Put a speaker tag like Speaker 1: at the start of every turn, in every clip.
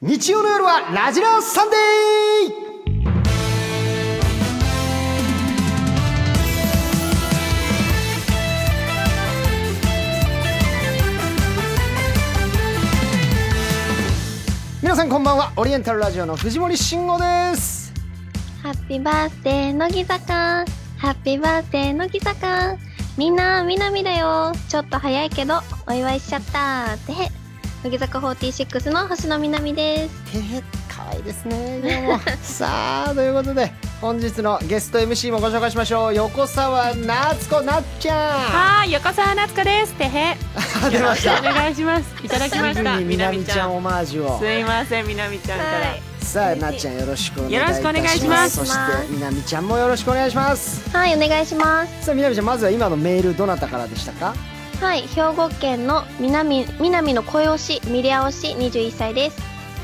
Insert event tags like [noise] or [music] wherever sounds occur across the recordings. Speaker 1: 日曜の夜はラジラサンデー皆さんこんばんはオリエンタルラジオの藤森慎吾です
Speaker 2: ハッピーバースデー乃木坂ハッピーバースデー乃木坂みんなみなみだよちょっと早いけどお祝いしちゃったってへ乃木坂46の星野みなみです
Speaker 1: へへ可愛いですね今 [laughs] 日もさあということで本日のゲスト MC もご紹介しましょう横澤夏子なっちゃん
Speaker 3: はい、横澤夏子です。てへ。
Speaker 1: あ出 [laughs] まし
Speaker 3: よろくお
Speaker 1: た
Speaker 3: 願いします。いただきまし
Speaker 1: すぐ
Speaker 3: た。
Speaker 1: にみなみちゃん
Speaker 3: ん。
Speaker 1: オマージュを
Speaker 3: すいません、みなみちゃんから。
Speaker 2: はい
Speaker 1: さあなっちゃんよろしくお願いい
Speaker 3: よろしくお願い
Speaker 1: たし
Speaker 3: し
Speaker 1: ま
Speaker 3: ますす
Speaker 1: そしてみなみちゃんもよろしくお願いします
Speaker 2: はいお願いします
Speaker 1: さあみなみちゃんまずは今のメールどなたからでしたか
Speaker 2: はい兵庫県のみなみみなみの声推しミリア推し21歳です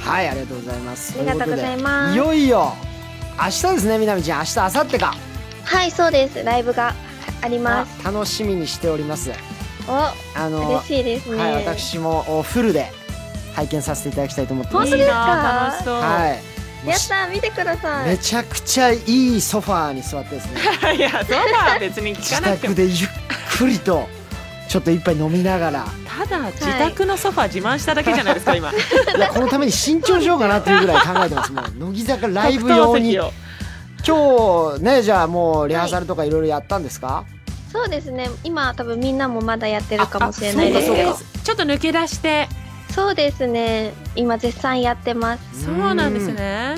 Speaker 1: はいありがとうございます
Speaker 2: ありがとうございます
Speaker 1: ということでいよいよ明日ですねみなみちゃん明日明後日か
Speaker 2: はいそうですライブがあります
Speaker 1: あ楽しみにしております
Speaker 2: お
Speaker 1: あの
Speaker 2: 嬉しいですね
Speaker 1: はい私もおフルで拝見させていただきたいと思ってま
Speaker 3: 本
Speaker 1: す
Speaker 3: 当
Speaker 2: で
Speaker 3: ですす
Speaker 2: か
Speaker 3: か。楽しそう。
Speaker 1: はいも
Speaker 2: やっ
Speaker 1: した
Speaker 2: ー見てくださ
Speaker 1: め
Speaker 2: い
Speaker 1: ちゃくちゃいいソファーに座ってですね
Speaker 3: い、や、そうは別に聞
Speaker 1: 自
Speaker 3: かなくて
Speaker 1: 宅
Speaker 3: も。
Speaker 1: でゆっくりとちょっと一杯飲みながら
Speaker 3: ただ、自宅のソファ自慢しただけじゃないです
Speaker 1: [laughs]
Speaker 3: か、今。
Speaker 1: いやこのために新調しようかなっていうぐらい考えてますも
Speaker 3: [laughs]
Speaker 1: う乃木坂ライブ用に
Speaker 3: 格闘
Speaker 1: 今日ねじゃあもうリハーサルとかいろいろやったんですか、
Speaker 2: そうですね今多分みんなもまだやってるかもしれ
Speaker 3: 席を
Speaker 2: ないですけ
Speaker 1: あ
Speaker 2: ど
Speaker 1: あ
Speaker 3: そうかそうかちょっと抜け出して。
Speaker 2: そうですね今絶賛やってます
Speaker 3: そうなんですね。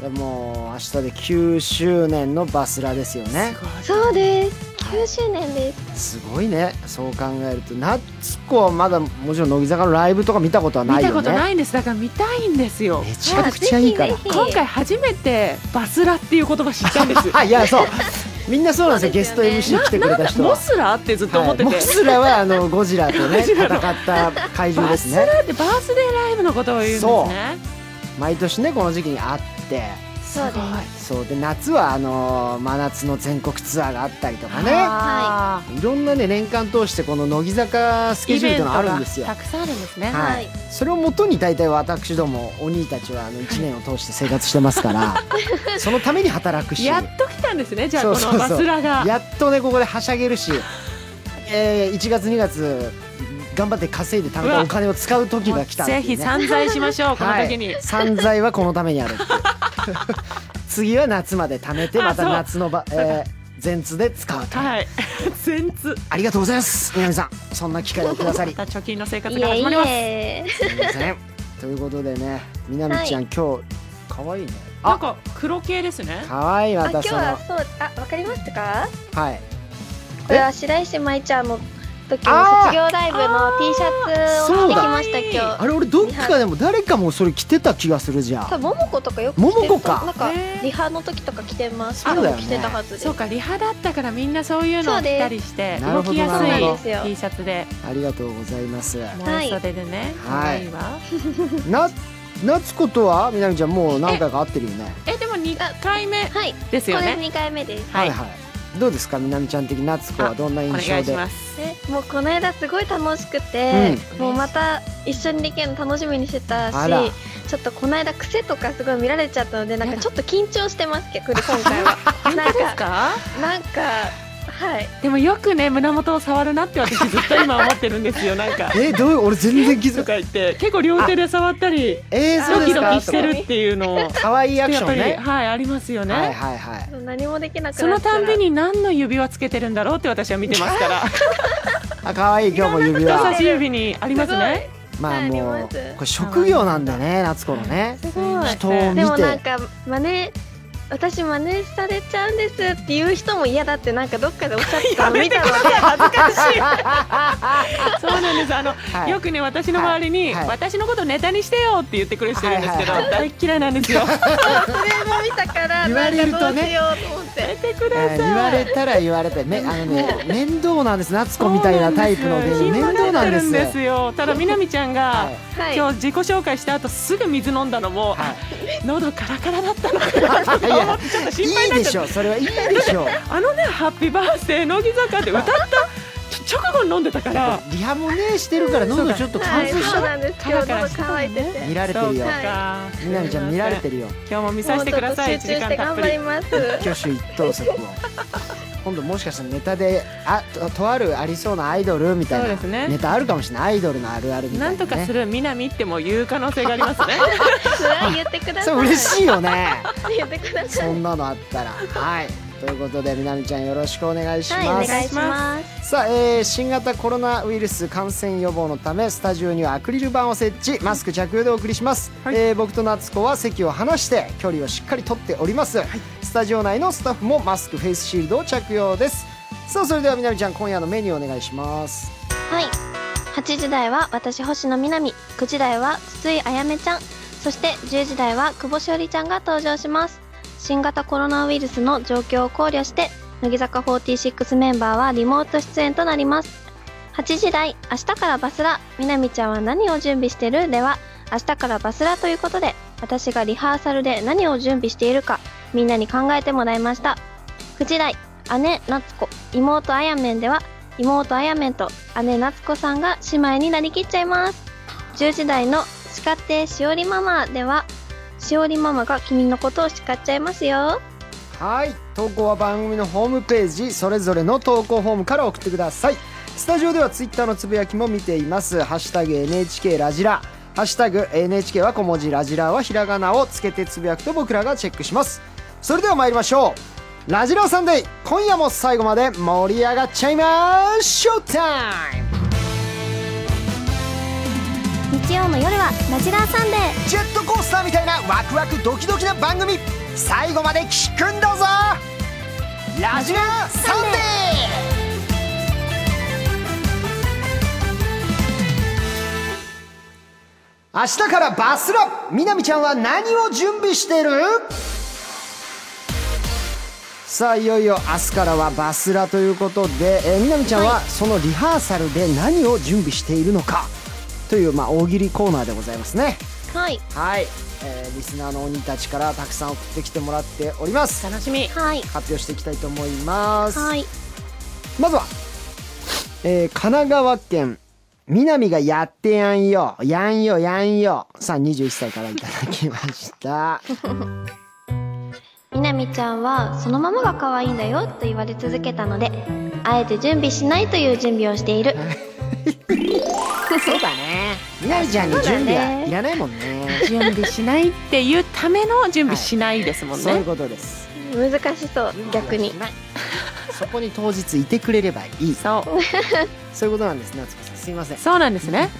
Speaker 1: でもう明日で9周年のバスラですよね
Speaker 2: そうです9周年です
Speaker 1: すごいねそう考えると夏子はまだもちろん乃木坂のライブとか見たことはな
Speaker 3: 見
Speaker 1: いよ
Speaker 3: た
Speaker 1: ね
Speaker 3: ことないんです。だから見たいんですよ。
Speaker 1: めちゃくちゃいいから
Speaker 2: あぜひぜ
Speaker 3: 今回初めてバスラっていう言葉知ったん
Speaker 1: [laughs]
Speaker 3: です。
Speaker 1: あいやそうみんなそうなんですよ
Speaker 2: そう
Speaker 1: ゲ
Speaker 2: で
Speaker 1: ス
Speaker 2: す
Speaker 1: ト MC 来てくれた人
Speaker 3: モ
Speaker 1: は
Speaker 3: スラってずっと思ってて。
Speaker 1: はいモスラはあのゴジラとね
Speaker 3: [laughs] ゴジ
Speaker 1: 戦っ
Speaker 3: ラの
Speaker 1: た怪獣
Speaker 3: バ
Speaker 1: で
Speaker 3: ス
Speaker 1: すね
Speaker 3: ラってバースデーライブのことを言うんです
Speaker 1: そう
Speaker 3: ね。
Speaker 1: 毎年ねこの時期にあって
Speaker 2: そうです
Speaker 1: そうで夏はあのー真夏の全国ツアーがあったりとかね
Speaker 3: はい
Speaker 1: ろんなね年間通してこの乃木坂スケジュールというのがあるんですよ
Speaker 3: たくさんあるんですね。
Speaker 1: は
Speaker 2: はいい、
Speaker 1: それをもとに大体私どもお兄たち
Speaker 3: [laughs]
Speaker 1: はあの1年を通して生活してますからそのために働くし
Speaker 3: やっと来たんですね。じゃあ
Speaker 1: そう
Speaker 3: こ
Speaker 1: そう
Speaker 3: のバスラが。
Speaker 1: やっとねここではしゃげるし、えー1月2月頑張って稼いで貯め
Speaker 3: う
Speaker 1: た
Speaker 3: わ
Speaker 1: お金を使う時が来たっていう
Speaker 3: ぜ
Speaker 1: ね
Speaker 3: ひ散財しましょう。この
Speaker 1: はい
Speaker 3: 時に。
Speaker 1: 散財はこのために
Speaker 3: [laughs]
Speaker 1: あるっていう次は夏まで貯めてまた
Speaker 3: あそう
Speaker 1: 夏のば、えー、前通で使うと、
Speaker 3: はい。全通。
Speaker 1: ありがとうございます南さんそんな機会をくだ
Speaker 3: [laughs]
Speaker 1: さり
Speaker 3: また貯金の生活
Speaker 2: い
Speaker 3: が
Speaker 2: え
Speaker 3: 始
Speaker 2: い
Speaker 3: まります。
Speaker 2: え
Speaker 1: すみませんということでね南ちゃん、今日可愛いね
Speaker 3: なんか黒系ですね。
Speaker 1: 可愛い
Speaker 2: あ
Speaker 1: ま
Speaker 2: 今
Speaker 1: た
Speaker 2: 日
Speaker 1: その
Speaker 2: はそうあわかりましたか
Speaker 1: はい
Speaker 2: これは白石舞ちゃんの時
Speaker 1: あー
Speaker 2: の卒業ライブの T シャツを着てきました
Speaker 3: そうだ
Speaker 2: 今
Speaker 1: あ
Speaker 2: 日
Speaker 1: れ俺どっかでも誰かもそれ着てた気がするじゃ
Speaker 2: 多
Speaker 1: ん
Speaker 2: 分ももことかよく着て
Speaker 1: ももこか
Speaker 2: なんか
Speaker 3: ね
Speaker 2: リハの時とか着てます
Speaker 1: そうだよね
Speaker 2: 着てたはずです
Speaker 3: そうかリハだったからみんなそういうのを着たりして
Speaker 1: そうです
Speaker 3: 動きやす
Speaker 1: なるほど
Speaker 2: なるほど
Speaker 3: い T シャツで
Speaker 1: ありがとうございます
Speaker 3: 燃え袖でね可
Speaker 1: はい
Speaker 3: 愛いわ。
Speaker 1: な夏子とはみなみちゃんもう何回か会ってるよね
Speaker 3: えでも二回目
Speaker 2: はいこ
Speaker 3: ですよ
Speaker 2: れ
Speaker 3: ね。
Speaker 2: 二回目です
Speaker 3: はい
Speaker 1: はいどうですかみなみちゃん的夏子はどんな
Speaker 3: お
Speaker 1: 印
Speaker 3: 願
Speaker 1: 象
Speaker 3: いし
Speaker 1: で
Speaker 3: ます。
Speaker 2: ねもうこの間すごい楽しくて、
Speaker 3: うん
Speaker 2: もうまた一緒にできるの楽しみにしてた
Speaker 1: あら
Speaker 2: しちょっとこの間癖とかすごい見られちゃったのでなんかちょっと緊張してますけど今回
Speaker 3: [laughs]
Speaker 2: はなん
Speaker 3: です
Speaker 2: か
Speaker 3: か？
Speaker 2: なんかはい
Speaker 3: でもよくね胸元を触るなって私ずっと今思ってるんですよ。なんか。
Speaker 1: [laughs] えどういう俺全然気づ
Speaker 3: と
Speaker 1: か
Speaker 3: か言って結構両手で触ったり
Speaker 1: えー、
Speaker 2: あ
Speaker 1: そう
Speaker 3: ド
Speaker 1: です
Speaker 3: キ
Speaker 1: か
Speaker 3: ドキして
Speaker 1: と
Speaker 3: るっていうのを
Speaker 1: か可愛いアクシ
Speaker 3: やっ
Speaker 1: ョ
Speaker 3: ぱ
Speaker 1: ン
Speaker 3: り
Speaker 1: ね
Speaker 3: はいありますよ
Speaker 1: はい
Speaker 3: ね
Speaker 1: はいはい
Speaker 2: 何もできなくなっちゃ
Speaker 3: そのたんびに何の指輪つけてるんだろうって私は見てますから
Speaker 1: あ可愛い今日も指
Speaker 3: [laughs] 人
Speaker 1: 輪
Speaker 3: 差し指にありますね
Speaker 1: まあ
Speaker 2: あり
Speaker 1: もう
Speaker 2: ま
Speaker 1: こ
Speaker 2: す
Speaker 1: れ職業なんだね夏子のね
Speaker 2: すごい
Speaker 1: 人を見
Speaker 2: でもなん
Speaker 1: て
Speaker 2: か真似私真似されちゃうんですっていう人も嫌だってなんかどっかでおっしゃってたの見たので
Speaker 3: 恥ず [laughs] かしいそうなんですあの、
Speaker 1: はい
Speaker 3: よくね私の周りに、
Speaker 1: はいはい
Speaker 3: 私のことネタにしてよって言ってくる人いるんですけど、
Speaker 1: はい
Speaker 3: 大っ嫌いなんですよ
Speaker 2: それも見たから
Speaker 1: 言わ
Speaker 2: なん
Speaker 1: れ
Speaker 2: か
Speaker 1: る
Speaker 2: ど
Speaker 1: と
Speaker 2: う
Speaker 1: ね
Speaker 2: しようと思って。
Speaker 3: やめてく
Speaker 1: え
Speaker 3: ださ
Speaker 1: ー
Speaker 3: い
Speaker 1: 言われたら言われてめあの
Speaker 3: [laughs]
Speaker 1: ね面倒なんです夏子みたいなタイプの芸
Speaker 3: そう
Speaker 1: 人面
Speaker 3: なんです
Speaker 1: 倒なんで
Speaker 3: ひ
Speaker 1: す
Speaker 3: ねってるんですよただみなみちゃんが、
Speaker 1: はい
Speaker 2: はい、
Speaker 3: 今日自己紹介した後すぐ水飲んだのも、
Speaker 1: は
Speaker 3: 喉カラカラだったのかなと思ってちょっと [laughs]
Speaker 1: い
Speaker 3: 心配
Speaker 1: い
Speaker 3: になっ
Speaker 1: で
Speaker 3: ちゃ
Speaker 1: した
Speaker 3: っ [laughs]
Speaker 1: ょそれはいいでしょ
Speaker 3: あのね、ハッピーバースデー乃木坂って歌った。ちょ直後に飲んでたから
Speaker 1: リハもねしてるから喉ちょっと
Speaker 2: は
Speaker 1: 乾
Speaker 2: い、
Speaker 1: 燥し
Speaker 2: そう
Speaker 1: た
Speaker 2: なんです。今日喉乾いて
Speaker 3: カラカラしてたの
Speaker 1: 見
Speaker 2: て。
Speaker 1: られてるよ
Speaker 2: はい
Speaker 1: みなみちゃん見られて
Speaker 3: る
Speaker 1: るよ
Speaker 3: 今日も見させてください
Speaker 2: もう
Speaker 3: 1
Speaker 2: ちょっと集中
Speaker 3: 時
Speaker 2: し
Speaker 3: 間
Speaker 2: て
Speaker 3: たっ
Speaker 2: 頑
Speaker 3: ぷ
Speaker 2: 張
Speaker 3: り
Speaker 2: り
Speaker 3: [laughs]
Speaker 2: ます。
Speaker 1: 挙手一投足を今度もしかしたらネタであととあるありそうなアイドルみたい
Speaker 3: そう
Speaker 1: な
Speaker 3: ですね
Speaker 1: ネタあるかもしれないアイドルのあるあるみたいな、
Speaker 3: なん
Speaker 1: ね、
Speaker 3: とかする南っても言う可能性がありますね
Speaker 2: それは言ってくだ
Speaker 1: そ
Speaker 2: さい。
Speaker 1: れ嬉しいよね
Speaker 2: 言ってください。
Speaker 1: そんなのあったらはいということでみなみちゃんよろしくお願いします、
Speaker 2: はい、お願いします。
Speaker 1: さあ、えー新型コロナウイルス感染予防のためスタジオにはアクリル板を設置マスク着用でお送りします、
Speaker 3: はい
Speaker 1: えー僕と夏子は席を離して距離をしっかりとっております、スタジオ内のスタッフもマスクフェイスシールドを着用ですさあそれではみなみちゃん今夜のメニューお願いします
Speaker 2: はい。8時台は私星野みなみ、9時台は筒井あやめちゃん、そして10時台は久保しおりちゃんが登場します。新型コロナウイルスの状況を考慮して、乃木坂46メンバーはリモート出演となります。8時台、明日からバスラ、みなみちゃんは何を準備してるでは、明日からバスラということで、私がリハーサルで何を準備しているか、みんなに考えてもらいました。9時台、姉、夏子、妹、あやめんでは、妹あやめんと姉夏子さんが姉妹になりきっちゃいます10時台の「叱ってしおりママ」ではしおりママが君のことを叱っちゃいますよ
Speaker 1: はい投稿は番組のホームページそれぞれの投稿フォームから送ってくださいスタジオではツイッターのつぶやきも見ています「ハッシュタグ #NHK ラジラ」「ハッシュタグ #NHK は小文字ラジラ」はひらがなをつけてつぶやくと僕らがチェックしますそれでは参りましょうラジラサンデー今夜も最後まで盛り上がっちゃいましょうタイム
Speaker 2: 日曜の夜は「ラジラーサンデー
Speaker 1: ジェットコースターみたいなワクワクドキドキな番組最後まで聞くんだぞラジラサンデー明日からバスラみなみちゃんは何を準備してるさあいよいよ明日からはバスラということで、えーみなみちゃんはそのリハーサルで何を準備しているのかという、まあ、大喜利コーナーでございますね」
Speaker 2: はい
Speaker 1: [laughs] はい、えーリスナーの鬼たちからたくさん送ってきてもらっております
Speaker 3: 楽しみ
Speaker 2: はい
Speaker 1: 発表していきたいと思います、
Speaker 2: はい
Speaker 1: まずは、えー神奈川県南がやってやんよやんよやんよさん21歳からいただきました
Speaker 2: みなみちゃんはそのままが可愛いんだよと言われ続けたのであえて準備しないという準備をしている
Speaker 1: そうだねみなみちゃんに準備
Speaker 2: そうだ
Speaker 1: は
Speaker 2: ね
Speaker 1: いらないもんね
Speaker 3: 準備しないっていうための準備しないですもんね、
Speaker 1: そういうことです
Speaker 2: 難しそう逆に
Speaker 1: そこに当日いてくれればいい
Speaker 3: そう
Speaker 1: そういうことなんですね夏子さんすいません
Speaker 3: そうなんですね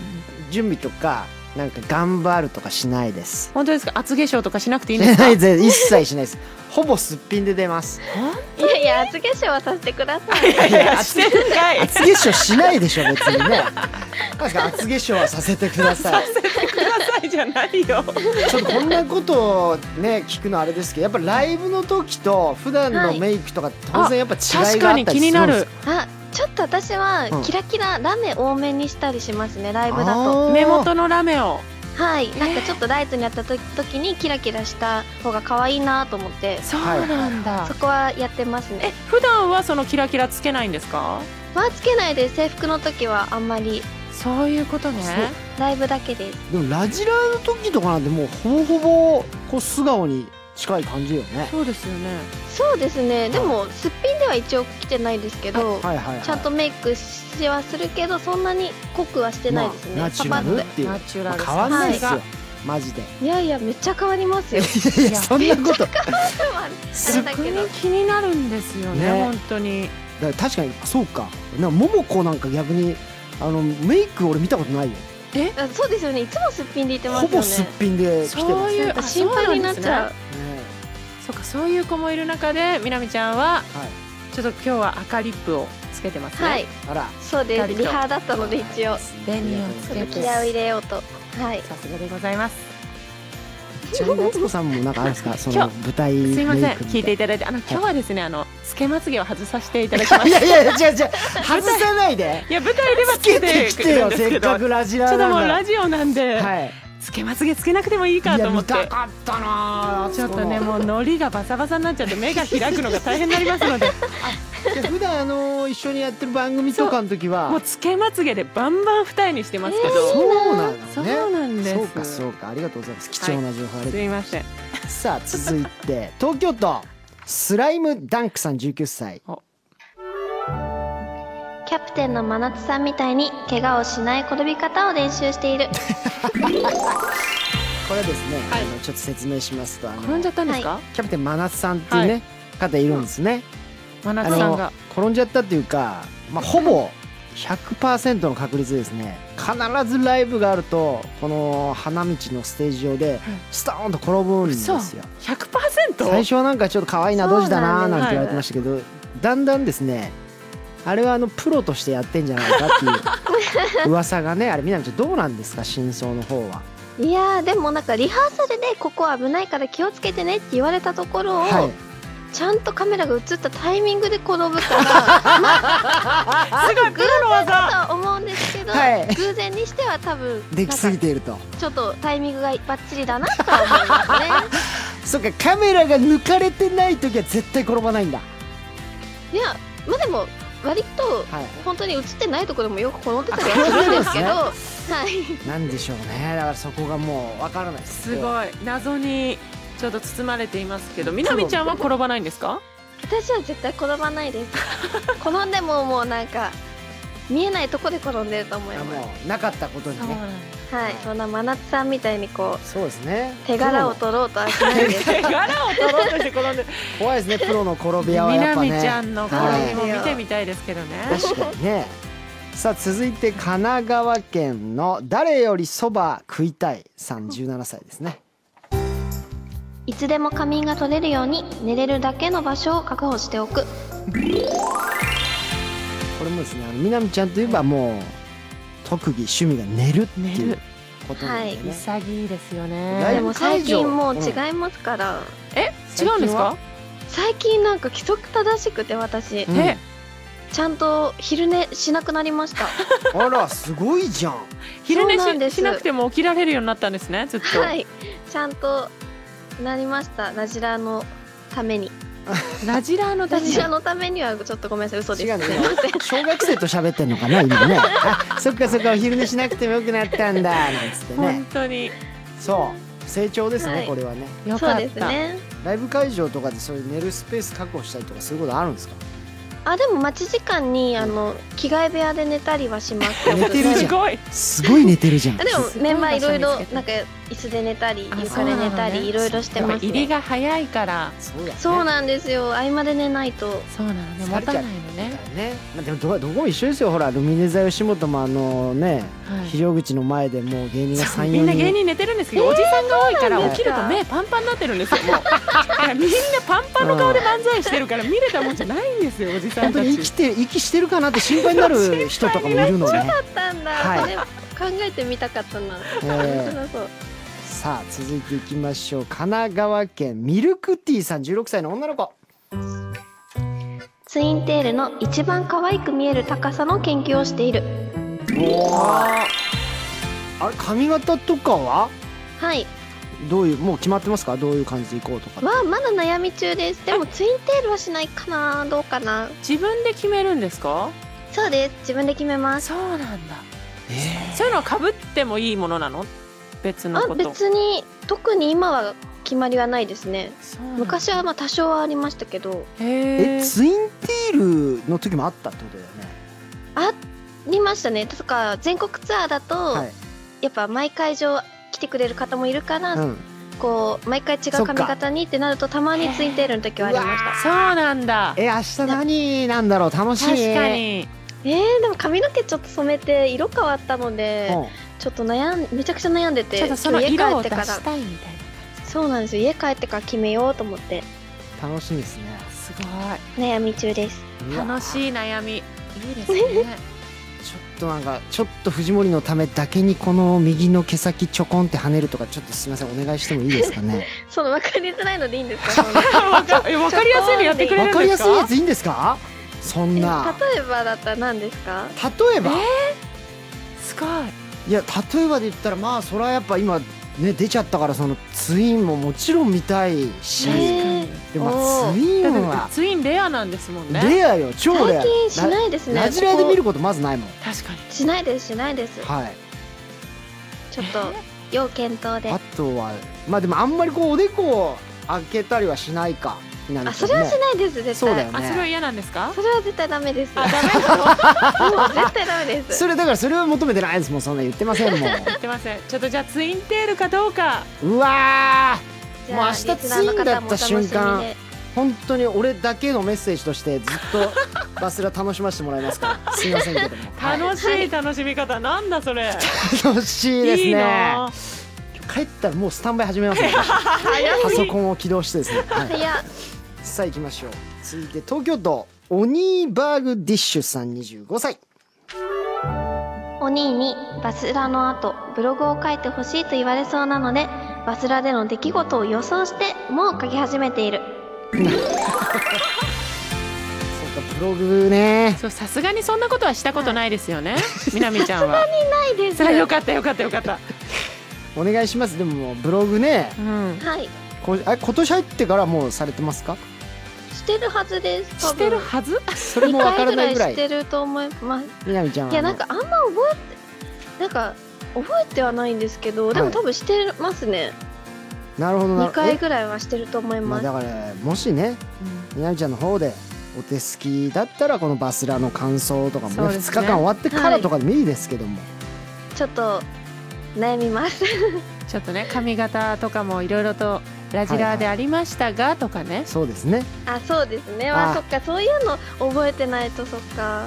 Speaker 1: 準備とかなんか頑張るとかしないです
Speaker 3: 本当ですか厚化粧とかしなくていいんですか
Speaker 1: 全 [laughs] 然一切しないですほぼすっぴんで出ます
Speaker 2: いやいや厚化粧はさせてください
Speaker 3: いやいやしてるんかい
Speaker 1: 厚化粧しないでしょ別にねなんか厚化粧はさせてください
Speaker 3: くださいじゃないよ
Speaker 1: ちょっとこんなことをね聞くのあれですけどやっぱライブの時と普段のメイクとか当然やっぱ違
Speaker 3: 確
Speaker 1: いが
Speaker 3: か
Speaker 1: あっ
Speaker 3: に
Speaker 1: た
Speaker 3: 気
Speaker 1: りす
Speaker 3: に
Speaker 1: る
Speaker 3: なん
Speaker 1: です
Speaker 3: る
Speaker 1: か
Speaker 2: あちょっと私
Speaker 1: う
Speaker 2: は
Speaker 1: ん
Speaker 2: キラキララメ多めにしたりしますねライブだと
Speaker 1: あー
Speaker 3: 目元のラメを
Speaker 2: はい、なんかちょっとライトにやったと時にキラキラした方が可愛いなと思って
Speaker 3: そうなんだ
Speaker 2: そこはやってます
Speaker 3: え
Speaker 2: ね
Speaker 3: 普段はそのキラキラつけないんですか
Speaker 2: はつけないで制服の時はあんまり
Speaker 3: そういうことね
Speaker 1: そう
Speaker 2: ライブだけです
Speaker 1: でもラジラの時とかなんてもうほぼほぼこう素顔に近い感じよね
Speaker 3: そうですよね
Speaker 2: そうですねでもすっぴんでは一応来てないですけ
Speaker 1: はい
Speaker 2: ど、
Speaker 1: はい、はい、
Speaker 2: ちゃんとメイクしはするけどそんなに濃くはしてないですね、
Speaker 1: まあナチュラルっ
Speaker 2: パパ
Speaker 1: ていう、
Speaker 3: ナチュラル
Speaker 1: 変わんないですよ、
Speaker 3: さすが
Speaker 1: マジでい
Speaker 2: ッといやいやめっちゃ変わりま
Speaker 1: [laughs]
Speaker 2: すよ
Speaker 1: やいやそんなこと
Speaker 2: あれだけど
Speaker 3: 逆に気になるんですよね
Speaker 1: ね
Speaker 3: 本当に
Speaker 1: だから確かにそうかなももこなんか逆にあのメイク俺見たことないよ
Speaker 2: あそうですよねいつもすっぴんでいてま
Speaker 1: ほ
Speaker 2: すよね
Speaker 1: ぼすっぴんで来て
Speaker 3: そ
Speaker 1: ます
Speaker 3: うい
Speaker 2: な
Speaker 3: うん
Speaker 2: か心配になっちゃう
Speaker 1: ね
Speaker 3: そうかそういう子もいる中でみなみちゃんは
Speaker 1: は
Speaker 3: ちょっと今日は赤リップをつけてますね、
Speaker 2: はい
Speaker 1: あら
Speaker 2: そうですリハだったので一応
Speaker 3: 紅をつ
Speaker 2: ちょ
Speaker 3: け
Speaker 2: っと
Speaker 3: て
Speaker 2: 気合を入れようとはい
Speaker 3: さすがでございます
Speaker 1: ちなみに夏子さんもなんかあるんですかその舞台メイク
Speaker 3: すいません聞いて
Speaker 1: い
Speaker 3: いただいてあの今日はですねあのつけまつげを外させていただきま
Speaker 1: や
Speaker 3: し
Speaker 1: い
Speaker 3: た
Speaker 1: やいや違う違う外さないで
Speaker 3: いや舞台では
Speaker 1: つ
Speaker 3: つ
Speaker 1: け
Speaker 3: け
Speaker 1: て
Speaker 3: て
Speaker 1: き
Speaker 3: く
Speaker 1: て
Speaker 3: るん
Speaker 1: よ
Speaker 3: です
Speaker 1: せ
Speaker 3: け
Speaker 1: っか
Speaker 3: ど
Speaker 1: くラジラ
Speaker 3: ちょ
Speaker 1: な
Speaker 3: っ
Speaker 1: んだ
Speaker 3: ともうラジオなんで、
Speaker 1: はい
Speaker 3: つけまつげつけなくてもいいか
Speaker 1: い
Speaker 3: と
Speaker 1: や
Speaker 3: 思
Speaker 1: 見
Speaker 3: って
Speaker 1: たかったなあ
Speaker 3: ちょっと
Speaker 1: あ
Speaker 3: ね
Speaker 1: そこの
Speaker 3: もうのりがバサバサになっちゃって目が開くのが大変になりますの
Speaker 1: [laughs]
Speaker 3: で
Speaker 1: じゃあ普段あの一緒にやってる番組とかの時
Speaker 3: もう
Speaker 1: は
Speaker 3: つけまつげでバンバン二重にしてますけど、
Speaker 1: そうなんだね
Speaker 3: そうなんです
Speaker 1: そうかそうかありがとうございます貴重な情報ありがとうございます
Speaker 3: すいません
Speaker 1: さあ続いて東京都スライムダンクさん19歳
Speaker 2: キャプテンの真夏さんみたいに怪我をしない転び方を練習している
Speaker 1: これはですね、
Speaker 3: はい
Speaker 1: あのちょっと説明しますとあの
Speaker 3: 転んじゃったんですか、
Speaker 1: キャプテン真夏さんっていうね、
Speaker 3: は
Speaker 1: 方いるんですね、
Speaker 3: 真
Speaker 1: あ
Speaker 3: 夏さん
Speaker 1: の
Speaker 3: が
Speaker 1: 転んじゃったっていうか、まあ、ほぼ100%の確率でですね必ずライブがあるとこの花道のステージ上でストーンと転ぶんですよ、最
Speaker 3: 100%?
Speaker 1: 初はなんかちょっと可愛いなドジだなー
Speaker 3: そう
Speaker 1: な
Speaker 3: なんん
Speaker 1: て言
Speaker 3: だ
Speaker 1: われてましたけど、だんだんですねあれはあのプロとしてやってんじゃないかって
Speaker 3: [laughs]
Speaker 1: いう噂がねあれ南ちゃんどうなんですか真相の方は。
Speaker 2: いやーでもなんかリハーサルでここ危ないから気をつけてねって言われたところを、
Speaker 1: はい、
Speaker 2: ちゃんとカメラが映ったタイミングで転ぶ [laughs] から
Speaker 3: すごいプロの技
Speaker 2: とは思うんですけど、
Speaker 1: はい
Speaker 2: 偶然にしては多分
Speaker 1: できすぎていると。
Speaker 2: なんかちょっとタイミングがバッチリだなとは思います [laughs] ね
Speaker 1: そっかカメラが抜かれてない時は絶対転ばないんだ。
Speaker 2: いやまあでも割と
Speaker 1: はい、
Speaker 2: 本当に映ってないところでもよく転んでたりはするんですけどはい
Speaker 1: なんでしょうねだからそこがもうわからないです。
Speaker 3: す
Speaker 1: い
Speaker 3: ごい謎にちょっと包まれていますけどみなみちゃんは転ばないんですか
Speaker 2: 私は絶対転ばないです転んでももうなんか見えないとこで転んでると思い
Speaker 1: や
Speaker 2: ま
Speaker 1: もうなかったことにね。
Speaker 2: すはいそんな真夏さんみたいにこ
Speaker 1: そうですね
Speaker 2: う手柄を
Speaker 1: プロの
Speaker 2: 取ろうとはしないです
Speaker 3: [laughs] 手柄を取ろうとして転んでる
Speaker 1: 怖いですねプロの転
Speaker 3: み
Speaker 1: び屋はやっ
Speaker 3: な
Speaker 1: ぱね
Speaker 3: みちゃんの転びも見てみたいですけどね
Speaker 1: 確かにねさあ続いて神奈川県の誰よりそば食いたいさん17歳ですね
Speaker 2: いつでも仮眠が取れるように寝れるだけの場所を確保しておく
Speaker 1: これもですねみなみちゃんといえばもう特技趣味が寝るってい
Speaker 3: 寝
Speaker 1: う
Speaker 3: る
Speaker 1: ことなんでね、
Speaker 3: 潔いですよ
Speaker 1: だい
Speaker 2: で
Speaker 1: ぶ
Speaker 2: も最近もう違いますから、
Speaker 3: え違うんですか
Speaker 2: 最近なんか規則正しくて私
Speaker 1: うん
Speaker 3: え
Speaker 2: ちゃんと昼寝しなくなりました
Speaker 1: あらすごいじゃん
Speaker 3: 昼
Speaker 2: そうなんで
Speaker 3: 寝し
Speaker 2: す
Speaker 3: しなくても起きられるようになったんですねずっと、
Speaker 2: はい、ちゃんとなりました。ラジラのために。
Speaker 3: ラジラーの
Speaker 2: ラジラのためにはちょっとごめんなさい、嘘で
Speaker 1: 違
Speaker 2: す。
Speaker 1: うね
Speaker 2: すいません。
Speaker 1: 小学生と喋ってんのかな
Speaker 2: [laughs]
Speaker 1: 今ねあそっかそっかお昼寝しなくてもよくなったんだなんつってね
Speaker 3: 本当に
Speaker 1: そう成長ですね、
Speaker 2: はい
Speaker 1: これはね
Speaker 3: よ
Speaker 2: そう
Speaker 3: かった
Speaker 2: ですね。
Speaker 1: ライブ会場とかでそういう寝るスペース確保したりとかそういうことあるんですか
Speaker 2: あ、でも待ち時間にあの着替え部屋で寝たりはします。
Speaker 1: 寝てるじゃ
Speaker 3: す
Speaker 1: ん
Speaker 3: ごい
Speaker 1: すごい寝てるじゃん
Speaker 2: あ [laughs] でも
Speaker 3: すごい
Speaker 2: メンバーい
Speaker 3: 場所
Speaker 2: ろい
Speaker 3: 見つけた
Speaker 2: ろなんか椅子で寝たり
Speaker 3: あ
Speaker 2: 床で寝た
Speaker 3: そうなのね
Speaker 2: りいろいろして
Speaker 3: でも
Speaker 2: ます、
Speaker 3: 入り
Speaker 2: ね。
Speaker 3: が早いから
Speaker 1: そうだね
Speaker 2: そうなんですよ。合間で寝ないと。
Speaker 3: そうなのね
Speaker 1: 疲
Speaker 3: 持
Speaker 1: れちゃ
Speaker 3: た
Speaker 1: う
Speaker 3: ないのね、
Speaker 1: ね、まあ、でもどどこも一緒ですよほらルミネ座吉本もあのね
Speaker 3: はい
Speaker 1: 非常口の前でもう芸人が
Speaker 3: そう
Speaker 1: 34人
Speaker 3: みんな芸人寝てるんですけど、おじさんが多いから
Speaker 1: そうなんです
Speaker 3: 起きる
Speaker 2: か
Speaker 3: と目パンパンになってるんですよ [laughs] もうだからみんなパンパンの顔で漫才してるから見れたもんじゃないんですよおじさ
Speaker 1: 本
Speaker 3: ん
Speaker 1: 当
Speaker 3: た
Speaker 1: に生き
Speaker 3: ち
Speaker 1: てる息してるかなって心配になる人とかもい
Speaker 2: [laughs]
Speaker 1: るのね、
Speaker 2: あったんだ。
Speaker 1: はい
Speaker 2: それ考えてみたかったな。
Speaker 1: え
Speaker 2: そうそう。
Speaker 1: ーさあ続いていきましょう神奈川県ミルクティーさん16歳の女の子
Speaker 2: ツインテールの一番可愛く見える高さの研究をしている。
Speaker 1: あれ髪型とかは
Speaker 2: はい。
Speaker 1: どういうもう決まってますかどういう感じでいこうとか
Speaker 2: はまだ悩み中ですでもツインテールはしないかなどうかな
Speaker 3: 自分で決めるんですか
Speaker 2: そうです自分で決めます
Speaker 3: そうなんだ
Speaker 1: え
Speaker 3: そういうのはかぶってもいいものなの別の
Speaker 2: あ
Speaker 3: こと
Speaker 2: 別に特に今は決まりはないですね
Speaker 3: そうなんだ
Speaker 2: 昔はまあ多少はありましたけど
Speaker 3: へ
Speaker 1: ー
Speaker 3: え
Speaker 1: えツインテールの時もあったってことだよね
Speaker 2: ありましたねとか全国ツアーだと、
Speaker 1: はい、
Speaker 2: やっぱ毎会場来てくれる方もいるから、
Speaker 1: うん、
Speaker 2: こう毎回違う髪型にってなるとたまにツインテールの時はありました
Speaker 3: そうなんだ
Speaker 1: え明日何なんだろう楽しい
Speaker 3: 確かに
Speaker 2: えー、でも髪の毛ちょっと染めて色変わったので
Speaker 1: うん
Speaker 2: ちょっと悩んめちゃくちゃ悩んでて
Speaker 3: ちょっとその色を出
Speaker 2: 今日家帰って
Speaker 3: し
Speaker 2: か
Speaker 3: たいみたい
Speaker 2: らそうなんですよ家帰ってから決めようと思って
Speaker 1: 楽しみですね
Speaker 3: なすご
Speaker 2: 悩み中です
Speaker 1: う
Speaker 3: い
Speaker 1: わ
Speaker 3: 楽しい悩みいいですね
Speaker 1: ちょっとなんかちょっと藤森のためだけにこの右の毛先ちょこんって跳ねるとかちょっとすみませんお願いしてもいいですかね
Speaker 2: その分かりづらいのでいいんです
Speaker 1: [laughs]
Speaker 2: かその
Speaker 3: [laughs] わかえわかりやすいのやってくれ
Speaker 1: わ
Speaker 3: る
Speaker 1: か
Speaker 3: ん
Speaker 1: り
Speaker 3: で
Speaker 1: や
Speaker 3: す
Speaker 1: す
Speaker 3: か
Speaker 1: いやついいんですかそんな
Speaker 2: 例えばだったら何ですか
Speaker 1: 例えば、
Speaker 3: すごい
Speaker 1: いや例えばで言ったらまあそれはやっぱ今ね出ちゃったからそのツインももちろん見たいし、
Speaker 2: ね
Speaker 1: でもまあ
Speaker 3: おー
Speaker 1: ツイン
Speaker 3: だっ
Speaker 1: は
Speaker 3: てツインレアなんですもんね
Speaker 1: レアよ超レア
Speaker 2: 最近しないですね
Speaker 1: ラジラで見ることまずないもん
Speaker 3: 確かに
Speaker 2: しないですしないです
Speaker 1: はい
Speaker 2: ちょっと要検討で
Speaker 1: あとはまあでもあんまりこうおでこを開けたりはしないかひな
Speaker 2: あ
Speaker 1: みち
Speaker 2: そ
Speaker 1: ゃん
Speaker 2: れは
Speaker 1: ね
Speaker 2: しないです絶対
Speaker 1: そうだよね
Speaker 3: あそれは嫌なんですか
Speaker 2: それは絶対ダメですも
Speaker 3: あ
Speaker 2: う
Speaker 3: ダメだと
Speaker 2: 絶対ダメです
Speaker 1: それだからそれは求めてないですもんそんな言ってませんも
Speaker 2: [laughs]
Speaker 1: ん
Speaker 3: 言ってませんちょっとじゃあツインテールかどうか
Speaker 1: うわー
Speaker 2: じゃあ
Speaker 1: もう明日
Speaker 2: リスナーの方もお楽しみで
Speaker 1: ツインだった瞬間本当に俺だけのメッセージとしてずっ
Speaker 2: [laughs]
Speaker 1: とバスラ楽しませてもらいますからすいませんけども
Speaker 3: 楽しい楽しみ方なんだそれ
Speaker 1: 楽しいですね
Speaker 3: いいな
Speaker 1: 帰ったらもうスタンバイ始め
Speaker 2: [laughs]
Speaker 1: ますね
Speaker 3: 早
Speaker 1: パソ
Speaker 3: い
Speaker 1: コンを起動してですね、はい、
Speaker 2: 早っ
Speaker 1: さあ行きましょう続いて東京都オニーバーグディッシュさん25歳
Speaker 2: お兄にバスラの後ブログを書いてほしいと言われそうなのでバスラでの出来事を予想してもう書き始めている
Speaker 1: そうかブログね
Speaker 3: そうさすがにそんなことはしたことないですよね、みなみちゃんは
Speaker 2: ないで
Speaker 3: [laughs] それはよかったよかったよかった、
Speaker 1: お願いしますでももうブログね
Speaker 3: うん、
Speaker 2: はい
Speaker 1: こあ今年入ってからもうされてますか
Speaker 2: してるはずです多
Speaker 3: し
Speaker 2: 分
Speaker 3: てるはず
Speaker 1: それもわからないぐら
Speaker 2: 2回して
Speaker 1: い
Speaker 2: ると思います
Speaker 1: みなみちゃんはい
Speaker 2: やなんかあんま覚えてなんか覚えてはないんですけど、で
Speaker 1: は
Speaker 2: も
Speaker 1: い
Speaker 2: 多分してますね
Speaker 1: なるほどなるほ
Speaker 2: 2
Speaker 1: ど
Speaker 2: 回ぐらいはしてると思い
Speaker 1: えま
Speaker 2: ま
Speaker 1: あ
Speaker 2: す、
Speaker 1: だからもしねみなみちゃんの方でお手すきだったらこのバスラの感想とかも
Speaker 3: そう
Speaker 1: ね
Speaker 3: ですね
Speaker 1: 2日間終わってからとかでもいいですけども、
Speaker 2: ちょっと悩みます [laughs]
Speaker 3: ちょっとね髪型とかもいろいろとラジラーでありましたがとかね、
Speaker 1: そうですね
Speaker 2: あそうですねまあ
Speaker 1: あ
Speaker 2: そっかそういうの覚えてないとそっか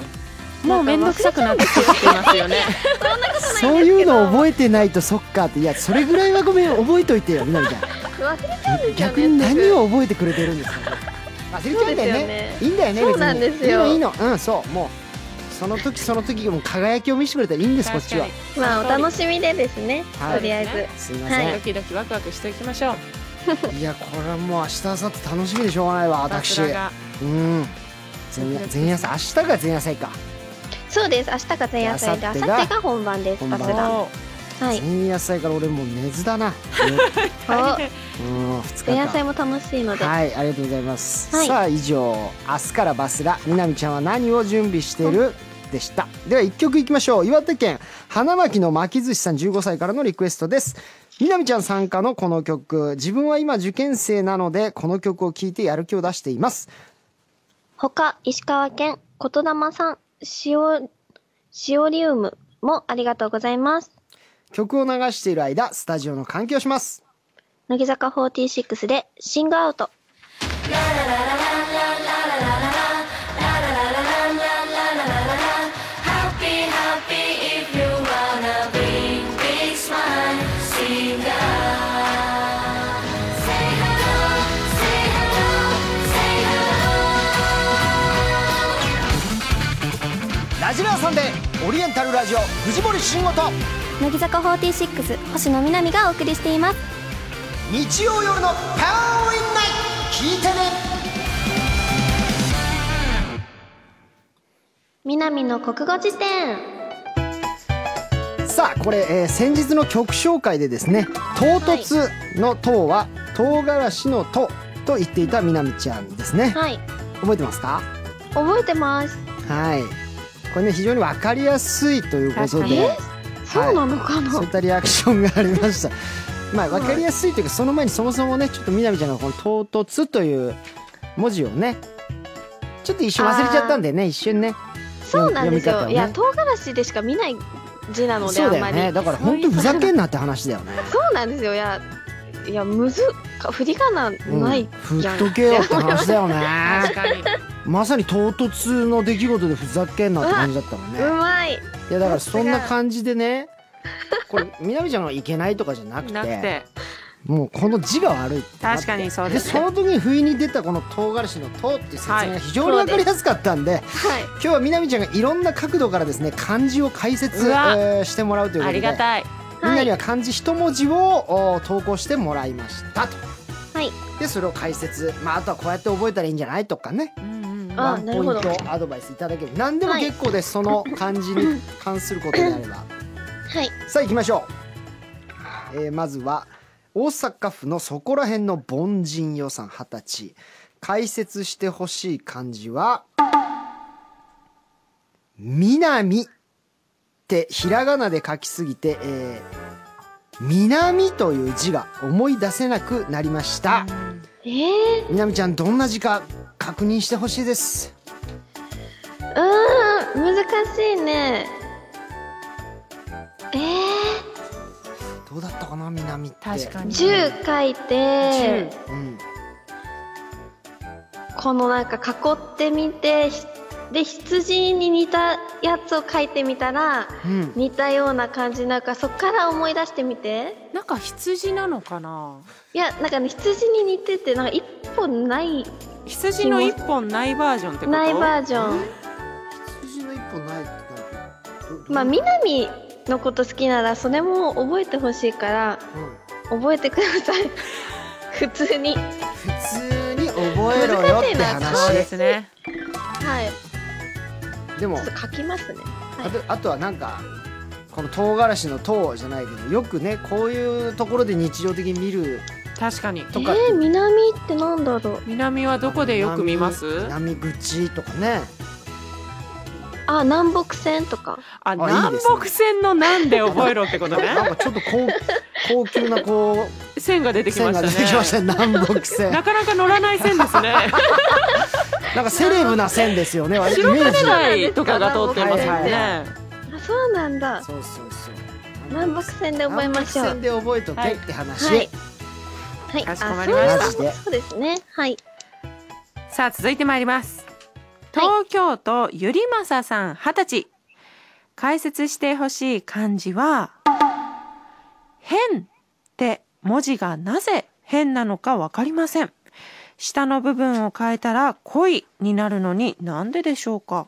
Speaker 3: もう面倒くさくなってきてますよね
Speaker 2: そんなことないんですけど
Speaker 1: そういうの覚えてないとそっかっていやそれぐらいはごめん覚えといてよみな
Speaker 2: [laughs]
Speaker 1: みちゃん
Speaker 2: 忘れちゃうんですよね
Speaker 1: 逆に何を覚えてくれてるんですか忘れちゃうんだよ
Speaker 2: そう
Speaker 1: ね
Speaker 2: です
Speaker 1: いいんだよね別に
Speaker 2: そうなんですよ
Speaker 1: いいのいいのうんそうもうその時その時もう輝きを見せてくれたらいいんですこっちは
Speaker 2: すまあお楽しみでですね、
Speaker 1: はい
Speaker 2: とりあえず
Speaker 1: すいま
Speaker 2: み
Speaker 1: せん、
Speaker 2: は
Speaker 3: ドキドキワクワクしていきましょう
Speaker 1: い、やこれはもう明日明後日楽しみでしょうがないわ私
Speaker 3: バスラが
Speaker 1: うん前夜前夜祭明日が前夜祭か
Speaker 2: そうです明日が前夜祭で
Speaker 1: 明後日
Speaker 2: 明後日
Speaker 1: が
Speaker 2: が本番です
Speaker 1: 本
Speaker 2: バ
Speaker 1: 番
Speaker 2: スラ
Speaker 3: おー
Speaker 2: はい
Speaker 1: 前夜祭から俺もう寝ず
Speaker 2: [laughs]
Speaker 1: だな、ね
Speaker 2: お
Speaker 3: 大変
Speaker 1: うん2日
Speaker 2: 前夜
Speaker 1: 間
Speaker 2: 祭も楽しいので、
Speaker 1: はいありがとうございます、
Speaker 2: はい
Speaker 1: さあ以上「明日からバスラみなみちゃんは何を準備してる?」でしたでは1曲いきましょう岩手県花巻の巻き寿司さん15歳からのリクエストですみなみちゃん参加のこの曲自分は今受験生なのでこの曲を聴いてやる気を出しています
Speaker 2: 他石川県言霊さんしおしおりうむもありがとうございます
Speaker 1: 曲を流している間スタジオの換気をします
Speaker 2: 乃木坂46でシングアウト
Speaker 1: ラジラーさんでオリエンタルラジオ藤森慎吾と
Speaker 2: 乃木坂46星野みなみがお送りしています
Speaker 1: 日曜夜のパワーインナイ聞いてね
Speaker 2: みなみの国語辞典
Speaker 1: さあこれ、えー先日の曲紹介でですね唐突の唐は唐辛子の唐と言っていたみなみちゃんですね
Speaker 2: はい
Speaker 1: 覚えてますか
Speaker 2: 覚えてます
Speaker 1: はいこれね非常に分かりやすいということ
Speaker 3: 確かに
Speaker 1: で
Speaker 3: え
Speaker 2: そうなのかな、
Speaker 1: そういったリアクションがありま [laughs] したまあ分かりやすいというかその前にそもそもねちょっとみなみちゃんがこの唐突という文字をねちょっと一瞬忘れちゃったんだよね一瞬ね
Speaker 2: そうなんですよ、
Speaker 1: 読み方をね
Speaker 2: いや唐辛子でしか見ない字なので
Speaker 1: そ
Speaker 2: あ
Speaker 1: うんだ
Speaker 2: ま
Speaker 1: よ
Speaker 2: り
Speaker 1: ねだから本当ふざけんなって話だよね
Speaker 2: そうなんですよいやいやむずか振り仮名ない、
Speaker 1: うん、振っとけよって話だよね
Speaker 3: [laughs] 確かに
Speaker 1: まさに唐突の出来事でふざけんなって感じだったもんね
Speaker 2: うまい
Speaker 1: いやだからそんな感じでねこれみなみちゃんがいけないとかじゃなくて
Speaker 3: なくて
Speaker 1: もうこの字が悪いってなって
Speaker 3: 確かにそう
Speaker 1: で
Speaker 3: です
Speaker 1: その時に不意に出たこの唐辛子の「唐」っていう説明
Speaker 3: は
Speaker 1: が
Speaker 3: い
Speaker 1: 非常に分かりやすかったんで、
Speaker 2: はい
Speaker 1: 今日はみなみちゃんがいろんな角度からですね漢字を解説、
Speaker 3: うわ
Speaker 1: えーしてもらうというこ
Speaker 3: あ
Speaker 1: とで
Speaker 3: りがたい
Speaker 1: みんなには漢字一文字をお投稿してもらいましたと。
Speaker 2: はい
Speaker 1: でそれを解説、まあ、あとはこうやって覚えたらいいんじゃないとかね
Speaker 3: うんうん
Speaker 2: あ
Speaker 1: ワンポ
Speaker 2: な
Speaker 1: イ
Speaker 2: る
Speaker 1: ン
Speaker 2: ほど [laughs]
Speaker 1: トアドバイスいただける何でも結構です、その漢字に関することであれば
Speaker 2: はい。
Speaker 1: さあ行きましょう、えーまずは大阪府のそこら辺の凡人予算二十歳解説してほしい漢字は「南」ってひらがなで書きすぎて、えー南」という字が思い出せなくなりました
Speaker 2: ええ
Speaker 1: 南ちゃんどんな字か確認してほしいです
Speaker 2: ー、うーん、難しいね。ええ
Speaker 1: どうだったかな南って
Speaker 3: 確か
Speaker 2: ー、
Speaker 3: に
Speaker 2: 10書いて、
Speaker 1: うん、
Speaker 2: このなんか囲ってみて、ひで、羊に似たやつを書いてみたら、
Speaker 1: うん、
Speaker 2: 似たような感じなんかそっから思い出してみて
Speaker 3: なんか羊なのかない
Speaker 2: やなんかね羊に似ててなんか一本ない
Speaker 3: 羊の一本ないバージョンってこと
Speaker 2: ない
Speaker 3: ー
Speaker 2: バージョン
Speaker 1: 数字の一歩ないってなるど
Speaker 2: まあ
Speaker 1: どう
Speaker 2: 南のこと好きならそれも覚えてほしいから
Speaker 1: うん
Speaker 2: 覚えてください普通に
Speaker 1: 普通に覚えろよって
Speaker 2: 難し
Speaker 1: 話
Speaker 3: そう
Speaker 2: い
Speaker 3: で
Speaker 2: な
Speaker 3: すね
Speaker 2: はい
Speaker 1: でも
Speaker 2: ちょっと書きますね
Speaker 1: あとあとはなんかこの唐辛子の唐じゃないけどよくねこういうところで日常的に見る
Speaker 3: 確かに
Speaker 1: とか
Speaker 2: えー、南ってなんだろう
Speaker 3: 南はどこでよく見ます
Speaker 1: 南南口とかね
Speaker 2: あ南北線とか
Speaker 3: あ
Speaker 1: いい
Speaker 3: 南
Speaker 1: ですね
Speaker 3: 北線のなんで覚えろってことね
Speaker 1: [laughs] なんかちょっと高高級なこ
Speaker 3: 線が出
Speaker 1: う
Speaker 3: てき
Speaker 1: 線
Speaker 3: まし
Speaker 1: が
Speaker 3: た
Speaker 1: 出てきました
Speaker 3: ね
Speaker 1: ね南北線
Speaker 3: なかなか乗らない
Speaker 1: [laughs]
Speaker 3: 線ですね
Speaker 1: なんかセレブな線ですよね割とイ
Speaker 3: 白
Speaker 1: メー
Speaker 3: 金
Speaker 1: ジ
Speaker 3: 台とかが通ってますもん
Speaker 1: はいは
Speaker 3: ね
Speaker 2: あそうなんだ
Speaker 1: そうそうそう
Speaker 2: 南北線で覚えまし
Speaker 1: 南
Speaker 2: ょ
Speaker 1: 北線
Speaker 2: う
Speaker 1: で覚えとけって話、
Speaker 2: はいはい
Speaker 3: か
Speaker 2: あ
Speaker 3: し
Speaker 2: そ
Speaker 3: こま
Speaker 2: う
Speaker 3: りました
Speaker 1: マジで
Speaker 2: そうですねはい
Speaker 3: さあ続いてまいります
Speaker 2: は
Speaker 3: 東京都ゆりまささん二十歳解説してほしい漢字は「変」って文字がなぜ変なのかわかりません下の部分を変えたら「恋」になるのになんででしょうか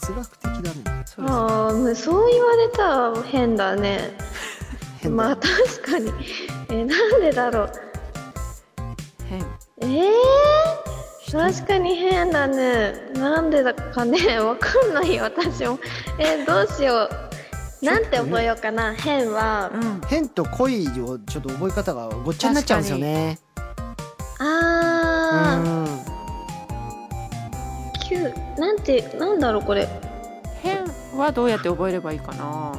Speaker 1: 哲学的だね
Speaker 3: そうです
Speaker 2: あーもうそう言われたら変だね
Speaker 1: 変だ
Speaker 2: ま
Speaker 1: よ
Speaker 2: あ確かにえなんでだろう
Speaker 3: 変
Speaker 2: えー、確かに変だねなんでだかねわかんないよ私もえーどうしようなんて覚えようかな変は
Speaker 3: うん
Speaker 1: 変と恋をちょっと覚え方がごっちゃになっちゃうんですよねう
Speaker 2: あ
Speaker 1: ん
Speaker 2: ーキューなんてなんだろうこれ
Speaker 3: 変はどうやって覚えればいいかな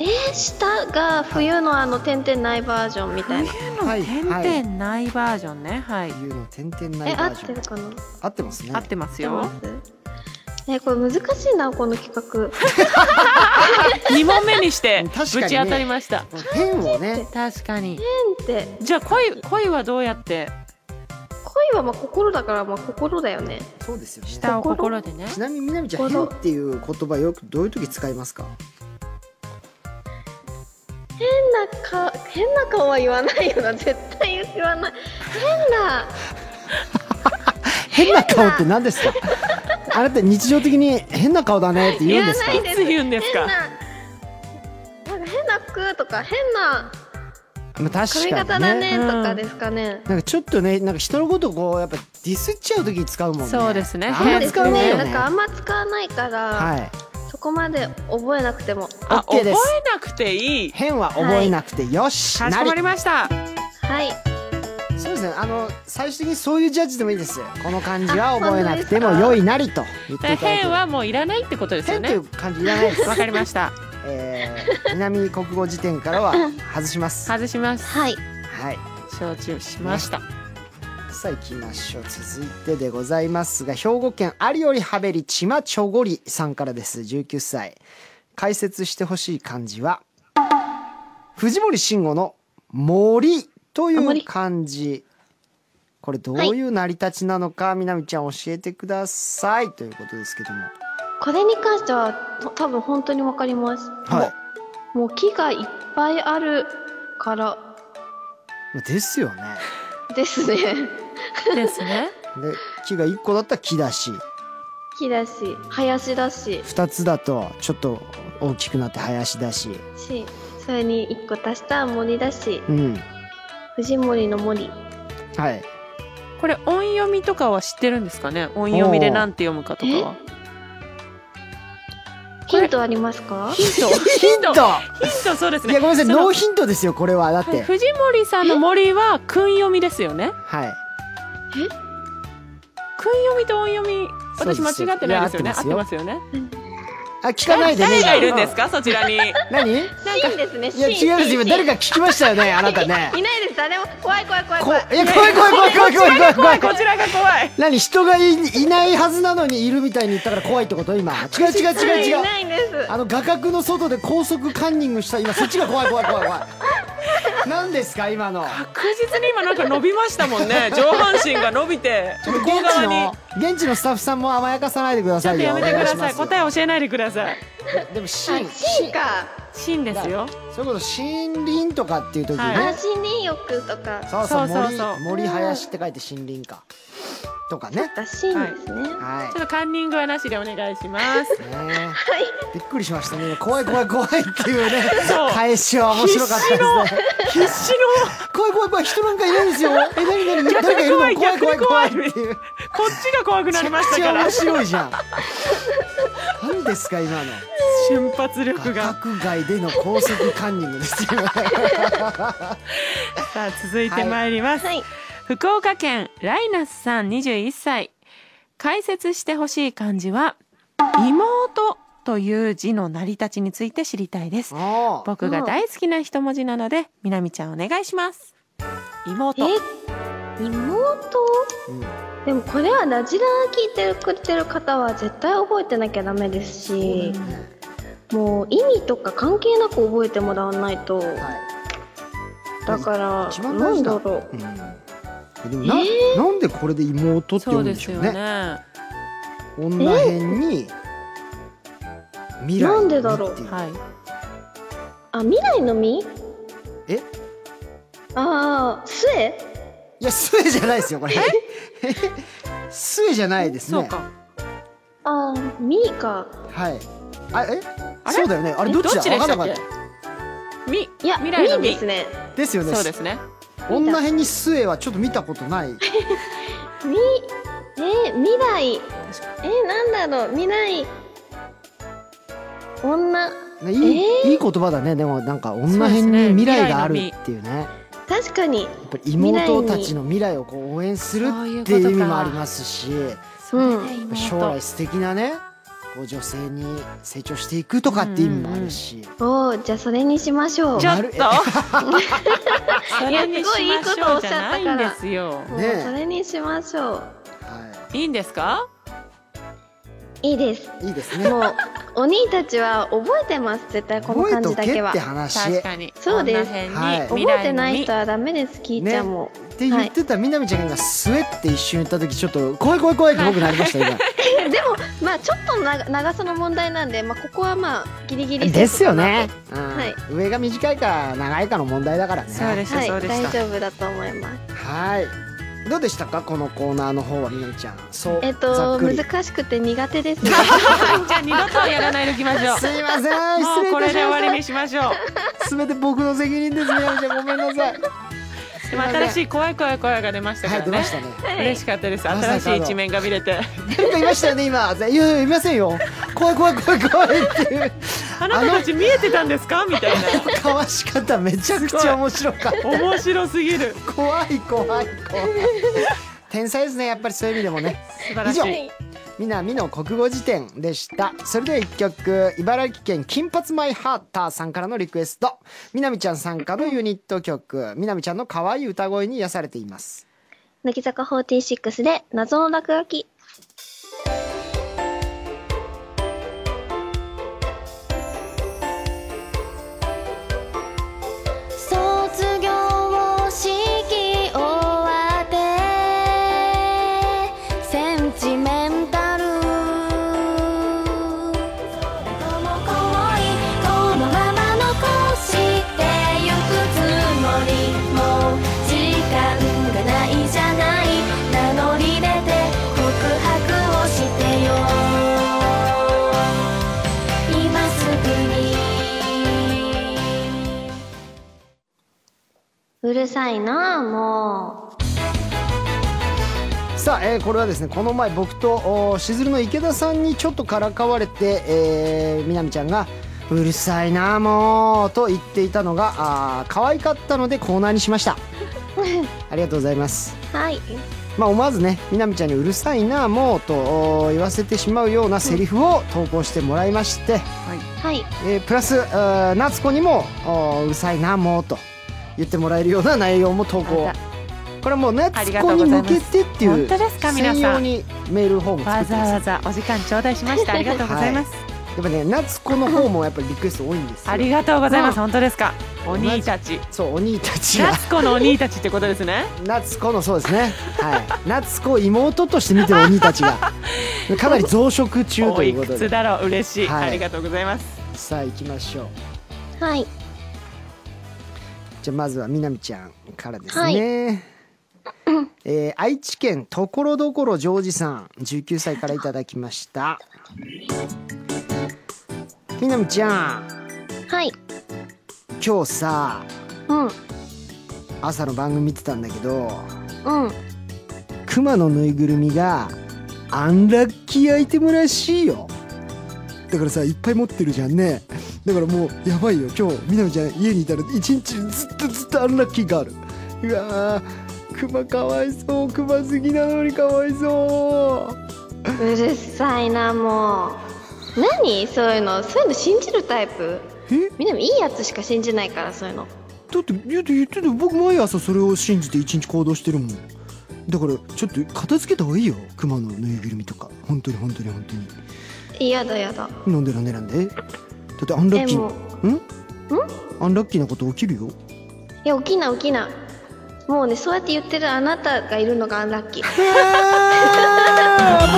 Speaker 2: えー、下が冬のあの点々ないバージョンみたいな
Speaker 1: はい
Speaker 3: 点
Speaker 1: はい
Speaker 3: 々ないバージョンねはい
Speaker 1: いうの点々な
Speaker 2: え
Speaker 1: い
Speaker 2: 合
Speaker 1: バー
Speaker 2: っ
Speaker 1: ジョ
Speaker 2: て
Speaker 1: ン
Speaker 2: るかな
Speaker 1: 合ってますね
Speaker 3: 合ってま
Speaker 2: 合
Speaker 3: すよ
Speaker 2: ってますえーこれ難しいなこの企画
Speaker 3: 2問目にして
Speaker 1: うん
Speaker 3: ぶ
Speaker 1: 確か
Speaker 3: ち
Speaker 1: にね
Speaker 3: 当たりました
Speaker 1: 変をね
Speaker 3: 確かに
Speaker 2: 変って
Speaker 3: じゃあ恋恋はどうやって
Speaker 2: 恋はまあ心だからまあ心だよね
Speaker 1: そうですよね
Speaker 3: 下を心でね
Speaker 1: ちなみにみなみちゃん「変」っていう言葉よくどういう時使いますか
Speaker 2: 変なか変な顔は言わないよな [laughs] 絶対言わない変な
Speaker 1: 変な顔って何です
Speaker 2: [laughs]
Speaker 1: かあなた日常的に「変な顔だね」って言うんですか
Speaker 2: 言わないです
Speaker 3: いつ言うんです
Speaker 2: 変
Speaker 3: か
Speaker 2: ななんか変な服とか変な
Speaker 1: まあ確
Speaker 2: 髪
Speaker 1: か
Speaker 2: 型
Speaker 1: に
Speaker 2: だ
Speaker 1: ね
Speaker 2: ね
Speaker 3: うん
Speaker 2: とかですかね、
Speaker 1: なんかちょっとねなんか人のことをこうやっぱディスっちゃう時に使うもんね
Speaker 3: そうですね
Speaker 1: あんまり
Speaker 2: です
Speaker 1: 使わないよ
Speaker 2: なん
Speaker 1: ね
Speaker 2: かあんま使わないから、
Speaker 1: はい
Speaker 2: そこまで覚えなくても
Speaker 3: あ、
Speaker 1: OK
Speaker 3: 覚
Speaker 1: です
Speaker 3: えなくていい。
Speaker 1: 変は覚えなくてよし、
Speaker 3: かしこ
Speaker 1: な
Speaker 3: ま
Speaker 1: り
Speaker 3: りました。
Speaker 2: はい
Speaker 1: そうですねあの最終的にそういうジャッジでもいいですこの漢字は覚えなくても良いなりと言っていただいて
Speaker 3: 変はもういらないってことですよ
Speaker 1: 変とい
Speaker 3: ね
Speaker 1: う。漢字いらないです
Speaker 3: わかりました。
Speaker 1: えー、南国語辞典からは外します。は
Speaker 3: 外します。
Speaker 2: はい
Speaker 1: い。
Speaker 3: 承知しました。
Speaker 1: さあ行きましょう。続いてでございますが、兵庫県有織はべりちまちょごりさんからです。19歳。解説してほしい漢字は、藤森慎吾の森という漢字。これどういう成り立ちなのか、みなみちゃん教えてくださいということですけども。
Speaker 2: これに関してはと多分本当にわかります、
Speaker 1: はい
Speaker 2: もうもう木がいっぱいあるから
Speaker 1: まあですよね。
Speaker 2: ですね [laughs]
Speaker 3: ですね。
Speaker 1: で、木が1個だったら木だし。
Speaker 2: 木だし林だし
Speaker 1: 2つだとちょっと大きくなって林だし、
Speaker 2: しそれに1個足した森だし
Speaker 1: うん、
Speaker 2: 藤森の森
Speaker 1: はい、
Speaker 3: これ音読みとかは知ってるんですかね。音読みでなんて読むかとかは。
Speaker 2: ヒントありますか
Speaker 3: ヒント
Speaker 1: ヒント
Speaker 3: ヒントそうです
Speaker 1: い
Speaker 3: ね
Speaker 1: やごめんなさい
Speaker 3: その
Speaker 1: ノーヒントですよこれはだっ
Speaker 3: はい
Speaker 1: て
Speaker 3: 藤森さんの森は訓読みですよね
Speaker 1: はい
Speaker 3: 訓読みと音読み私
Speaker 1: そうです
Speaker 3: 間違ってないですよね
Speaker 1: いや合っ
Speaker 3: 合ってて
Speaker 1: ま
Speaker 3: ますよね
Speaker 1: あ聞かないでね
Speaker 3: 誰がいるんですかそち
Speaker 1: [laughs]
Speaker 3: らに
Speaker 1: 何いや
Speaker 2: シーンですねシーン
Speaker 1: 違います今誰か聞きましたよ
Speaker 3: [laughs]
Speaker 1: ねあなたね
Speaker 2: いないです誰も怖い怖い怖い
Speaker 1: こ
Speaker 2: 怖いう
Speaker 1: いや怖い怖い怖い怖い怖い怖い怖い
Speaker 3: こちらが怖い
Speaker 1: 何人がいいないはずなのにいるみたいに言ったから怖いってこと今違う違う違う違う
Speaker 2: いないんです
Speaker 1: あの画角の外で高速カンニングした今そっちが怖い怖い怖い怖
Speaker 3: [laughs]
Speaker 1: い何ですか今の
Speaker 3: 確実に今なんか伸びましたもん [laughs] ね上半身が伸びて向
Speaker 1: 現
Speaker 3: こう
Speaker 1: 地
Speaker 3: 側
Speaker 1: の
Speaker 3: に
Speaker 1: 現地のスタッフさんも甘やかさないでくだ
Speaker 3: ちょ
Speaker 1: さ
Speaker 3: っ
Speaker 1: い
Speaker 3: と
Speaker 1: よ
Speaker 3: やめてくだ
Speaker 1: お
Speaker 3: さ
Speaker 1: 願
Speaker 3: い
Speaker 1: します
Speaker 3: 答え教えないでください
Speaker 1: でもシーン
Speaker 2: シーンか
Speaker 3: 真ですよ
Speaker 1: そういうこと森林とかっていう時ね、
Speaker 3: は
Speaker 2: 安心欲とか
Speaker 1: そうそう
Speaker 3: そうそうそう
Speaker 1: 森森林って書いて森林かとかね
Speaker 2: だシーンですね
Speaker 1: は
Speaker 3: ちょっとカンニングはなしでお願いします
Speaker 1: いねびっくりしましたね怖い怖い怖いっていうね
Speaker 3: そう
Speaker 1: 返しは面白かったですね
Speaker 3: [laughs] 必死の
Speaker 1: 怖い怖い怖い人なんかいないですよえ何何何誰かいるの怖い怖い怖い怖いっていう
Speaker 3: こっちが怖くなりましたか
Speaker 1: めちゃ
Speaker 3: ら
Speaker 1: くちゃ面白いじゃん何ですか今の
Speaker 3: [laughs] 瞬発力 [laughs]
Speaker 1: 画
Speaker 3: が
Speaker 1: 角外での高速カンニングですよ
Speaker 3: さあ続いてまいります、
Speaker 2: はい
Speaker 3: 福岡県ライナスさん21歳解説してほしい漢字は妹という字の成り立ちについて知りたいです
Speaker 1: おー
Speaker 3: 僕が大好きな一文字なのでみなみちゃんお願いします妹
Speaker 2: え妹
Speaker 1: うん
Speaker 2: でもこれはラジラ聞いてくれてる方は絶対覚えてなきゃダメですしもう意味とか関係なく覚えてもらわないと
Speaker 1: は
Speaker 2: だから
Speaker 1: 一番
Speaker 2: な
Speaker 1: 大
Speaker 2: ん
Speaker 1: 事だ
Speaker 2: だろう
Speaker 1: いうんでもな,、なんでこれで妹って
Speaker 3: そ
Speaker 1: 呼
Speaker 3: う
Speaker 1: ぶん
Speaker 3: で
Speaker 1: でし
Speaker 3: す
Speaker 1: ょ
Speaker 3: よ
Speaker 1: う
Speaker 3: ね
Speaker 1: ね女編に未来
Speaker 2: なんでだろう
Speaker 1: ってい
Speaker 3: はい
Speaker 2: あ未来の実
Speaker 1: え
Speaker 2: ああ末
Speaker 1: いや末じゃないですよこれ末じゃないですね
Speaker 3: そうか
Speaker 2: ああ実か
Speaker 1: はいあえ
Speaker 3: あれ
Speaker 1: そうだよねあれどっちだ
Speaker 3: で
Speaker 1: 分か
Speaker 3: し
Speaker 1: ん
Speaker 3: た
Speaker 1: な
Speaker 3: っ
Speaker 1: かっ
Speaker 3: けみ
Speaker 2: いや
Speaker 3: 未来
Speaker 2: 実
Speaker 3: のみ
Speaker 2: ですね
Speaker 1: たですよね
Speaker 3: そうですね
Speaker 1: 女編に末はちょっと見たことない
Speaker 2: みえー未来えーなんだろう未来女
Speaker 1: ねいい,、
Speaker 2: え
Speaker 1: いい言葉だねでもなんか女
Speaker 3: そうです
Speaker 1: 編に
Speaker 3: ね
Speaker 1: 未来がある
Speaker 3: 未来の実
Speaker 1: っていうね
Speaker 2: 確かに
Speaker 1: やっぱり妹たちの未来をこう応援する
Speaker 3: そういう
Speaker 1: っ
Speaker 3: こ
Speaker 1: て
Speaker 3: とか
Speaker 1: いう意味もありますしやっ
Speaker 2: うん
Speaker 1: ぱ将来素敵なねこう女性に成長していくとかっていう意味もあるし、
Speaker 2: おおじゃあそれにしましょう
Speaker 3: ちょっとそ
Speaker 2: いや
Speaker 3: れに
Speaker 2: すごい
Speaker 3: し
Speaker 2: いい
Speaker 3: ま
Speaker 2: こ
Speaker 3: し
Speaker 2: と
Speaker 3: ょ
Speaker 2: おっ
Speaker 3: う
Speaker 2: し
Speaker 3: じ
Speaker 2: ゃ
Speaker 3: ゃ
Speaker 2: ったから
Speaker 3: ないんですよ
Speaker 2: もう
Speaker 1: ねえ
Speaker 2: それにしましょう
Speaker 1: はい
Speaker 3: いんですか
Speaker 2: いいです
Speaker 1: い、いいですね
Speaker 2: もうお兄たちは覚えてます絶対この
Speaker 1: 覚え
Speaker 2: 漢
Speaker 1: と
Speaker 2: 字だけ
Speaker 1: けっ
Speaker 2: は
Speaker 1: て話
Speaker 3: 確
Speaker 1: っ
Speaker 3: かに
Speaker 2: そうです
Speaker 3: こんな辺に
Speaker 1: はい
Speaker 3: 未来の実
Speaker 2: 覚えてない人はダメです聞いちゃんも、
Speaker 1: て言ってた南ちゃんが「すえ」って一瞬言った時ちょっと怖い怖い怖いって僕なりました今
Speaker 2: でもまあちょっとの長長さの問題なんでまあここはまあギリギリ
Speaker 1: ですよね、うん
Speaker 2: はい
Speaker 1: 上が短いか長いかの問題だから
Speaker 3: そうで
Speaker 1: ね
Speaker 3: し
Speaker 2: セー
Speaker 3: た
Speaker 2: フ
Speaker 3: そ
Speaker 2: かなとはい大丈夫だ
Speaker 3: うでした
Speaker 2: と思います
Speaker 1: はいどうでしたかこのコーナーの方は南ちゃんそう
Speaker 2: えっ
Speaker 1: ざっ
Speaker 2: と
Speaker 1: くり
Speaker 2: 難しくて苦
Speaker 1: [laughs]
Speaker 2: 手です
Speaker 3: じゃあ二度とはやらないでおきましょう
Speaker 1: すいません [laughs] 失
Speaker 3: も
Speaker 1: 礼
Speaker 3: う
Speaker 1: いた
Speaker 3: これ
Speaker 1: し
Speaker 3: で終
Speaker 1: ま
Speaker 3: わ
Speaker 1: し
Speaker 3: り
Speaker 1: た
Speaker 3: にしましょう
Speaker 1: すべて僕の責任ですね、みなみちゃん、ごめんなさい。
Speaker 3: でも新しい怖い怖い声が出ましたか
Speaker 1: はい、
Speaker 3: ら
Speaker 1: 出
Speaker 3: ね
Speaker 1: ましたね。
Speaker 3: 嬉しかったです
Speaker 1: まさかの
Speaker 3: 新しい一面が見れて
Speaker 1: 誰かいましたよね、今、いやいや、いませんよ。怖い怖い怖い怖いっていう。
Speaker 3: あなたたち見えてたんですかみたいな
Speaker 1: かわし方、めちゃくちゃ面白かっ
Speaker 3: 面白すぎる
Speaker 1: た。怖い怖い怖い。天才ですね、やっぱりそういう意味でもね。
Speaker 3: 素晴らし
Speaker 1: 以上
Speaker 3: い
Speaker 1: みなみの国語辞典でした。それでは一曲、茨城県金髪マイハーターさんからのリクエスト。みなみちゃん参加のユニット曲、みなみちゃんの可愛い歌声に癒されています。
Speaker 2: 乃木坂46で謎の落書き
Speaker 4: 卒業式終わってセンチメンタル誰とも恋このまま残してゆくつもりもう時間がないじゃない名乗り出て告白をしてよ今すぐに
Speaker 2: うるさいなあも
Speaker 1: さあ、えーこれはですねこの前僕とおーしずるの池田さんにちょっとからかわれて、えー、みなみちゃんが「うるさいなもう」と言っていたのがあー可愛かったのでコーナーにしましたありがとうございます
Speaker 2: はい
Speaker 1: まあ思わずねみなみちゃんに「うるさいなもう」とおー言わせてしまうようなセリフを投稿してもらいまして、
Speaker 2: はい
Speaker 1: えープラスあー夏子にもおー「うるさいなもう」と言ってもらえるような内容も投稿
Speaker 3: あ
Speaker 1: これはもう夏
Speaker 3: ありが
Speaker 1: 子
Speaker 3: とう
Speaker 1: に
Speaker 3: ござい
Speaker 1: 向
Speaker 3: ます
Speaker 1: けてっていう
Speaker 3: 本当ですか皆さん
Speaker 1: 専用にメールフォーム作
Speaker 3: わ
Speaker 1: って
Speaker 3: ざ
Speaker 1: ます
Speaker 3: わざお時間頂戴しました。ありがとうございます。
Speaker 1: やっぱね夏子の方もやっぱりリクエスト多いんですよ
Speaker 3: ありがとうございます。
Speaker 1: う
Speaker 3: 本当ですか。お兄たち。
Speaker 1: そうお兄たちが
Speaker 3: 夏子のお兄たちってことですね。
Speaker 1: 夏子のそうですねはい夏子を妹として見てるお兄たち
Speaker 3: [laughs]
Speaker 1: がかなり増殖中
Speaker 3: お
Speaker 1: とい
Speaker 3: いう
Speaker 1: こ
Speaker 3: く
Speaker 1: と
Speaker 3: つ
Speaker 1: で
Speaker 3: だろう嬉しい。
Speaker 1: はい
Speaker 3: ありがとうございます。
Speaker 1: さあ行きましょう
Speaker 2: はい
Speaker 1: じゃあまずはみなみちゃんからですね、
Speaker 2: はい
Speaker 1: えー愛知県ところどころジョージさん19歳からいただきましたみなみちゃん
Speaker 2: はい
Speaker 1: 今日さ
Speaker 2: うん
Speaker 1: 朝の番組見てたんだけど
Speaker 2: うん
Speaker 1: クマのぬいぐるみがアンラッキーアイテムらしいよだからさいっぱい持ってるじゃんねだからもうやばいよ今日みなみちゃん家にいたら一日ずっとずっとアンラッキーがあるうわークマかわいそうクマ好きなのにかわいそう
Speaker 2: るさいなもう何そういうのそういうの信じるタイプ
Speaker 1: うえ
Speaker 2: みんないいやつしか信じないからそういうの
Speaker 1: だって言って言ってた僕毎朝それを信じて一日行動してるもんだからちょっと片付けた方がいいよクマのぬいぐるみとか本当に本当に本当に
Speaker 2: 嫌だ嫌だ
Speaker 1: なんでなんでなんでだってアンラッキー
Speaker 2: でも
Speaker 1: んアンラッキーなこと起きるよ
Speaker 2: いや起きない起きないもうねそうやって言ってるあなたがいるのがアンラッキー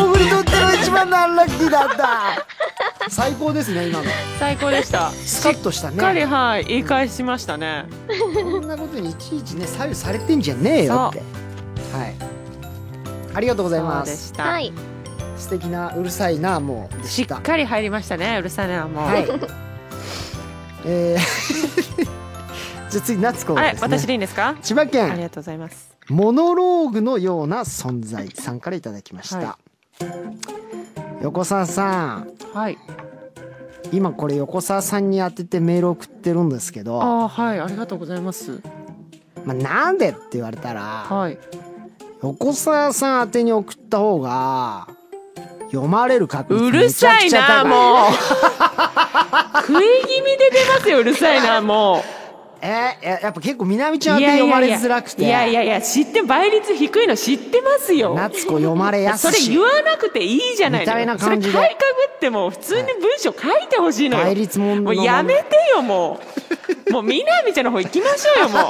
Speaker 1: 僕にとっての一番のアンラッキーだった最高ですね今の
Speaker 3: 最高でした。し
Speaker 1: スカッとした
Speaker 3: っかり
Speaker 1: ね
Speaker 3: はい言い返しましたね。
Speaker 1: こんなことにいちいちね左右されてんじゃねえよってはいありがとうございま
Speaker 3: そうですした。
Speaker 2: はい
Speaker 1: 素敵なうるさいなもうで
Speaker 3: し
Speaker 1: し
Speaker 3: ったかり入りましたね。うるさいなもう。
Speaker 1: はいえー [laughs] じゃあ次夏子
Speaker 3: あ
Speaker 1: が
Speaker 3: れ
Speaker 1: ですね
Speaker 3: 私でいいんですか。
Speaker 1: 千葉
Speaker 3: あり
Speaker 1: 県
Speaker 3: がとうございます。
Speaker 1: モノローグのような存在さんからいただきました、
Speaker 3: は
Speaker 1: 横澤さん
Speaker 3: はい。
Speaker 1: 今これ横澤さんに当ててメール送ってるんですけど
Speaker 3: ああはいありがとうございます。
Speaker 1: まあ、なんでって言われたら
Speaker 3: はい。
Speaker 1: 横澤さん宛てに送った方が読まれる確率
Speaker 3: う
Speaker 1: め
Speaker 3: る
Speaker 1: ちゃ
Speaker 3: さ
Speaker 1: く
Speaker 3: い
Speaker 1: ちゃ
Speaker 3: な
Speaker 1: 高い
Speaker 3: もう。食い気味で出ますようるさいなもう。
Speaker 1: えーややっぱ結構みなみちゃん宛て読まれづらくて
Speaker 3: いやいやいや知って倍率低いの知ってますよ
Speaker 1: 夏子読まれやす
Speaker 3: それ
Speaker 1: し
Speaker 3: 言わなくていいじゃないの
Speaker 1: みたいな感じで
Speaker 3: それ買いかぶっても普通に文章書いてほしいのよ
Speaker 1: 倍率もんの
Speaker 3: もうやめてよもうもうみなみちゃんの方行きましょうよもう